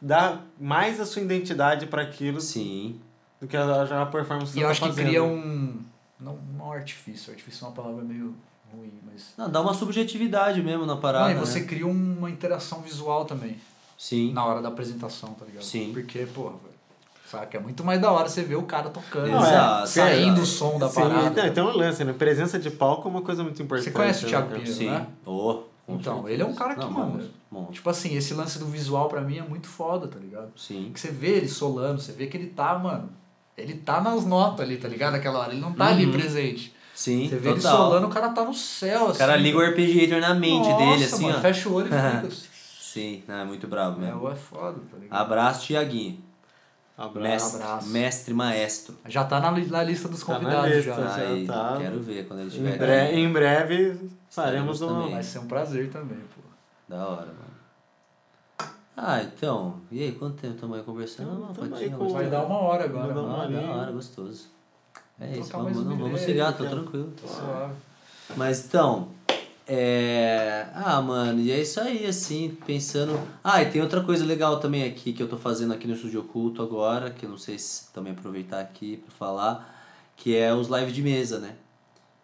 Speaker 1: dá mais a sua identidade para aquilo
Speaker 4: Sim.
Speaker 1: do que a, já a performance
Speaker 5: E
Speaker 1: tá
Speaker 5: eu acho que
Speaker 1: fazendo.
Speaker 5: cria um. Não um artifício. Artifício é uma palavra meio ruim, mas.
Speaker 4: Não, dá uma subjetividade mesmo na
Speaker 5: Não,
Speaker 4: parada,
Speaker 5: e você
Speaker 4: né?
Speaker 5: cria uma interação visual também
Speaker 4: Sim.
Speaker 5: na hora da apresentação, tá ligado?
Speaker 4: Sim.
Speaker 5: Porque, porra, velho. Saca? É muito mais da hora você ver o cara tocando,
Speaker 1: Não, é.
Speaker 5: né?
Speaker 4: Exato. então,
Speaker 5: saindo o som da
Speaker 1: Sim,
Speaker 5: parada.
Speaker 1: tem, tem um lance, né? Presença de palco é uma coisa muito importante.
Speaker 5: Você conhece o
Speaker 1: né,
Speaker 5: Thiago
Speaker 1: cara?
Speaker 5: Pinheiro,
Speaker 4: Sim.
Speaker 5: né?
Speaker 4: Oh, com
Speaker 5: Então,
Speaker 4: certeza.
Speaker 5: ele é um cara que,
Speaker 4: Não,
Speaker 5: mano,
Speaker 4: monstro, monstro.
Speaker 5: Tipo assim, esse lance do visual pra mim é muito foda, tá ligado?
Speaker 4: Sim.
Speaker 5: Que você vê ele solando, você vê que ele tá, mano. Ele tá nas notas ali, tá ligado? Aquela hora, ele não tá ali
Speaker 4: Uhum.
Speaker 5: presente.
Speaker 4: Sim,
Speaker 5: Você vê ele
Speaker 4: total.
Speaker 5: solando, o cara tá no céu, assim.
Speaker 4: o cara liga o arpeggiator na mente
Speaker 5: Nossa,
Speaker 4: dele, assim,
Speaker 5: mano,
Speaker 4: ó.
Speaker 5: Fecha o olho
Speaker 4: [LAUGHS]
Speaker 5: e fica.
Speaker 4: Sim, não, é muito bravo
Speaker 5: é,
Speaker 4: mesmo.
Speaker 5: o é foda, tá ligado?
Speaker 4: Abraço, Tiaguinho.
Speaker 1: Um Abraço.
Speaker 4: Mestre,
Speaker 5: abraço.
Speaker 4: mestre maestro.
Speaker 5: Já tá na, li- na lista dos
Speaker 1: Tá na
Speaker 5: convidados
Speaker 1: lista,
Speaker 5: já.
Speaker 1: já.
Speaker 4: Aí,
Speaker 1: tá.
Speaker 4: Quero ver quando ele
Speaker 1: Em,
Speaker 4: tiver.
Speaker 1: bre
Speaker 4: aqui.
Speaker 1: em breve faremos
Speaker 4: também.
Speaker 1: um.
Speaker 5: Vai ser um prazer também, pô.
Speaker 4: Da hora, mano. Ah, então. E aí, quanto tempo estamos aí conversando?
Speaker 1: Tamo-
Speaker 4: Uma
Speaker 1: tamo aí
Speaker 4: patinha,
Speaker 1: com-
Speaker 4: gostoso.
Speaker 5: Vai dar uma hora agora,
Speaker 1: Vai dar
Speaker 5: mano.
Speaker 1: uma
Speaker 4: tá-
Speaker 1: hora.
Speaker 4: Ah, da hora, gostoso. É
Speaker 5: Vou
Speaker 4: isso,
Speaker 5: tocar mais
Speaker 4: vamos,
Speaker 5: um
Speaker 4: não, vamos
Speaker 5: delay,
Speaker 4: chegar, tô
Speaker 1: cara.
Speaker 4: tranquilo.
Speaker 5: Tá Suave.
Speaker 4: Mas então, é. Ah, mano, e é isso aí, assim, pensando. Ah, e tem outra coisa legal também aqui que eu tô fazendo aqui no Estúdio Oculto agora, que eu não sei se também aproveitar aqui pra falar, que é os live de mesa, né?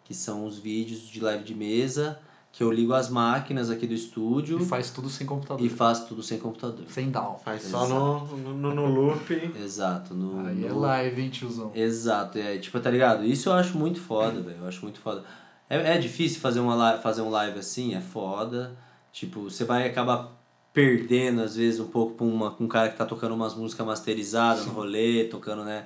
Speaker 4: Que são os vídeos de live de mesa, que eu ligo as máquinas aqui do estúdio
Speaker 5: E faz tudo sem computador.
Speaker 4: e faço tudo sem computador.
Speaker 5: Sem down.
Speaker 1: Faz só no, no, no loop.
Speaker 4: Exato. No,
Speaker 5: Aí é
Speaker 4: no-
Speaker 5: live, hein, tiozão.
Speaker 4: Exato, é tipo, tá ligado? Isso eu acho muito foda, velho. Eu acho muito foda. É, é difícil fazer, uma live, fazer um live assim, é foda. Tipo, você vai acabar perdendo, às vezes, um pouco pra, uma, pra um cara que tá tocando umas músicas masterizadas no rolê, tocando, né?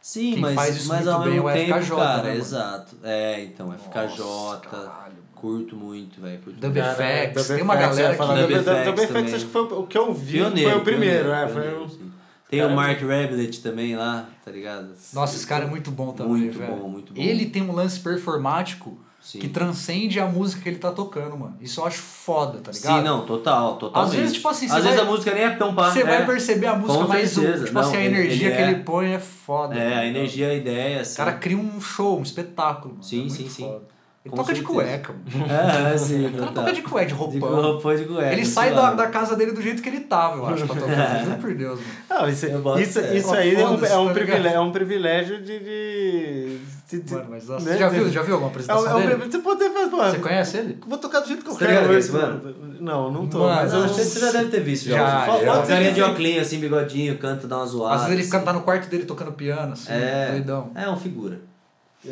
Speaker 4: Sim,
Speaker 5: Quem
Speaker 4: mas,
Speaker 5: faz isso
Speaker 4: mas
Speaker 5: muito
Speaker 4: ao
Speaker 5: bem é
Speaker 4: mesmo
Speaker 5: o
Speaker 4: tempo,
Speaker 5: FKJ,
Speaker 4: cara,
Speaker 5: né, mano?
Speaker 4: exato. É, então, FKJ.
Speaker 5: caralho, mano.
Speaker 4: curto muito, velho. curto
Speaker 5: Dub
Speaker 4: muito.
Speaker 5: Effects, tem uma galera
Speaker 4: falar
Speaker 5: que...
Speaker 4: Dub Effects
Speaker 1: Effects
Speaker 4: também.
Speaker 1: acho que foi o que eu vi. foi
Speaker 4: Pioneiro,
Speaker 1: o primeiro,
Speaker 4: pioneiro,
Speaker 1: é. Foi
Speaker 4: pioneiro,
Speaker 1: o...
Speaker 4: sim. Tem
Speaker 1: Cara,
Speaker 4: o Mark Reblet também lá, tá ligado?
Speaker 5: Nossa, esse cara é muito bom também,
Speaker 4: Muito
Speaker 5: velho.
Speaker 4: bom, muito bom.
Speaker 5: Ele tem um lance performático
Speaker 4: Sim.
Speaker 5: que transcende a música que ele tá tocando, mano. Isso eu acho foda, tá ligado?
Speaker 4: Sim, não, total, total.
Speaker 5: Às vezes, tipo assim,
Speaker 4: às
Speaker 5: você
Speaker 4: vezes
Speaker 5: vai-
Speaker 4: a música nem é tão pá.
Speaker 5: Você
Speaker 4: é.
Speaker 5: vai perceber a música,
Speaker 4: Com
Speaker 5: mas o-
Speaker 4: certeza.
Speaker 5: tipo
Speaker 4: Não,
Speaker 5: assim, a
Speaker 4: ele-
Speaker 5: energia
Speaker 4: ele
Speaker 5: que
Speaker 4: é-
Speaker 5: ele põe é foda.
Speaker 4: É,
Speaker 5: tá
Speaker 4: a
Speaker 5: ligado?
Speaker 4: energia, a ideia, assim.
Speaker 5: O cara cria um show, um espetáculo, mano.
Speaker 4: Sim,
Speaker 5: é muito
Speaker 4: sim, sim.
Speaker 5: foda. Ele
Speaker 4: Com
Speaker 5: toca de
Speaker 4: certeza.
Speaker 5: cueca, mano.
Speaker 4: [LAUGHS] É, sim,
Speaker 5: Ele
Speaker 4: total.
Speaker 5: toca de cueca, de
Speaker 4: De
Speaker 5: roupão.
Speaker 4: roupa de cueca.
Speaker 5: Ele sai da,
Speaker 4: suave. É.
Speaker 5: da casa dele do jeito que ele tava, eu acho, pra
Speaker 4: [LAUGHS]
Speaker 5: tocar. Juro por Deus, mano.
Speaker 1: Não, isso,
Speaker 4: Eu boto
Speaker 1: isso,
Speaker 4: fé.
Speaker 1: isso
Speaker 5: Ó,
Speaker 1: aí é um,
Speaker 5: foda-se,
Speaker 1: é um
Speaker 5: tá
Speaker 1: privilégio,
Speaker 5: ligado?
Speaker 1: é um privilégio de. de, de- de-
Speaker 5: Mano, mas nossa,
Speaker 1: né?
Speaker 5: você já viu, já viu alguma
Speaker 1: É um, é
Speaker 5: apresentação
Speaker 1: um
Speaker 5: dele?
Speaker 1: privilégio. Você pode ter feito,
Speaker 5: Você conhece ele?
Speaker 1: Vou tocar do jeito que eu
Speaker 4: Você
Speaker 1: quero.
Speaker 4: liga
Speaker 1: hoje,
Speaker 4: nesse, mano?
Speaker 1: tá mano. Não, não tô.
Speaker 5: Mano,
Speaker 1: mas
Speaker 4: Mas
Speaker 1: eu
Speaker 4: eu
Speaker 5: não-
Speaker 4: acho que você já deve ter visto.
Speaker 5: Já,
Speaker 4: já.
Speaker 1: já.
Speaker 4: Uma carinha de óculos, assim, bigodinho, canta, dá uma zoada.
Speaker 5: Às vezes ele fica
Speaker 4: assim.
Speaker 5: tá no quarto dele tocando piano, assim,
Speaker 4: É.
Speaker 5: doidão.
Speaker 4: É um figura.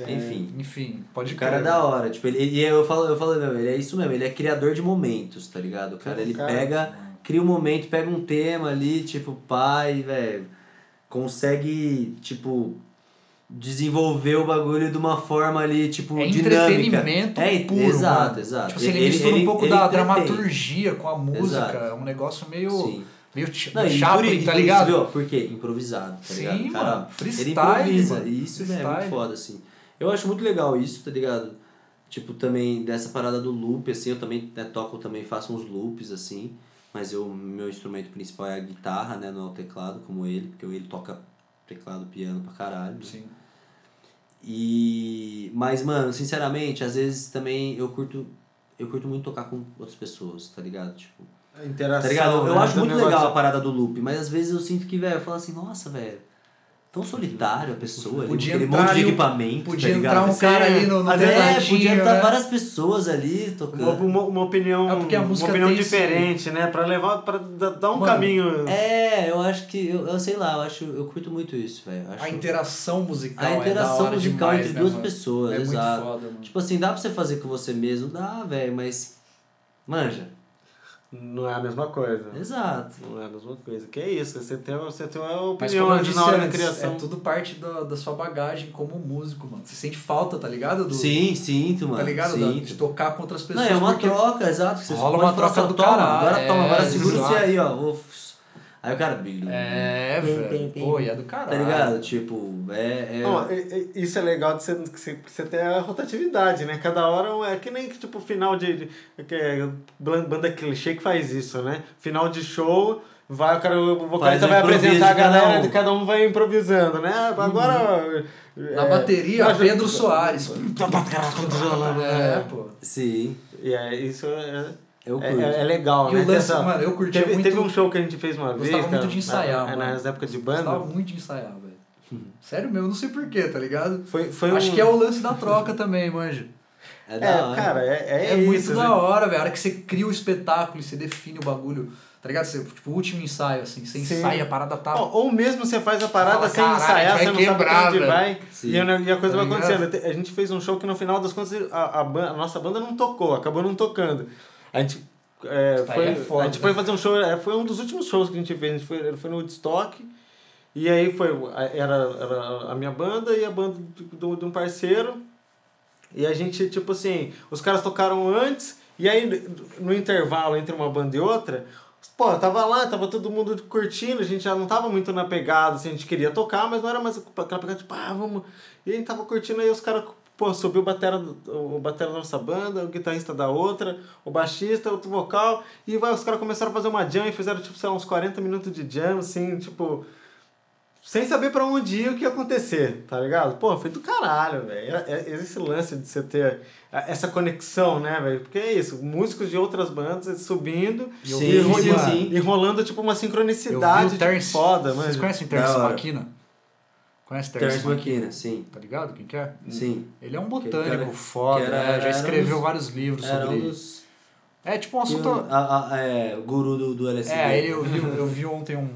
Speaker 4: Enfim.
Speaker 5: Enfim, pode
Speaker 4: O cara é
Speaker 5: crer.
Speaker 4: da hora, tipo, ele, e eu falo, eu falo, meu, ele é isso mesmo, ele é criador de momentos, tá ligado? O cara, ele
Speaker 1: Cara,
Speaker 4: pega, cria um momento, pega um tema ali, tipo, pai, velho, consegue, tipo, desenvolver o bagulho de uma forma ali, tipo,
Speaker 5: É
Speaker 4: dinâmica.
Speaker 5: entretenimento
Speaker 4: é,
Speaker 5: puro.
Speaker 4: Exato,
Speaker 5: mano.
Speaker 4: exato.
Speaker 5: Tipo assim, ele, mistura um pouco
Speaker 4: ele
Speaker 5: da
Speaker 4: entretém.
Speaker 5: dramaturgia com a música.
Speaker 4: Exato.
Speaker 5: É um negócio meio,
Speaker 4: Sim.
Speaker 5: meio ch-
Speaker 4: Não, e
Speaker 5: Chaplin,
Speaker 4: por- e
Speaker 5: tá
Speaker 4: por isso,
Speaker 5: ligado?
Speaker 4: viu? Por quê? Improvisado, tá
Speaker 5: Sim,
Speaker 4: ligado?
Speaker 5: mano.
Speaker 4: ele
Speaker 5: Freestyle,
Speaker 4: improvisa.
Speaker 5: mano.
Speaker 4: E isso, velho, é
Speaker 5: Freestyle.
Speaker 4: muito foda, assim. Eu acho muito legal isso, tá ligado? Tipo, também dessa parada do loop, assim, eu também né, toco, também faço uns loops, assim. Mas eu, meu instrumento principal é a guitarra, né? Não é o teclado, como ele, porque ele toca teclado, piano pra caralho. né?
Speaker 5: Sim.
Speaker 4: E mas mano, sinceramente, às vezes também eu curto eu curto muito tocar com outras pessoas, tá ligado? Tipo,
Speaker 1: A interação.
Speaker 4: Tá ligado? Eu
Speaker 1: né,
Speaker 4: acho
Speaker 1: do
Speaker 4: muito
Speaker 1: negócio.
Speaker 4: legal a parada do loop, mas às vezes eu sinto que, velho, eu falo assim, nossa, velho, tão solitário a pessoa ali,
Speaker 5: Podia
Speaker 4: com aquele
Speaker 5: entrar
Speaker 4: monte de
Speaker 5: ali um-
Speaker 4: equipamento,
Speaker 5: Podia
Speaker 4: tá ligado?
Speaker 5: entrar um cara ali no, no
Speaker 4: Mas é, podia
Speaker 5: tecladinho,
Speaker 4: entrar
Speaker 5: né?
Speaker 4: várias pessoas ali
Speaker 1: Uma,
Speaker 4: tocando.
Speaker 1: uma, uma opinião,
Speaker 5: É porque a música
Speaker 1: uma opinião
Speaker 5: tem esse-
Speaker 1: diferente, né? Pra levar, pra da- dar um
Speaker 5: Mano,
Speaker 1: caminho.
Speaker 4: É, eu acho que, eu, eu sei lá, eu acho, eu curto muito isso, velho. eu acho-
Speaker 5: A interação musical
Speaker 4: a
Speaker 5: é da
Speaker 4: interação
Speaker 5: hora
Speaker 4: musical
Speaker 5: demais,
Speaker 4: entre
Speaker 5: né,
Speaker 4: duas
Speaker 5: mano?
Speaker 4: pessoas,
Speaker 5: É muito
Speaker 4: exato.
Speaker 5: foda, mano.
Speaker 4: Tipo assim, dá pra você fazer com você mesmo? Dá, velho, mas manja,
Speaker 1: Não é a mesma coisa.
Speaker 4: exato.
Speaker 1: Não é a mesma coisa. Que é isso, você tem, você tem uma
Speaker 5: Mas
Speaker 1: opinião
Speaker 5: como eu disse
Speaker 1: na hora da
Speaker 5: antes,
Speaker 1: criação.
Speaker 5: é tudo parte da, da sua bagagem como músico, mano. Você sente falta, tá ligado? Do,
Speaker 4: Sim, sinto, mano.
Speaker 5: Tá ligado? Da-
Speaker 4: Sinto.
Speaker 5: de tocar com outras
Speaker 4: Não,
Speaker 5: pessoas.
Speaker 4: é uma
Speaker 5: porque-
Speaker 4: troca, exato. que Você
Speaker 5: Rola
Speaker 4: pode
Speaker 5: uma
Speaker 4: falar,
Speaker 5: troca
Speaker 4: "Só
Speaker 5: do
Speaker 4: toma,
Speaker 5: caralho,
Speaker 4: Agora toma,
Speaker 5: é,
Speaker 4: agora segura
Speaker 5: exato.
Speaker 4: você aí, ó. Uf. Aí o cara. brilha,
Speaker 5: É,
Speaker 4: Tem,
Speaker 5: velho.
Speaker 4: tem, tem.
Speaker 5: Pô, e é do caralho.
Speaker 4: Tá ligado? Tipo, é. é...
Speaker 1: Ó, e- e- isso é legal de você, que você, que você ter a rotatividade, né? Cada hora um- é que nem que, tipo final de, de que é blan- banda clichê que faz isso, né? Final de show, vai o cara o vocalista
Speaker 4: um
Speaker 1: vai
Speaker 4: improviso
Speaker 1: apresentar a
Speaker 4: de cada
Speaker 1: galera
Speaker 4: um.
Speaker 1: e cada um vai improvisando, né? Ah, Agora
Speaker 5: Na
Speaker 1: é,
Speaker 5: bateria,
Speaker 1: nós-
Speaker 5: Pedro Soares.
Speaker 1: É.
Speaker 5: É, pô.
Speaker 4: Sim,
Speaker 1: E é, isso é,
Speaker 4: eu
Speaker 1: é,
Speaker 4: curto.
Speaker 1: é- é legal,
Speaker 5: E
Speaker 1: né?
Speaker 5: o lance,
Speaker 1: Essa-
Speaker 5: mano, eu curtia
Speaker 1: teve,
Speaker 5: muito.
Speaker 1: teve um show que a gente fez uma vez.
Speaker 5: Gostava muito
Speaker 1: cara,
Speaker 5: de ensaiar,
Speaker 1: na- na-
Speaker 5: mano.
Speaker 1: Nas épocas de
Speaker 5: Gostava
Speaker 1: banda.
Speaker 5: muito de ensaiar, velho. Sério mesmo, não sei porquê, tá ligado?
Speaker 1: Foi, foi
Speaker 5: Acho
Speaker 1: um-
Speaker 5: que é o lance da troca também, manja.
Speaker 4: É
Speaker 1: É,
Speaker 4: da hora.
Speaker 1: cara, é, é,
Speaker 5: É, muito
Speaker 1: isso, né?
Speaker 5: da hora, velho. A hora que você cria o espetáculo e você define o bagulho, tá ligado? Você, tipo, o último ensaio, assim. Você
Speaker 1: Sim.
Speaker 5: ensaia, a parada tá.
Speaker 1: Ou, ou mesmo você faz a parada
Speaker 5: Fala,
Speaker 1: sem
Speaker 5: "Caralho,
Speaker 1: ensaiar,
Speaker 5: vai
Speaker 1: você não
Speaker 5: quebrar,
Speaker 1: sabe pra onde
Speaker 5: velho."
Speaker 1: vai.
Speaker 4: Sim.
Speaker 1: E, a- e a coisa
Speaker 5: Tá
Speaker 1: vai
Speaker 5: ligado?
Speaker 1: acontecendo. Te- A gente fez um show que no final das contas a, a, ban- a nossa banda não tocou, acabou não tocando. A gente. é,
Speaker 5: Aí
Speaker 1: foi,
Speaker 5: é foda,
Speaker 1: a gente foi
Speaker 5: né?
Speaker 1: fazer um show, é, foi um dos últimos shows que a gente fez. A gente foi, foi no Woodstock. E aí foi. a- Era, era a minha banda e a banda de- de um- de um parceiro. E a gente, tipo assim, os caras tocaram antes, e aí no intervalo entre uma banda e outra, pô, tava lá, tava todo mundo curtindo, a gente já não tava muito na pegada, assim, a gente queria tocar, mas não era mais aquela pegada, tipo, ah, vamos. E a gente tava curtindo, aí os caras, pô, subiu o batera, o batera da nossa banda, o guitarrista da outra, o baixista, outro vocal, e vai, os caras começaram a fazer uma jam e fizeram, tipo, sei lá, uns 40 minutos de jam, assim, tipo sem saber pra onde ir o que ia acontecer, tá ligado? Pô, foi do caralho, velho. É- é- Esse lance de você ter a- essa conexão, né, velho? Porque é isso, músicos de outras bandas subindo
Speaker 5: E eu
Speaker 4: Sim,
Speaker 1: e,
Speaker 5: vi,
Speaker 1: ro-
Speaker 4: sim,
Speaker 5: mano.
Speaker 4: sim.
Speaker 1: e rolando tipo uma
Speaker 5: Eu vi
Speaker 1: sincronicidade
Speaker 5: o
Speaker 1: tipo,
Speaker 5: Terence-
Speaker 1: foda,
Speaker 5: Vocês
Speaker 1: mano.
Speaker 5: conhecem o Terence
Speaker 4: Da hora.
Speaker 5: Maquina? Conhece
Speaker 4: Terence
Speaker 5: Terence
Speaker 4: McKenna,
Speaker 5: McKenna?
Speaker 4: sim.
Speaker 5: Tá ligado quem que é?
Speaker 4: Sim.
Speaker 5: Ele é um
Speaker 4: Aquele
Speaker 5: botânico
Speaker 4: cara-
Speaker 5: foda,
Speaker 4: que era-
Speaker 5: né?
Speaker 4: era
Speaker 5: Já
Speaker 4: um
Speaker 5: escreveu
Speaker 4: dos-
Speaker 5: vários livros
Speaker 4: Era
Speaker 5: sobre...
Speaker 4: um dos.
Speaker 5: É tipo um assunto...
Speaker 4: a- a- é, o guru do, do LSD.
Speaker 5: É, ele, eu, vi, eu vi ontem um,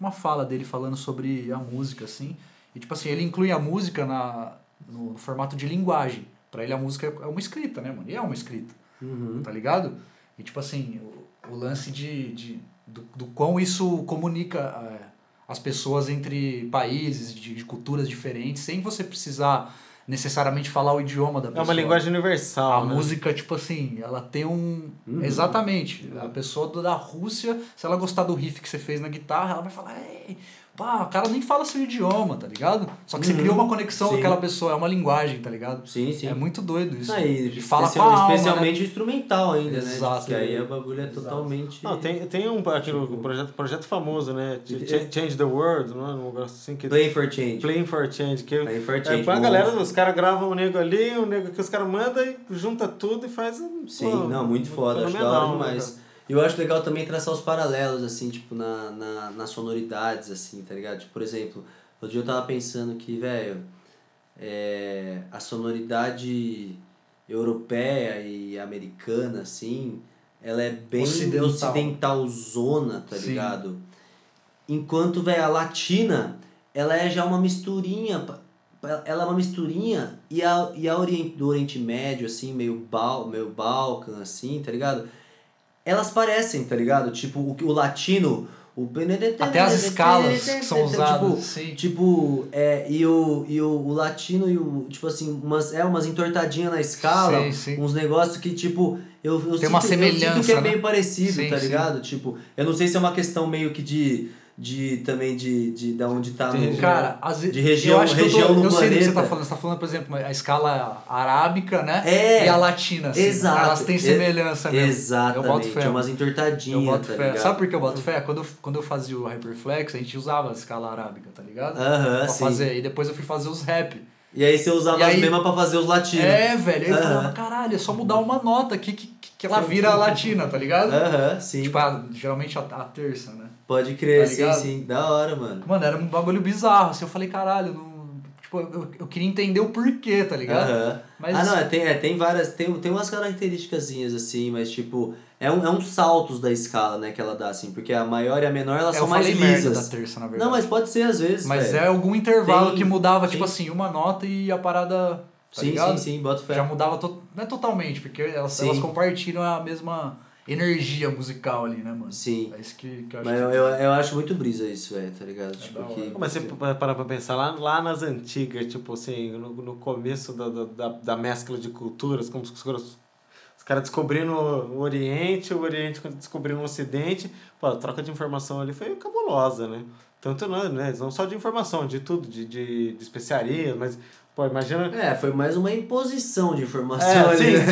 Speaker 5: uma fala dele falando sobre a música, assim. E, tipo assim, ele inclui a música na, no, formato de linguagem. Pra ele, a música é uma escrita, né, mano? E é uma escrita,
Speaker 4: Uhum.
Speaker 5: tá ligado? E, tipo assim, o, o lance de, de, do, do quão isso comunica é, as pessoas entre países, de, de culturas diferentes, sem você precisar necessariamente falar o idioma da
Speaker 1: É
Speaker 5: pessoa.
Speaker 1: uma linguagem universal.
Speaker 5: A
Speaker 1: né?
Speaker 5: música, tipo assim, ela tem um.
Speaker 4: Uhum.
Speaker 5: Exatamente. A pessoa do- da Rússia, se ela gostar do riff que você fez na guitarra, ela vai falar, ei, pá, o cara nem fala seu idioma, tá ligado? Só que você
Speaker 4: Uhum.
Speaker 5: cria uma conexão
Speaker 4: Sim.
Speaker 5: com aquela pessoa, é uma linguagem, tá ligado?
Speaker 4: Sim, sim.
Speaker 5: É muito doido isso.
Speaker 4: Aí,
Speaker 5: E fala
Speaker 4: especial-
Speaker 5: com a alma, né?
Speaker 4: especialmente o instrumental ainda, né?
Speaker 5: Exato.
Speaker 4: Diz Que aí o bagulho é totalmente.
Speaker 1: Não, tem, tem um aquele
Speaker 5: Tipo-
Speaker 1: projeto, projeto famoso, né? Ch- Ch- Change the World, não é? Um negócio assim que.
Speaker 4: Play for Change.
Speaker 1: Playing for Change. Que
Speaker 4: Play for
Speaker 1: é
Speaker 4: Change.
Speaker 1: pra
Speaker 4: bom.
Speaker 1: galera, os caras gravam um nego ali, um nego que os caras mandam e junta tudo e faz. um-
Speaker 4: Sim,
Speaker 1: pô,
Speaker 4: não, muito foda, acho da hora
Speaker 1: fenomenal, né,
Speaker 4: demais. E eu acho legal também traçar os paralelos, assim, tipo, na, na, nas sonoridades, assim, tá ligado? Tipo, por exemplo, outro dia eu tava pensando que, velho, é, a sonoridade europeia e americana, assim, ela é bem
Speaker 5: Ocidental.
Speaker 4: ocidentalzona, tá
Speaker 5: Sim.
Speaker 4: ligado? Enquanto, velho, a latina, ela é já uma misturinha, pa- pa- ela é uma misturinha, e a, e a Oriente, do Oriente Médio, assim, meio, bal, meio Balkan, assim, tá ligado? Elas parecem, tá ligado? Tipo, o, o latino, o...
Speaker 5: Até as escalas que são usadas. sim.
Speaker 4: Tipo, é, e, o, e o, o latino e o. Tipo assim, umas, é umas entortadinhas na escala,
Speaker 5: Sei, sei.
Speaker 4: uns negócios que, tipo, eu, eu, sinto,
Speaker 5: uma
Speaker 4: eu sinto que
Speaker 5: semelhança,
Speaker 4: é
Speaker 5: né?
Speaker 4: meio parecido,
Speaker 5: Sim,
Speaker 4: tá
Speaker 5: sim.
Speaker 4: ligado? Tipo, eu não sei se é uma questão meio que de. de também de, de, da onde tá. no-
Speaker 5: tipo, Cara, às vezes.
Speaker 4: de região-
Speaker 5: eu acho que eu tô-
Speaker 4: região do
Speaker 5: eu sei do que você
Speaker 4: planeta.
Speaker 5: tá falando. Você tá falando, por exemplo, a escala arábica, né?
Speaker 4: É.
Speaker 5: E a latina. assim.
Speaker 4: Exato.
Speaker 5: Elas têm
Speaker 4: E-
Speaker 5: semelhança mesmo.
Speaker 4: Exatamente.
Speaker 5: Eu boto fé.
Speaker 4: é umas
Speaker 5: Eu
Speaker 4: entortadinhas,
Speaker 5: boto
Speaker 4: tá
Speaker 5: fé.
Speaker 4: ligado?
Speaker 5: Sabe por que eu boto fé? Quando eu, quando eu fazia o Hyperflex, a gente usava a escala arábica, tá ligado?
Speaker 4: Aham,
Speaker 5: pra
Speaker 4: Ah, sim.
Speaker 5: fazer. E depois eu fui fazer os rap.
Speaker 4: E aí você usava
Speaker 5: E
Speaker 4: as
Speaker 5: aí-
Speaker 4: mesmas pra fazer os latinos.
Speaker 5: É, velho. Aí eu
Speaker 4: Aham.
Speaker 5: falava, caralho, é só mudar uma nota aqui que, que, que ela vira a latina, tá ligado?
Speaker 4: Aham, Ah, sim.
Speaker 5: Tipo, a- geralmente a, a terça, né?
Speaker 4: Pode crer,
Speaker 5: tá
Speaker 4: sim,
Speaker 5: ligado?
Speaker 4: sim. Da hora, mano.
Speaker 5: Mano, era um bagulho bizarro. Assim, eu falei, caralho, não... Tipo, eu, eu queria entender o porquê, tá ligado?
Speaker 4: Aham.
Speaker 5: Mas-
Speaker 4: Ah, não, é, tem, é, tem várias, tem, tem umas características assim, mas tipo, é um, é um saltos da escala, né, que ela dá, assim, porque a maior e a menor, elas
Speaker 5: É,
Speaker 4: são
Speaker 5: eu
Speaker 4: mais
Speaker 5: falei merda da
Speaker 4: lisas.
Speaker 5: terça, na verdade.
Speaker 4: Não, mas pode ser às vezes,
Speaker 5: Mas
Speaker 4: velho.
Speaker 5: é algum intervalo
Speaker 4: Tem-
Speaker 5: que mudava,
Speaker 4: tem-
Speaker 5: tipo assim, uma nota e a parada... Tá
Speaker 4: sim,
Speaker 5: ligado?
Speaker 4: sim, sim, bota fé.
Speaker 5: Já mudava, to... não é totalmente, porque elas,
Speaker 4: Sim.
Speaker 5: elas compartilham a mesma energia musical ali, né, mano?
Speaker 4: Sim.
Speaker 5: É isso que, que eu acho
Speaker 4: Mas
Speaker 5: que... é.
Speaker 4: eu, eu, eu acho muito brisa isso, velho, tá ligado? tipo,
Speaker 5: da hora.
Speaker 4: que...
Speaker 1: Não, Mas você pa- parar pra pensar lá, lá nas antigas, tipo assim, no, no começo da, da, da, da mescla de culturas, como os, os, os caras descobrindo o Oriente, o Oriente descobrindo o Ocidente, pô, a troca de informação ali foi cabulosa, né? Tanto não, né? Não só de informação, de tudo, de, de, de especiarias, mas, pô, imagina.
Speaker 4: É, foi mais uma imposição de informação
Speaker 1: É,
Speaker 4: [LAUGHS] ali,
Speaker 1: sim,
Speaker 4: né?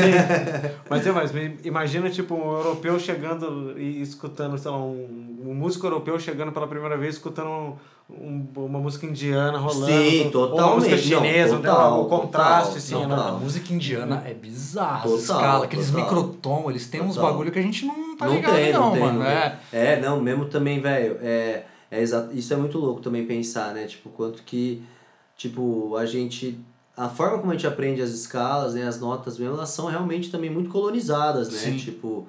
Speaker 1: sim. Mas, é, mas me- imagina, tipo, um europeu chegando e escutando, sei lá, um, um músico europeu chegando pela primeira vez escutando um- um- uma música indiana rolando.
Speaker 4: Sim,
Speaker 1: Ou uma música
Speaker 4: totalmente.
Speaker 1: chinesa,
Speaker 4: Não, total,
Speaker 1: o contraste,
Speaker 4: total,
Speaker 1: assim,
Speaker 5: Não,
Speaker 1: né?
Speaker 5: a música indiana é bizarra,
Speaker 4: Total,
Speaker 5: essa escala, aqueles
Speaker 4: total.
Speaker 5: microtom, eles têm uns
Speaker 4: Total.
Speaker 5: bagulho que a gente não tá
Speaker 4: não
Speaker 5: ligado
Speaker 4: tem,
Speaker 5: não,
Speaker 4: não tem,
Speaker 5: mano.
Speaker 4: não
Speaker 5: é.
Speaker 4: tem. É, não, mesmo também, velho, é, é exa- isso é muito louco também pensar, né, tipo, quanto que, tipo, a gente, a forma como a gente aprende as escalas, né, as notas mesmo, elas são realmente também muito colonizadas, né,
Speaker 5: Sim.
Speaker 4: tipo,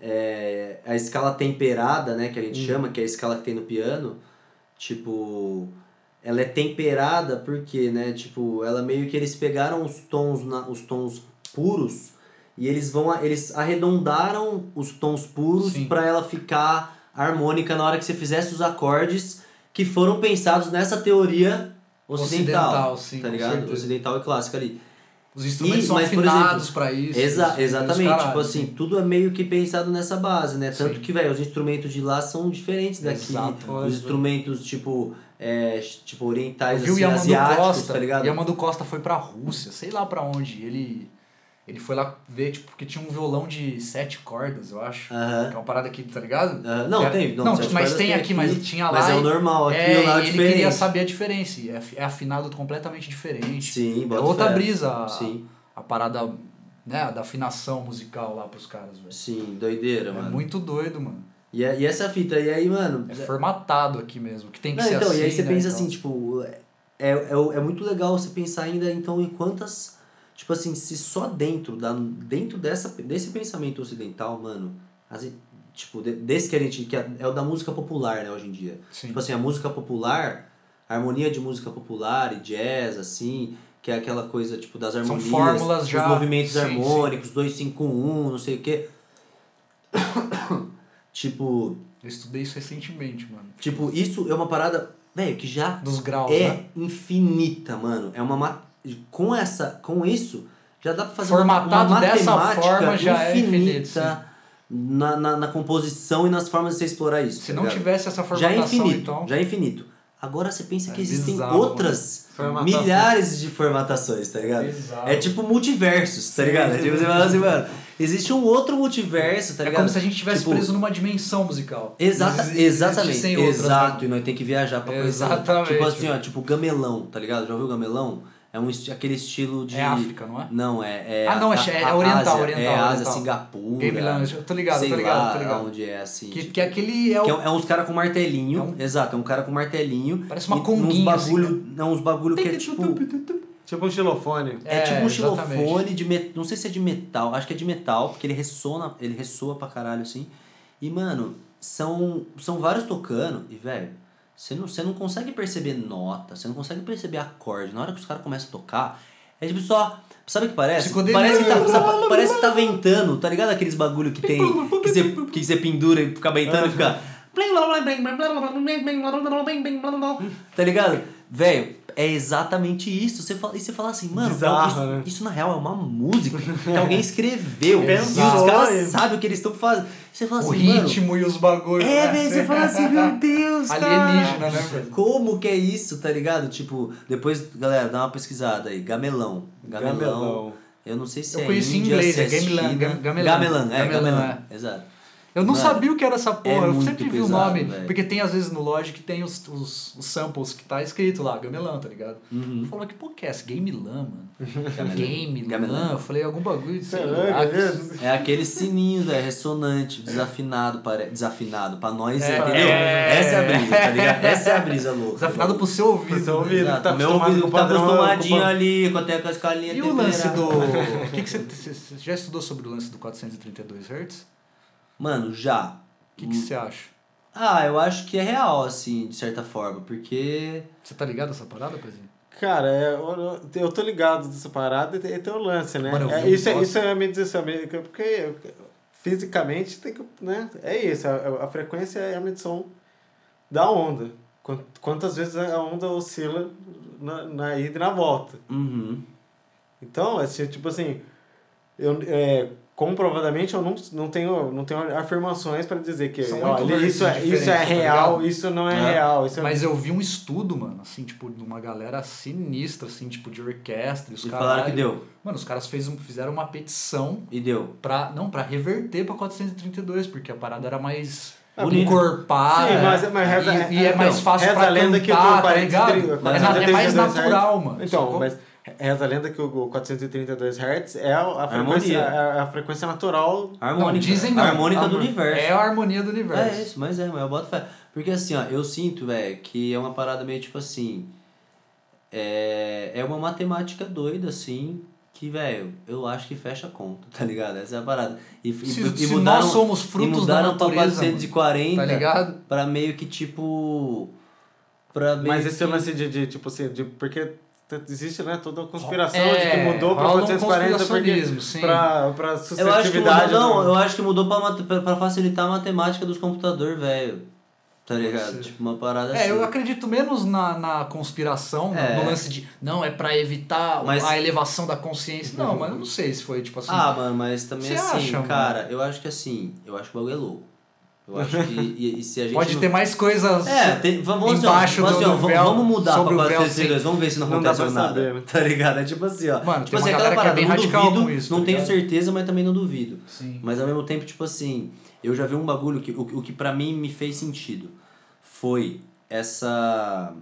Speaker 4: é, a escala temperada, né, que a gente
Speaker 5: Hum.
Speaker 4: chama, que é a escala que tem no piano, tipo, ela é temperada porque, né, tipo, ela meio que eles pegaram os tons, na, os tons puros e eles vão a- eles arredondaram os tons puros
Speaker 5: Sim.
Speaker 4: pra ela ficar harmônica na hora que você fizesse os acordes que foram pensados nessa teoria ocidental,
Speaker 5: Ocidental, sim,
Speaker 4: tá
Speaker 5: com
Speaker 4: ligado?
Speaker 5: certeza.
Speaker 4: Ocidental e clássica ali.
Speaker 5: Os instrumentos
Speaker 4: E-
Speaker 5: são
Speaker 4: mas, por
Speaker 5: afinados
Speaker 4: exemplo,
Speaker 5: pra isso.
Speaker 4: Exa-
Speaker 5: os- os
Speaker 4: exatamente,
Speaker 5: caralho,
Speaker 4: tipo assim, tudo é meio que pensado nessa base, né? Tanto
Speaker 5: Sim.
Speaker 4: que, velho, os instrumentos de lá são diferentes daqui.
Speaker 5: Exato. é.
Speaker 4: Os instrumentos, tipo, é, tipo orientais,
Speaker 5: Viu o
Speaker 4: assim,
Speaker 5: Yamandu
Speaker 4: asiáticos,
Speaker 5: Costa?
Speaker 4: tá ligado?
Speaker 5: Yamandu Costa foi pra Rússia, sei lá pra onde. Ele, ele foi lá ver, tipo, porque tinha um violão de sete cordas, eu acho.
Speaker 4: Aham.
Speaker 5: Que é uma parada que, tá ligado?
Speaker 4: Aham. Não,
Speaker 5: Que é-
Speaker 4: tem. Não,
Speaker 5: Não,
Speaker 4: sete
Speaker 5: mas
Speaker 4: cordas
Speaker 5: tem
Speaker 4: tem
Speaker 5: aqui,
Speaker 4: aqui,
Speaker 5: mas tinha lá.
Speaker 4: Mas é o
Speaker 5: e-
Speaker 4: normal, aqui
Speaker 5: É,
Speaker 4: e lá é
Speaker 5: e ele
Speaker 4: diferente.
Speaker 5: queria saber a diferença. e É, af- é afinado completamente diferente.
Speaker 4: Sim,
Speaker 5: é
Speaker 4: bota
Speaker 5: outra
Speaker 4: fé.
Speaker 5: brisa a,
Speaker 4: Sim,
Speaker 5: a parada né, da afinação musical lá pros caras, velho.
Speaker 4: sim, doideira,
Speaker 5: É
Speaker 4: mano.
Speaker 5: muito doido, mano.
Speaker 4: E, é- e essa fita, e aí, mano.
Speaker 5: É formatado aqui mesmo, que tem que
Speaker 4: Não,
Speaker 5: ser
Speaker 4: então,
Speaker 5: assim.
Speaker 4: e aí você
Speaker 5: né,
Speaker 4: pensa
Speaker 5: então.
Speaker 4: assim, tipo, é, é, o- é muito legal você pensar ainda, então, em quantas. Tipo assim, se só dentro, da, dentro dessa, desse pensamento ocidental, mano, as- tipo, de- desse que a gente. que é, é o da música popular, né, hoje em dia.
Speaker 5: Sim.
Speaker 4: Tipo assim, a música popular, a harmonia de música popular e jazz, assim, que é aquela coisa, tipo, das harmonias,
Speaker 5: fórmulas
Speaker 4: os
Speaker 5: já-
Speaker 4: movimentos
Speaker 5: sim, sim.
Speaker 4: harmônicos, 251, não sei o quê. [COUGHS] tipo,
Speaker 5: Eu estudei isso recentemente, mano.
Speaker 4: tipo, isso é uma parada, velho, que já
Speaker 5: Dos graus,
Speaker 4: é
Speaker 5: né?
Speaker 4: infinita, mano. É uma ma- com essa, com isso já dá pra fazer
Speaker 5: Formatado
Speaker 4: uma
Speaker 5: dessa
Speaker 4: matemática
Speaker 5: forma já é
Speaker 4: infinita
Speaker 5: infinito, sim.
Speaker 4: na, na, na composição e nas formas de você explorar isso.
Speaker 5: Se
Speaker 4: tá
Speaker 5: não
Speaker 4: ligado?
Speaker 5: tivesse essa
Speaker 4: já é
Speaker 5: formatação,
Speaker 4: infinito,
Speaker 5: então.
Speaker 4: já é infinito. Agora você pensa
Speaker 5: É
Speaker 4: que existem
Speaker 5: bizarro,
Speaker 4: outras
Speaker 1: Formatações.
Speaker 4: milhares de formatações, tá ligado?
Speaker 5: Bizarro.
Speaker 4: É tipo multiversos, tá ligado? É tipo você fala assim, mano, existe um outro multiverso, tá
Speaker 5: é
Speaker 4: ligado?
Speaker 5: como se a gente tivesse
Speaker 4: Tipo,
Speaker 5: preso numa dimensão musical.
Speaker 4: Exata,
Speaker 5: Existe-
Speaker 4: exatamente.
Speaker 5: existissem outras,
Speaker 4: Exato,
Speaker 5: né?
Speaker 4: e nós tem que viajar pra conhecer.
Speaker 5: Exatamente.
Speaker 4: Tipo assim, ó, tipo gamelão, tá ligado? Já ouviu gamelão? É um esti- aquele estilo de.
Speaker 5: É África, não é?
Speaker 4: Não, é. é
Speaker 5: Ah, não,
Speaker 4: a-
Speaker 5: achei- é
Speaker 4: a
Speaker 5: oriental,
Speaker 4: Ásia,
Speaker 5: oriental,
Speaker 4: É Ásia,
Speaker 5: oriental.
Speaker 4: Singapura.
Speaker 5: Gamelan, eu tô ligado,
Speaker 4: sei
Speaker 5: tô ligado,
Speaker 4: lá
Speaker 5: tô ligado.
Speaker 4: Onde é assim.
Speaker 5: Que,
Speaker 4: tipo,
Speaker 5: que aquele é
Speaker 4: que é,
Speaker 5: o.
Speaker 4: é uns caras com martelinho.
Speaker 5: É um-
Speaker 4: Exato, é um cara com martelinho.
Speaker 5: Parece uma assim, né?
Speaker 4: e Uns
Speaker 5: conguinha,
Speaker 4: bagulho, não, uns bagulho que é tipo.
Speaker 1: Tipo um xilofone.
Speaker 4: É,
Speaker 5: É,
Speaker 4: tipo um
Speaker 5: exatamente.
Speaker 4: xilofone de met... não sei se é de metal, acho que é de metal, porque ele ressona, ele ressoa pra caralho assim. E mano, são são vários tocando e velho, você não, você não consegue perceber nota, você não consegue perceber acorde. Na hora que os caras começam a tocar, é tipo só Sabe o que parece?
Speaker 5: Psicodelia.
Speaker 4: Parece que, tá, sabe- parece que tá ventando, tá ligado? Aqueles bagulho que tem. Que você, que você pendura e fica ventando e fica. Tá ligado? Velho, é exatamente isso. Você fala, e você fala assim, mano,
Speaker 1: Bizarro,
Speaker 4: isso,
Speaker 1: né?
Speaker 4: isso na real é uma música que alguém
Speaker 5: [LAUGHS]
Speaker 4: escreveu. e os
Speaker 1: Pensou, hein?
Speaker 4: caras sabem o que eles estão fazendo. Você fala
Speaker 5: O
Speaker 4: assim, mano.
Speaker 5: ritmo e os bagulhos.
Speaker 4: É,
Speaker 5: né?
Speaker 4: velho, você fala assim,
Speaker 5: [LAUGHS]
Speaker 4: meu Deus, cara.
Speaker 5: Alienígena, né, velho?
Speaker 4: Como que é isso, tá ligado? Tipo, depois, galera, dá uma pesquisada aí. Gamelão. Gamelão.
Speaker 1: Gamelão.
Speaker 4: Eu não sei se
Speaker 5: Eu
Speaker 4: é
Speaker 5: conheci em
Speaker 4: Índia,
Speaker 5: inglês,
Speaker 4: se
Speaker 5: é gamelan,
Speaker 4: China.
Speaker 5: gam- gamelan.
Speaker 4: Gamelan, é,
Speaker 5: Gamelan,
Speaker 4: gamelan. Exato.
Speaker 5: Eu não
Speaker 4: Mano, é
Speaker 5: sabia o que era essa porra, eu
Speaker 4: muito
Speaker 5: sempre vi o
Speaker 4: pesado,
Speaker 5: nome.
Speaker 4: velho.
Speaker 5: Porque tem, às vezes, no Logic tem os, os, os samples que tá escrito lá, gamelão, tá ligado?
Speaker 4: Uhum.
Speaker 5: Eu falava, que porra que é essa? Gamelan, mano.
Speaker 4: [LAUGHS] Gamelan.
Speaker 5: Gamelan.
Speaker 4: Gamelan.
Speaker 5: Eu falei, algum bagulho, sei lá.
Speaker 1: Caraca, Jesus.
Speaker 4: É aquele sininho, velho, ressonante, desafinado, pare... desafinado, pra nós,
Speaker 5: É,
Speaker 4: entendeu?
Speaker 5: é.
Speaker 4: Essa é a brisa, tá ligado? Essa é a brisa louca.
Speaker 5: Desafinado pro seu ouvido.
Speaker 1: Pro seu ouvido.
Speaker 4: Exato,
Speaker 1: Tá
Speaker 4: meu
Speaker 1: acostumado
Speaker 4: ouvido
Speaker 1: com o
Speaker 4: tá
Speaker 1: padrão,
Speaker 4: acostumadinho
Speaker 1: com o-
Speaker 4: ali, com até com as calinhas
Speaker 5: E o lance do.
Speaker 4: temperada. [LAUGHS]
Speaker 5: O que, que você, você- você já estudou sobre o lance do 432 Hz?
Speaker 4: Mano, já.
Speaker 5: O
Speaker 4: Hum.
Speaker 5: que, que você acha?
Speaker 4: Ah, eu acho que é real, assim, de certa forma, porque.
Speaker 5: Você tá ligado essa parada, Prezinho?
Speaker 1: Cara, é, eu- eu tô ligado dessa parada e tem, tem o lance, né?
Speaker 5: Mano, eu
Speaker 1: É,
Speaker 5: vi um
Speaker 1: isso, é-
Speaker 5: negócio-
Speaker 1: isso é a medição, me- porque fisicamente tem que. Né? É isso, a, a frequência é a medição da onda. Quan- Quantas vezes a onda oscila na, na ida e na volta.
Speaker 4: Uhum.
Speaker 1: Então, assim, tipo assim, eu, é, comprovadamente eu não, não, tenho, não tenho afirmações para dizer que
Speaker 5: São
Speaker 1: ó,
Speaker 5: muito
Speaker 1: olha, isso, é,
Speaker 5: vertentes
Speaker 1: isso é
Speaker 5: diferentes, tá
Speaker 1: real,
Speaker 5: ligado?
Speaker 1: isso não é,
Speaker 4: É.
Speaker 1: real. Isso é...
Speaker 5: Mas eu vi um estudo, mano, assim, tipo, de uma galera sinistra, assim, tipo, de orquestra e os
Speaker 4: E
Speaker 5: caras.
Speaker 4: falaram que deu.
Speaker 5: Mano, os caras fez um- fizeram uma petição
Speaker 4: E deu.
Speaker 5: pra. Não, pra reverter pra 432, porque a parada era mais
Speaker 1: Ah,
Speaker 4: bonito.
Speaker 5: encorpada.
Speaker 1: Sim, mas- mas
Speaker 5: e-
Speaker 1: reza-
Speaker 5: é. e, é
Speaker 1: então,
Speaker 5: mais fácil
Speaker 1: reza
Speaker 5: pra
Speaker 1: a lenda que o
Speaker 5: cantar, tá
Speaker 1: 430
Speaker 5: ligado? É, na- é
Speaker 1: 432
Speaker 5: mais
Speaker 1: hertz.
Speaker 5: natural, mano.
Speaker 1: né? Então,
Speaker 5: sacou?
Speaker 1: mas reza a lenda que o 432 Hz é a, a,
Speaker 4: Harmonia.
Speaker 1: frequência, a, a frequência natural.
Speaker 4: Harmônica. né?
Speaker 5: Não, dizem não.
Speaker 4: Harmônica do
Speaker 5: Harmônica.
Speaker 4: universo.
Speaker 5: É a harmonia do universo.
Speaker 4: É isso, mas é, mas eu boto fé. Porque assim, ó, eu sinto, velho, que é uma parada meio tipo assim. É, é uma matemática doida, assim, que, velho, eu acho que fecha a conta, [LAUGHS] tá ligado? Essa é a parada. E, e-
Speaker 5: Se,
Speaker 4: e
Speaker 5: se
Speaker 4: mudaram-
Speaker 5: nós somos
Speaker 4: e
Speaker 5: frutos da
Speaker 4: mudaram pra
Speaker 5: natureza, mano,
Speaker 4: 440
Speaker 5: tá ligado?
Speaker 4: pra meio que tipo. Pra meio
Speaker 1: Mas
Speaker 5: é
Speaker 1: esse
Speaker 4: que...
Speaker 1: lance de, de tipo assim, de, porque t- existe né, toda a conspiração de que
Speaker 5: É,
Speaker 1: mudou para
Speaker 5: rola um
Speaker 1: 440
Speaker 5: conspiracionismo, sim.
Speaker 1: porque, pra, né? pra
Speaker 4: Eu acho que mudou,
Speaker 1: suscetividade.
Speaker 5: né,
Speaker 4: não,
Speaker 1: do-
Speaker 4: eu acho que mudou pra, mat- pra- pra facilitar a matemática dos computadores, velho. Tá ligado?
Speaker 5: ser.
Speaker 4: Tipo, uma parada assim.
Speaker 5: É, eu acredito menos na, na conspiração,
Speaker 4: É.
Speaker 5: no lance de não, é pra evitar
Speaker 4: Mas-
Speaker 5: a elevação da consciência. Não, mas eu não sei se foi tipo assim.
Speaker 4: Ah, mano, mas também
Speaker 5: Você
Speaker 4: assim,
Speaker 5: acha, mano?
Speaker 4: cara, eu acho que assim, eu acho que o bagulho é louco. Eu acho
Speaker 5: [LAUGHS]
Speaker 4: que. E, e se a gente.
Speaker 5: Pode
Speaker 4: não-
Speaker 5: ter mais coisas.
Speaker 4: É, tem, vamos, assim, ó,
Speaker 5: Embaixo
Speaker 4: vamos,
Speaker 5: do-
Speaker 4: assim, ó,
Speaker 5: do
Speaker 4: vamos-
Speaker 5: véu,
Speaker 4: vamos mudar
Speaker 5: sobre
Speaker 4: pra
Speaker 5: o véu,
Speaker 4: 432, vamos ver se não
Speaker 1: Não dá
Speaker 4: acontece
Speaker 1: pra
Speaker 4: nada.
Speaker 1: saber, né?
Speaker 4: [LAUGHS] Tá ligado? É tipo assim, ó.
Speaker 5: Mano,
Speaker 4: tipo assim,
Speaker 5: tem uma
Speaker 4: aquela
Speaker 5: galera que é
Speaker 4: parada,
Speaker 5: bem
Speaker 4: não
Speaker 5: radical
Speaker 4: duvido,
Speaker 5: com isso, tá
Speaker 4: não tenho
Speaker 5: ligado?
Speaker 4: certeza, mas também não duvido.
Speaker 5: Sim.
Speaker 4: Mas ao mesmo tempo, tipo assim, eu já vi um bagulho que o, o que pra mim me fez sentido foi essa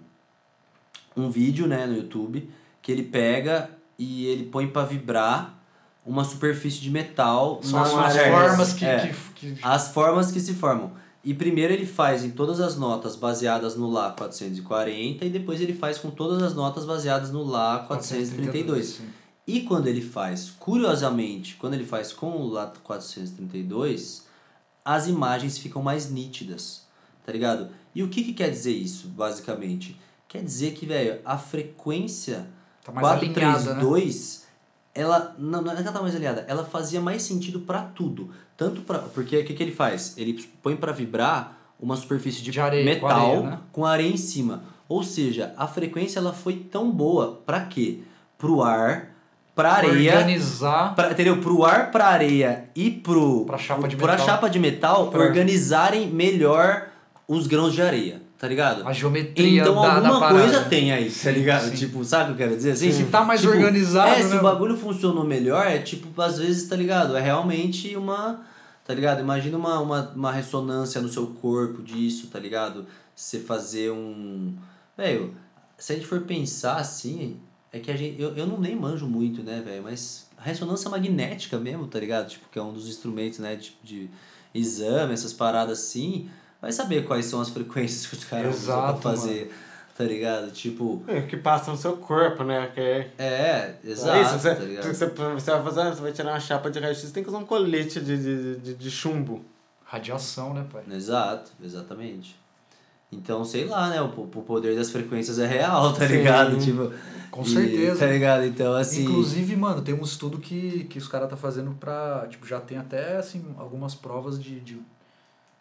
Speaker 4: um vídeo, né, no YouTube, que ele pega e ele põe pra vibrar uma superfície de metal
Speaker 5: São
Speaker 4: nas
Speaker 5: as
Speaker 4: áreas.
Speaker 5: formas que,
Speaker 4: É,
Speaker 5: que, que-
Speaker 4: as formas que se formam. E primeiro ele faz em todas as notas baseadas no Lá 440 e depois ele faz com todas as notas baseadas no Lá 432.
Speaker 5: sim.
Speaker 4: E quando ele faz, curiosamente, quando ele faz com o LAT 432, as imagens ficam mais nítidas, tá ligado? E o que, que quer dizer isso, basicamente? Quer dizer que, velho, a frequência
Speaker 5: Tá mais alinhada, né?
Speaker 4: 432, ela não, não é que ela tá mais aliada, ela fazia mais sentido pra tudo, tanto para porque o que, que ele faz? Ele põe pra vibrar uma superfície de,
Speaker 5: De areia, com
Speaker 4: metal
Speaker 5: areia, né?
Speaker 4: com areia em cima. Ou seja, a frequência ela foi tão boa pra quê? Pro ar, pra areia,
Speaker 5: Organizar.
Speaker 4: pra, entendeu? Pro ar, pra areia e pro
Speaker 5: Pra chapa de
Speaker 4: pra
Speaker 5: metal.
Speaker 4: chapa de metal
Speaker 5: Pra-
Speaker 4: organizarem melhor os grãos de areia, tá ligado?
Speaker 5: A geometria
Speaker 4: Então
Speaker 5: da, da
Speaker 4: alguma
Speaker 5: parada.
Speaker 4: coisa tem aí, tá
Speaker 5: Sim,
Speaker 4: ligado?
Speaker 5: sim.
Speaker 4: Tipo, sabe o que eu quero dizer? Assim,
Speaker 5: Se tá mais
Speaker 4: tipo,
Speaker 5: organizado,
Speaker 4: É, se
Speaker 5: né?
Speaker 4: o bagulho funcionou melhor, é tipo, às vezes, tá ligado? É realmente uma. Tá ligado? Imagina uma, uma, uma ressonância no seu corpo disso, tá ligado? Você fazer um. Velho, se a gente for pensar assim, é que a gente. Eu, eu não nem manjo muito, né, velho? Mas a ressonância magnética mesmo, tá ligado? Tipo, que é um dos instrumentos, né? Tipo, de exame, essas paradas assim. Vai saber quais são as [LAUGHS] frequências que os caras usam pra
Speaker 5: Exato,
Speaker 4: fazer, tá ligado? Tipo,
Speaker 1: É, que passa no seu corpo, né? Que é,
Speaker 4: é, exato,
Speaker 1: é isso. Você,
Speaker 4: tá ligado?
Speaker 1: você, você vai fazer, você vai tirar uma chapa de raio-x, você tem que usar um colete de, de, de, de chumbo.
Speaker 5: Radiação, né, pai?
Speaker 4: Exato, exatamente. Então, sei lá, né? O, po- o poder das frequências é real, tá
Speaker 1: Sim.
Speaker 4: ligado? Tipo,
Speaker 5: Com
Speaker 4: e-
Speaker 5: certeza. né?
Speaker 4: Tá ligado? Então, assim.
Speaker 5: Inclusive, mano, tem um estudo que, que os caras tá fazendo pra. Tipo, já tem até assim, algumas provas de, de,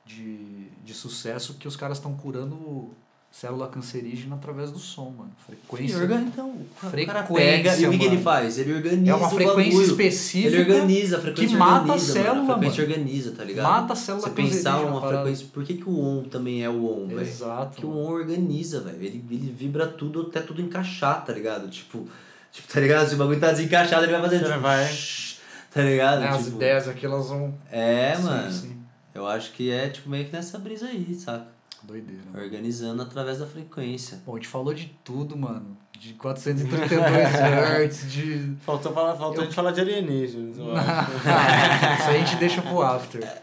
Speaker 5: de, de sucesso que os caras estão curando célula cancerígena através do som, mano.
Speaker 4: Ele
Speaker 5: Frequência.
Speaker 4: organ... Então, o cara pega
Speaker 5: Frequência,
Speaker 4: e o que, que ele
Speaker 5: mano.
Speaker 4: faz? Ele organiza.
Speaker 5: É uma
Speaker 4: o
Speaker 5: frequência
Speaker 4: bagulho.
Speaker 5: específica.
Speaker 4: Ele organiza, a frequência
Speaker 5: que mata a
Speaker 4: organiza, mano.
Speaker 5: célula,
Speaker 4: frequência organiza, tá ligado?
Speaker 5: Mata a célula
Speaker 4: Você pensar
Speaker 5: cancerígena,
Speaker 4: uma
Speaker 5: parada.
Speaker 4: frequência. Por que, que o on também é o on, velho?
Speaker 5: Exato.
Speaker 4: que o
Speaker 5: mano.
Speaker 4: on organiza, velho. Ele, ele vibra tudo até tudo encaixar, tá ligado? Tipo, tipo, tá ligado? Se o bagulho tá desencaixado, ele vai fazer.
Speaker 1: Ele
Speaker 4: tipo,
Speaker 1: vai.
Speaker 4: shhh, Tá ligado?
Speaker 5: Né, As
Speaker 4: Tipo,
Speaker 5: ideias aqui, elas vão.
Speaker 4: É,
Speaker 5: Sim,
Speaker 4: mano.
Speaker 5: sim.
Speaker 4: Eu acho que é tipo meio que nessa brisa aí, saca?
Speaker 5: Doideira.
Speaker 4: Organizando através da frequência.
Speaker 5: Bom, a gente falou de tudo, mano. De 432 Hz, de.
Speaker 1: Faltou, falar, faltou a gente falar de alienígenas,
Speaker 4: [LAUGHS]
Speaker 1: eu acho.
Speaker 5: Isso aí a gente deixa pro after.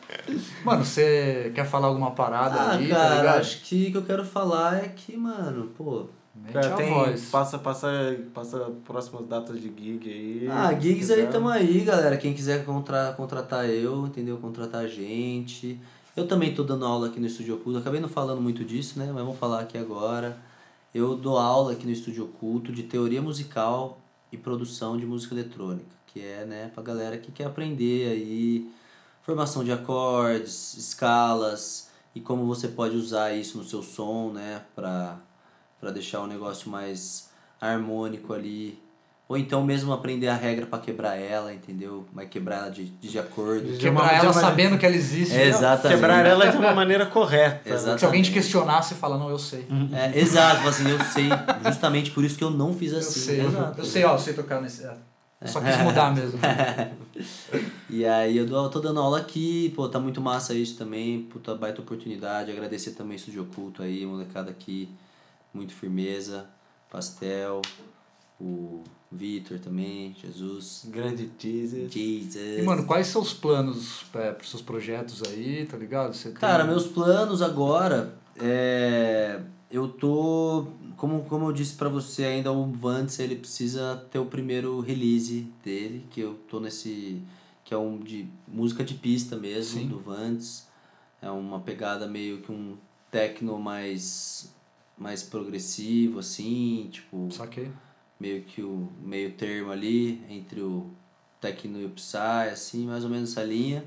Speaker 5: Mano, você quer falar alguma parada
Speaker 4: Ah,
Speaker 5: aí, tá
Speaker 4: cara,
Speaker 5: ligado?
Speaker 4: acho que o que eu quero falar é que, mano, pô.
Speaker 5: Mete
Speaker 1: Cara,
Speaker 5: a
Speaker 1: tem,
Speaker 5: voz.
Speaker 1: passa, passa, passa próximas datas de gig aí.
Speaker 4: Ah,
Speaker 1: se
Speaker 4: gigs
Speaker 1: quiser.
Speaker 4: aí tamo aí, galera. Quem quiser contra, contratar eu, entendeu? Contratar a gente. Eu também tô dando aula aqui no Estúdio Oculto. Acabei não falando muito disso, né? Mas vamos falar aqui agora. Eu dou aula aqui no Estúdio Oculto de teoria musical e produção de música eletrônica, que é, né, pra galera que quer aprender aí formação de acordes, escalas e como você pode usar isso no seu som, né, pra, pra deixar o negócio mais harmônico ali. Ou então mesmo aprender a regra pra quebrar ela, entendeu? Mas quebrar ela de, de acordo.
Speaker 1: De
Speaker 5: Quebrar
Speaker 1: uma- de
Speaker 5: ela
Speaker 1: uma-
Speaker 5: sabendo que ela existe.
Speaker 4: É, exatamente.
Speaker 1: Quebrar ela de uma maneira correta.
Speaker 4: Exato.
Speaker 5: Se alguém te questionar, você fala, não, eu sei.
Speaker 4: É, exato, fala assim, eu sei, justamente por isso que eu não fiz
Speaker 5: Eu
Speaker 4: assim.
Speaker 5: sei.
Speaker 4: Exato.
Speaker 5: Eu sei, ó, eu sei tocar nesse. é. Eu
Speaker 4: [LAUGHS]
Speaker 5: só quis mudar mesmo.
Speaker 4: E aí eu dou- tô dando aula aqui, pô, tá muito massa isso também, puta baita oportunidade. Agradecer também o Estúdio Oculto aí, molecada aqui, muito firmeza, Pastel, o Vitor também, Jesus,
Speaker 1: Grande teaser.
Speaker 4: Jesus.
Speaker 5: E, mano, quais são os planos é, pros seus projetos aí, tá ligado? Você tem-
Speaker 4: Cara, meus planos agora é. Eu tô. Como, como eu disse pra você ainda, o Vance ele precisa ter o primeiro release dele, que eu tô nesse. que é um de música de pista mesmo,
Speaker 5: Sim.
Speaker 4: do Vance. É uma pegada meio que um techno mais. mais progressivo, assim, tipo
Speaker 5: Saquei.
Speaker 4: meio que o meio termo ali entre o Tecno e o Psy, assim, mais ou menos essa linha.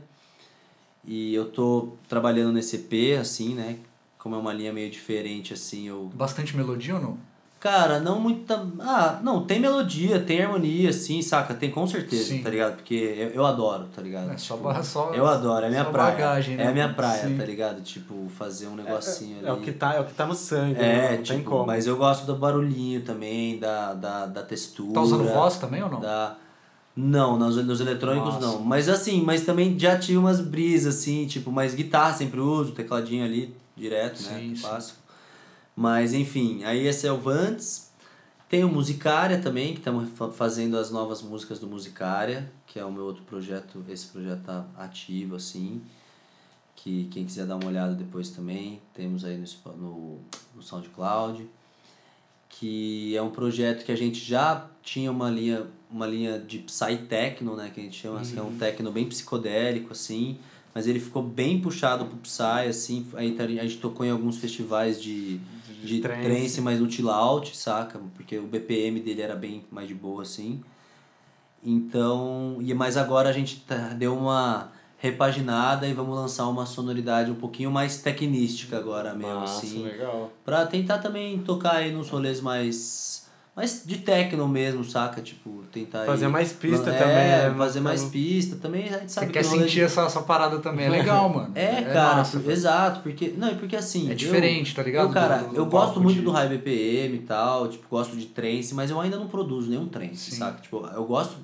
Speaker 4: E eu tô trabalhando nesse EP, assim, né? Como é uma linha meio diferente, assim, eu.
Speaker 5: Bastante melodia ou não?
Speaker 4: Cara, não muita. Ah, não, tem melodia, tem harmonia, assim, saca? Tem com certeza,
Speaker 5: Sim.
Speaker 4: tá ligado? Porque eu, eu adoro, tá ligado?
Speaker 5: É, só,
Speaker 4: Tipo,
Speaker 5: ba- só,
Speaker 4: eu adoro, é a minha
Speaker 5: só
Speaker 4: praia.
Speaker 5: bagagem, né?
Speaker 4: É a minha praia,
Speaker 5: Sim.
Speaker 4: tá ligado? Tipo, fazer um negocinho ali.
Speaker 1: É o, que tá, é o que tá no sangue, né?
Speaker 4: É,
Speaker 1: não tem
Speaker 4: tipo,
Speaker 1: como.
Speaker 4: mas eu gosto do barulhinho também, da, da, da textura.
Speaker 5: Tá usando voz também ou não?
Speaker 4: Da... Não, nos, nos eletrônicos
Speaker 5: Nossa.
Speaker 4: não. Mas assim, mas também já tive umas brisas, assim, tipo, mas guitarra sempre uso, tecladinho ali, direto,
Speaker 5: Sim,
Speaker 4: né?
Speaker 5: sim.
Speaker 4: Fácil. Mas enfim, aí esse é o Vantes. Tem o Musicária também, que estamos fazendo as novas músicas do Musicária, que é o meu outro projeto, esse projeto tá ativo, assim. que quem quiser dar uma olhada depois também, temos aí no, Sp- no, no SoundCloud, que é um projeto que a gente já tinha uma linha, uma linha de psytechno, né, que a gente chama, assim, é um techno bem psicodélico, assim, mas ele ficou bem puxado pro psy, assim, aí tá- a gente tocou em alguns festivais de, de, trance. mas no chill out, saca? Porque o BPM dele era bem mais de boa, assim. Então, e mas agora a gente tá- deu uma repaginada e vamos lançar uma sonoridade um pouquinho mais tecnística agora mesmo,
Speaker 1: Massa,
Speaker 4: assim.
Speaker 1: legal.
Speaker 4: Pra tentar também tocar aí nos rolês mais. mais de techno mesmo, saca? Tipo, tentar.
Speaker 1: Fazer
Speaker 4: aí-
Speaker 1: mais pista
Speaker 4: é,
Speaker 1: também, né?
Speaker 4: Fazer
Speaker 1: Não-
Speaker 4: mais pista também. A gente
Speaker 5: Você
Speaker 4: sabe
Speaker 5: quer
Speaker 4: que rolê-
Speaker 5: sentir essa, essa parada também. É legal, mano.
Speaker 4: É, cara,
Speaker 5: massa, tá
Speaker 4: por-
Speaker 5: velho.
Speaker 4: exato, porque. Não, é porque assim.
Speaker 5: É
Speaker 4: eu-
Speaker 5: diferente, tá ligado?
Speaker 4: Eu, cara,
Speaker 5: Do- do
Speaker 4: eu
Speaker 5: palco
Speaker 4: gosto muito
Speaker 5: de-
Speaker 4: do high BPM e tal, tipo, gosto de trance, mas eu ainda não produzo nenhum trance,
Speaker 5: Sim.
Speaker 4: saca? Tipo, eu gosto,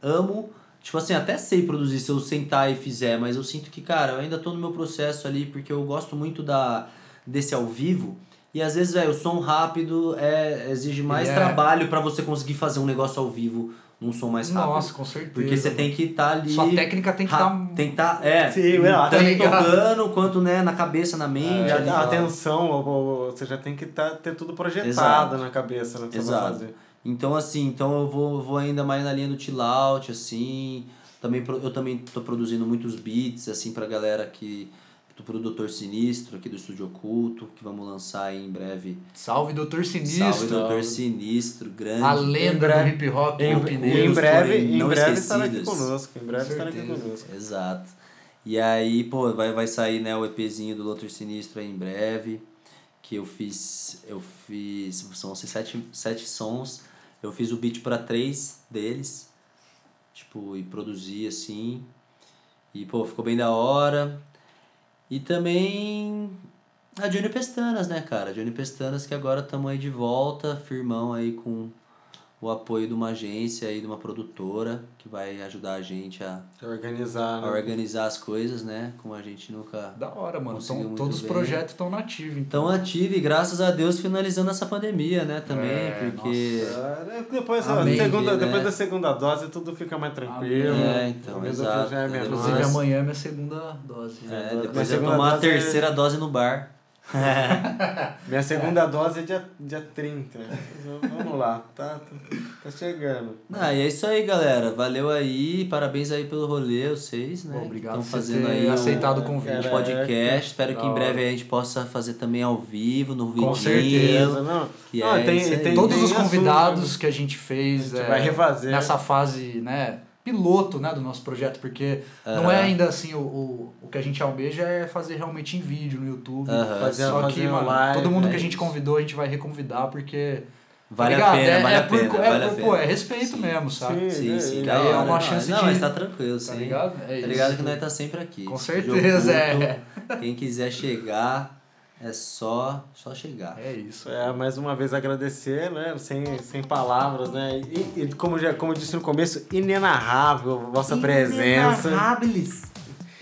Speaker 4: amo, tipo assim, até sei produzir se eu sentar e fizer, mas eu sinto que, cara, eu ainda tô no meu processo ali, porque eu gosto muito da desse ao vivo. E às vezes, velho, o som rápido é, exige mais
Speaker 5: é-
Speaker 4: trabalho pra você conseguir fazer um negócio ao vivo num som mais rápido.
Speaker 5: Nossa, com certeza.
Speaker 4: porque você tem que estar ali.
Speaker 5: Sua técnica tem que um
Speaker 4: Ra-
Speaker 5: estar.
Speaker 4: Tem que tá, é,
Speaker 1: Sim, é,
Speaker 4: tanto
Speaker 5: tá ligado? É,
Speaker 4: tocando quanto né, na cabeça, na mente.
Speaker 1: já
Speaker 4: ali,
Speaker 1: dá
Speaker 4: tá.
Speaker 1: atenção, ou- ou- você já tem que tá, ter tudo projetado
Speaker 4: Exato.
Speaker 1: na cabeça no que
Speaker 4: Exato.
Speaker 1: você vai fazer.
Speaker 4: Então, assim, então eu vou, vou ainda mais na linha do chill out, assim. Também, pro- eu também tô produzindo muitos beats, assim, pra galera que. Do produtor sinistro aqui do Estúdio Oculto, que vamos lançar aí em breve.
Speaker 5: Salve, doutor
Speaker 4: Salve,
Speaker 5: Sinistro.
Speaker 4: doutor sinistro, grande.
Speaker 5: A lenda do
Speaker 1: breve-
Speaker 5: hip hop.
Speaker 1: Em,
Speaker 5: do Pinheiro.
Speaker 1: em breve, em
Speaker 4: não
Speaker 1: breve estará aqui
Speaker 4: esquecidas.
Speaker 1: conosco. Em breve estará aqui
Speaker 5: certeza.
Speaker 1: conosco.
Speaker 4: Exato. E aí, pô, vai, vai sair, né, o EPzinho do Doutor Sinistro aí em breve. Que eu fiz. Eu fiz. São esses sete, sete sons. Eu fiz o beat pra três deles. Tipo, e produzi assim. E, pô, ficou bem da hora. E também. A Johnny Pestanas, né, cara? Johnny Pestanas que agora estamos aí de volta, firmão aí com o apoio de uma agência aí, de uma produtora, que vai ajudar a gente a
Speaker 1: Organizar.
Speaker 4: a
Speaker 1: né?
Speaker 4: organizar as coisas, né? Como a gente nunca.
Speaker 5: Da hora, mano.
Speaker 4: Conseguiu
Speaker 5: Então,
Speaker 4: muito
Speaker 5: todos os
Speaker 4: bem.
Speaker 5: projetos estão nativos.
Speaker 4: Então ative, graças a Deus, finalizando essa pandemia, né? Também,
Speaker 5: É,
Speaker 4: porque.
Speaker 1: É, Depois, da
Speaker 4: Amém,
Speaker 1: segunda,
Speaker 4: né?
Speaker 1: depois da segunda dose tudo fica mais tranquilo.
Speaker 4: Amém. É, então,
Speaker 1: A vida
Speaker 4: exato.
Speaker 1: já é menor.
Speaker 4: Inclusive,
Speaker 5: Inclusive,
Speaker 4: Nossa.
Speaker 5: amanhã é minha segunda dose.
Speaker 4: É,
Speaker 1: a
Speaker 4: depois eu
Speaker 1: segunda
Speaker 4: tomar a
Speaker 1: dose é-
Speaker 4: terceira dose no bar.
Speaker 1: Minha segunda dose é dia, dia 30. Vamos lá, tá, tá, tá chegando.
Speaker 4: Ah, e é isso aí, galera. Valeu aí, parabéns aí pelo rolê, vocês, né?
Speaker 5: Pô,
Speaker 4: Estão
Speaker 5: obrigado por você
Speaker 4: fazendo
Speaker 5: ter
Speaker 4: aí o-
Speaker 5: aceitado o
Speaker 4: o
Speaker 5: convite. é
Speaker 1: Cara,
Speaker 4: podcast. Espero que
Speaker 1: Da
Speaker 4: em breve
Speaker 1: hora.
Speaker 4: a gente possa fazer também ao vivo, no vídeo.
Speaker 5: certeza.
Speaker 1: Não,
Speaker 4: Que
Speaker 1: não,
Speaker 4: é isso aí.
Speaker 5: Todos os
Speaker 1: assunto,
Speaker 5: convidados que a gente
Speaker 1: né? a
Speaker 5: fez
Speaker 1: gente
Speaker 5: é,
Speaker 1: vai refazer.
Speaker 5: nessa fase, né? Piloto né, do nosso projeto, porque não é ainda assim o, o, o que a gente almeja é fazer realmente em vídeo no YouTube.
Speaker 4: Aham.
Speaker 1: Fazer-
Speaker 5: Só
Speaker 1: fazer
Speaker 5: que, mano,
Speaker 1: live,
Speaker 5: todo mundo
Speaker 1: é
Speaker 5: que a gente
Speaker 1: isso.
Speaker 5: convidou, a gente vai reconvidar, porque.
Speaker 4: Vale
Speaker 5: tá
Speaker 4: a
Speaker 5: ligado?
Speaker 4: pena,
Speaker 5: é,
Speaker 4: vale
Speaker 5: é
Speaker 4: a
Speaker 5: por-
Speaker 4: pena.
Speaker 5: é
Speaker 4: vale a
Speaker 5: por-
Speaker 4: pena.
Speaker 5: pô, é respeito
Speaker 4: Sim.
Speaker 5: mesmo,
Speaker 1: Sim,
Speaker 5: sabe?
Speaker 4: Sim, sim,
Speaker 1: Ele
Speaker 4: da
Speaker 5: aí é
Speaker 4: hora.
Speaker 5: uma chance
Speaker 4: não,
Speaker 5: de-
Speaker 4: mas tá tranquilo, sim.
Speaker 5: Tá ligado? É
Speaker 4: Tá
Speaker 5: isso.
Speaker 4: ligado que nós tá sempre aqui.
Speaker 5: Com
Speaker 4: Estúdio
Speaker 5: certeza,
Speaker 4: Oculto.
Speaker 5: é.
Speaker 4: Quem quiser chegar, é só, só chegar.
Speaker 5: É isso.
Speaker 1: É, mais uma vez agradecer, né? Sem, sem palavras, né? E, e como, já, como eu disse no começo, inenarrável a vossa presença.
Speaker 4: Inenarráveis.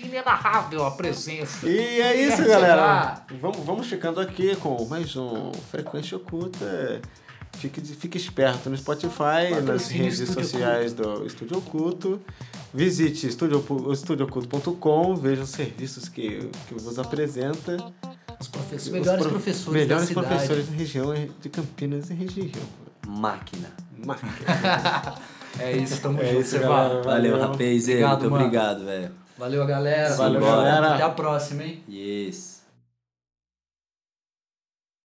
Speaker 5: Inenarrável a presença.
Speaker 1: E é isso,
Speaker 5: Quer
Speaker 1: galera. Vamos, vamos ficando aqui com mais um Frequência Oculta. Fique, de- fique esperto no Spotify, nas
Speaker 5: Patrocínio
Speaker 1: redes
Speaker 5: Estúdio
Speaker 1: sociais do Estúdio Oculto. Visite estúdio ocu- estúdioculto.com, veja os serviços que, que vos apresenta.
Speaker 5: Os, professores,
Speaker 1: Os
Speaker 5: melhores
Speaker 1: pro-
Speaker 5: professores
Speaker 1: melhores
Speaker 5: da cidade.
Speaker 1: professores da região de Campinas e região.
Speaker 4: Máquina.
Speaker 5: É isso, tamo
Speaker 1: É
Speaker 5: junto,
Speaker 1: isso,
Speaker 5: Cevada.
Speaker 1: galera.
Speaker 4: Valeu,
Speaker 1: Valeu.
Speaker 4: rapaziada.
Speaker 5: Obrigado,
Speaker 4: Muito
Speaker 5: mano.
Speaker 4: obrigado, velho.
Speaker 5: Valeu, galera.
Speaker 1: Valeu,
Speaker 4: Simbora.
Speaker 1: galera.
Speaker 5: Até a próxima, hein?
Speaker 4: Yes.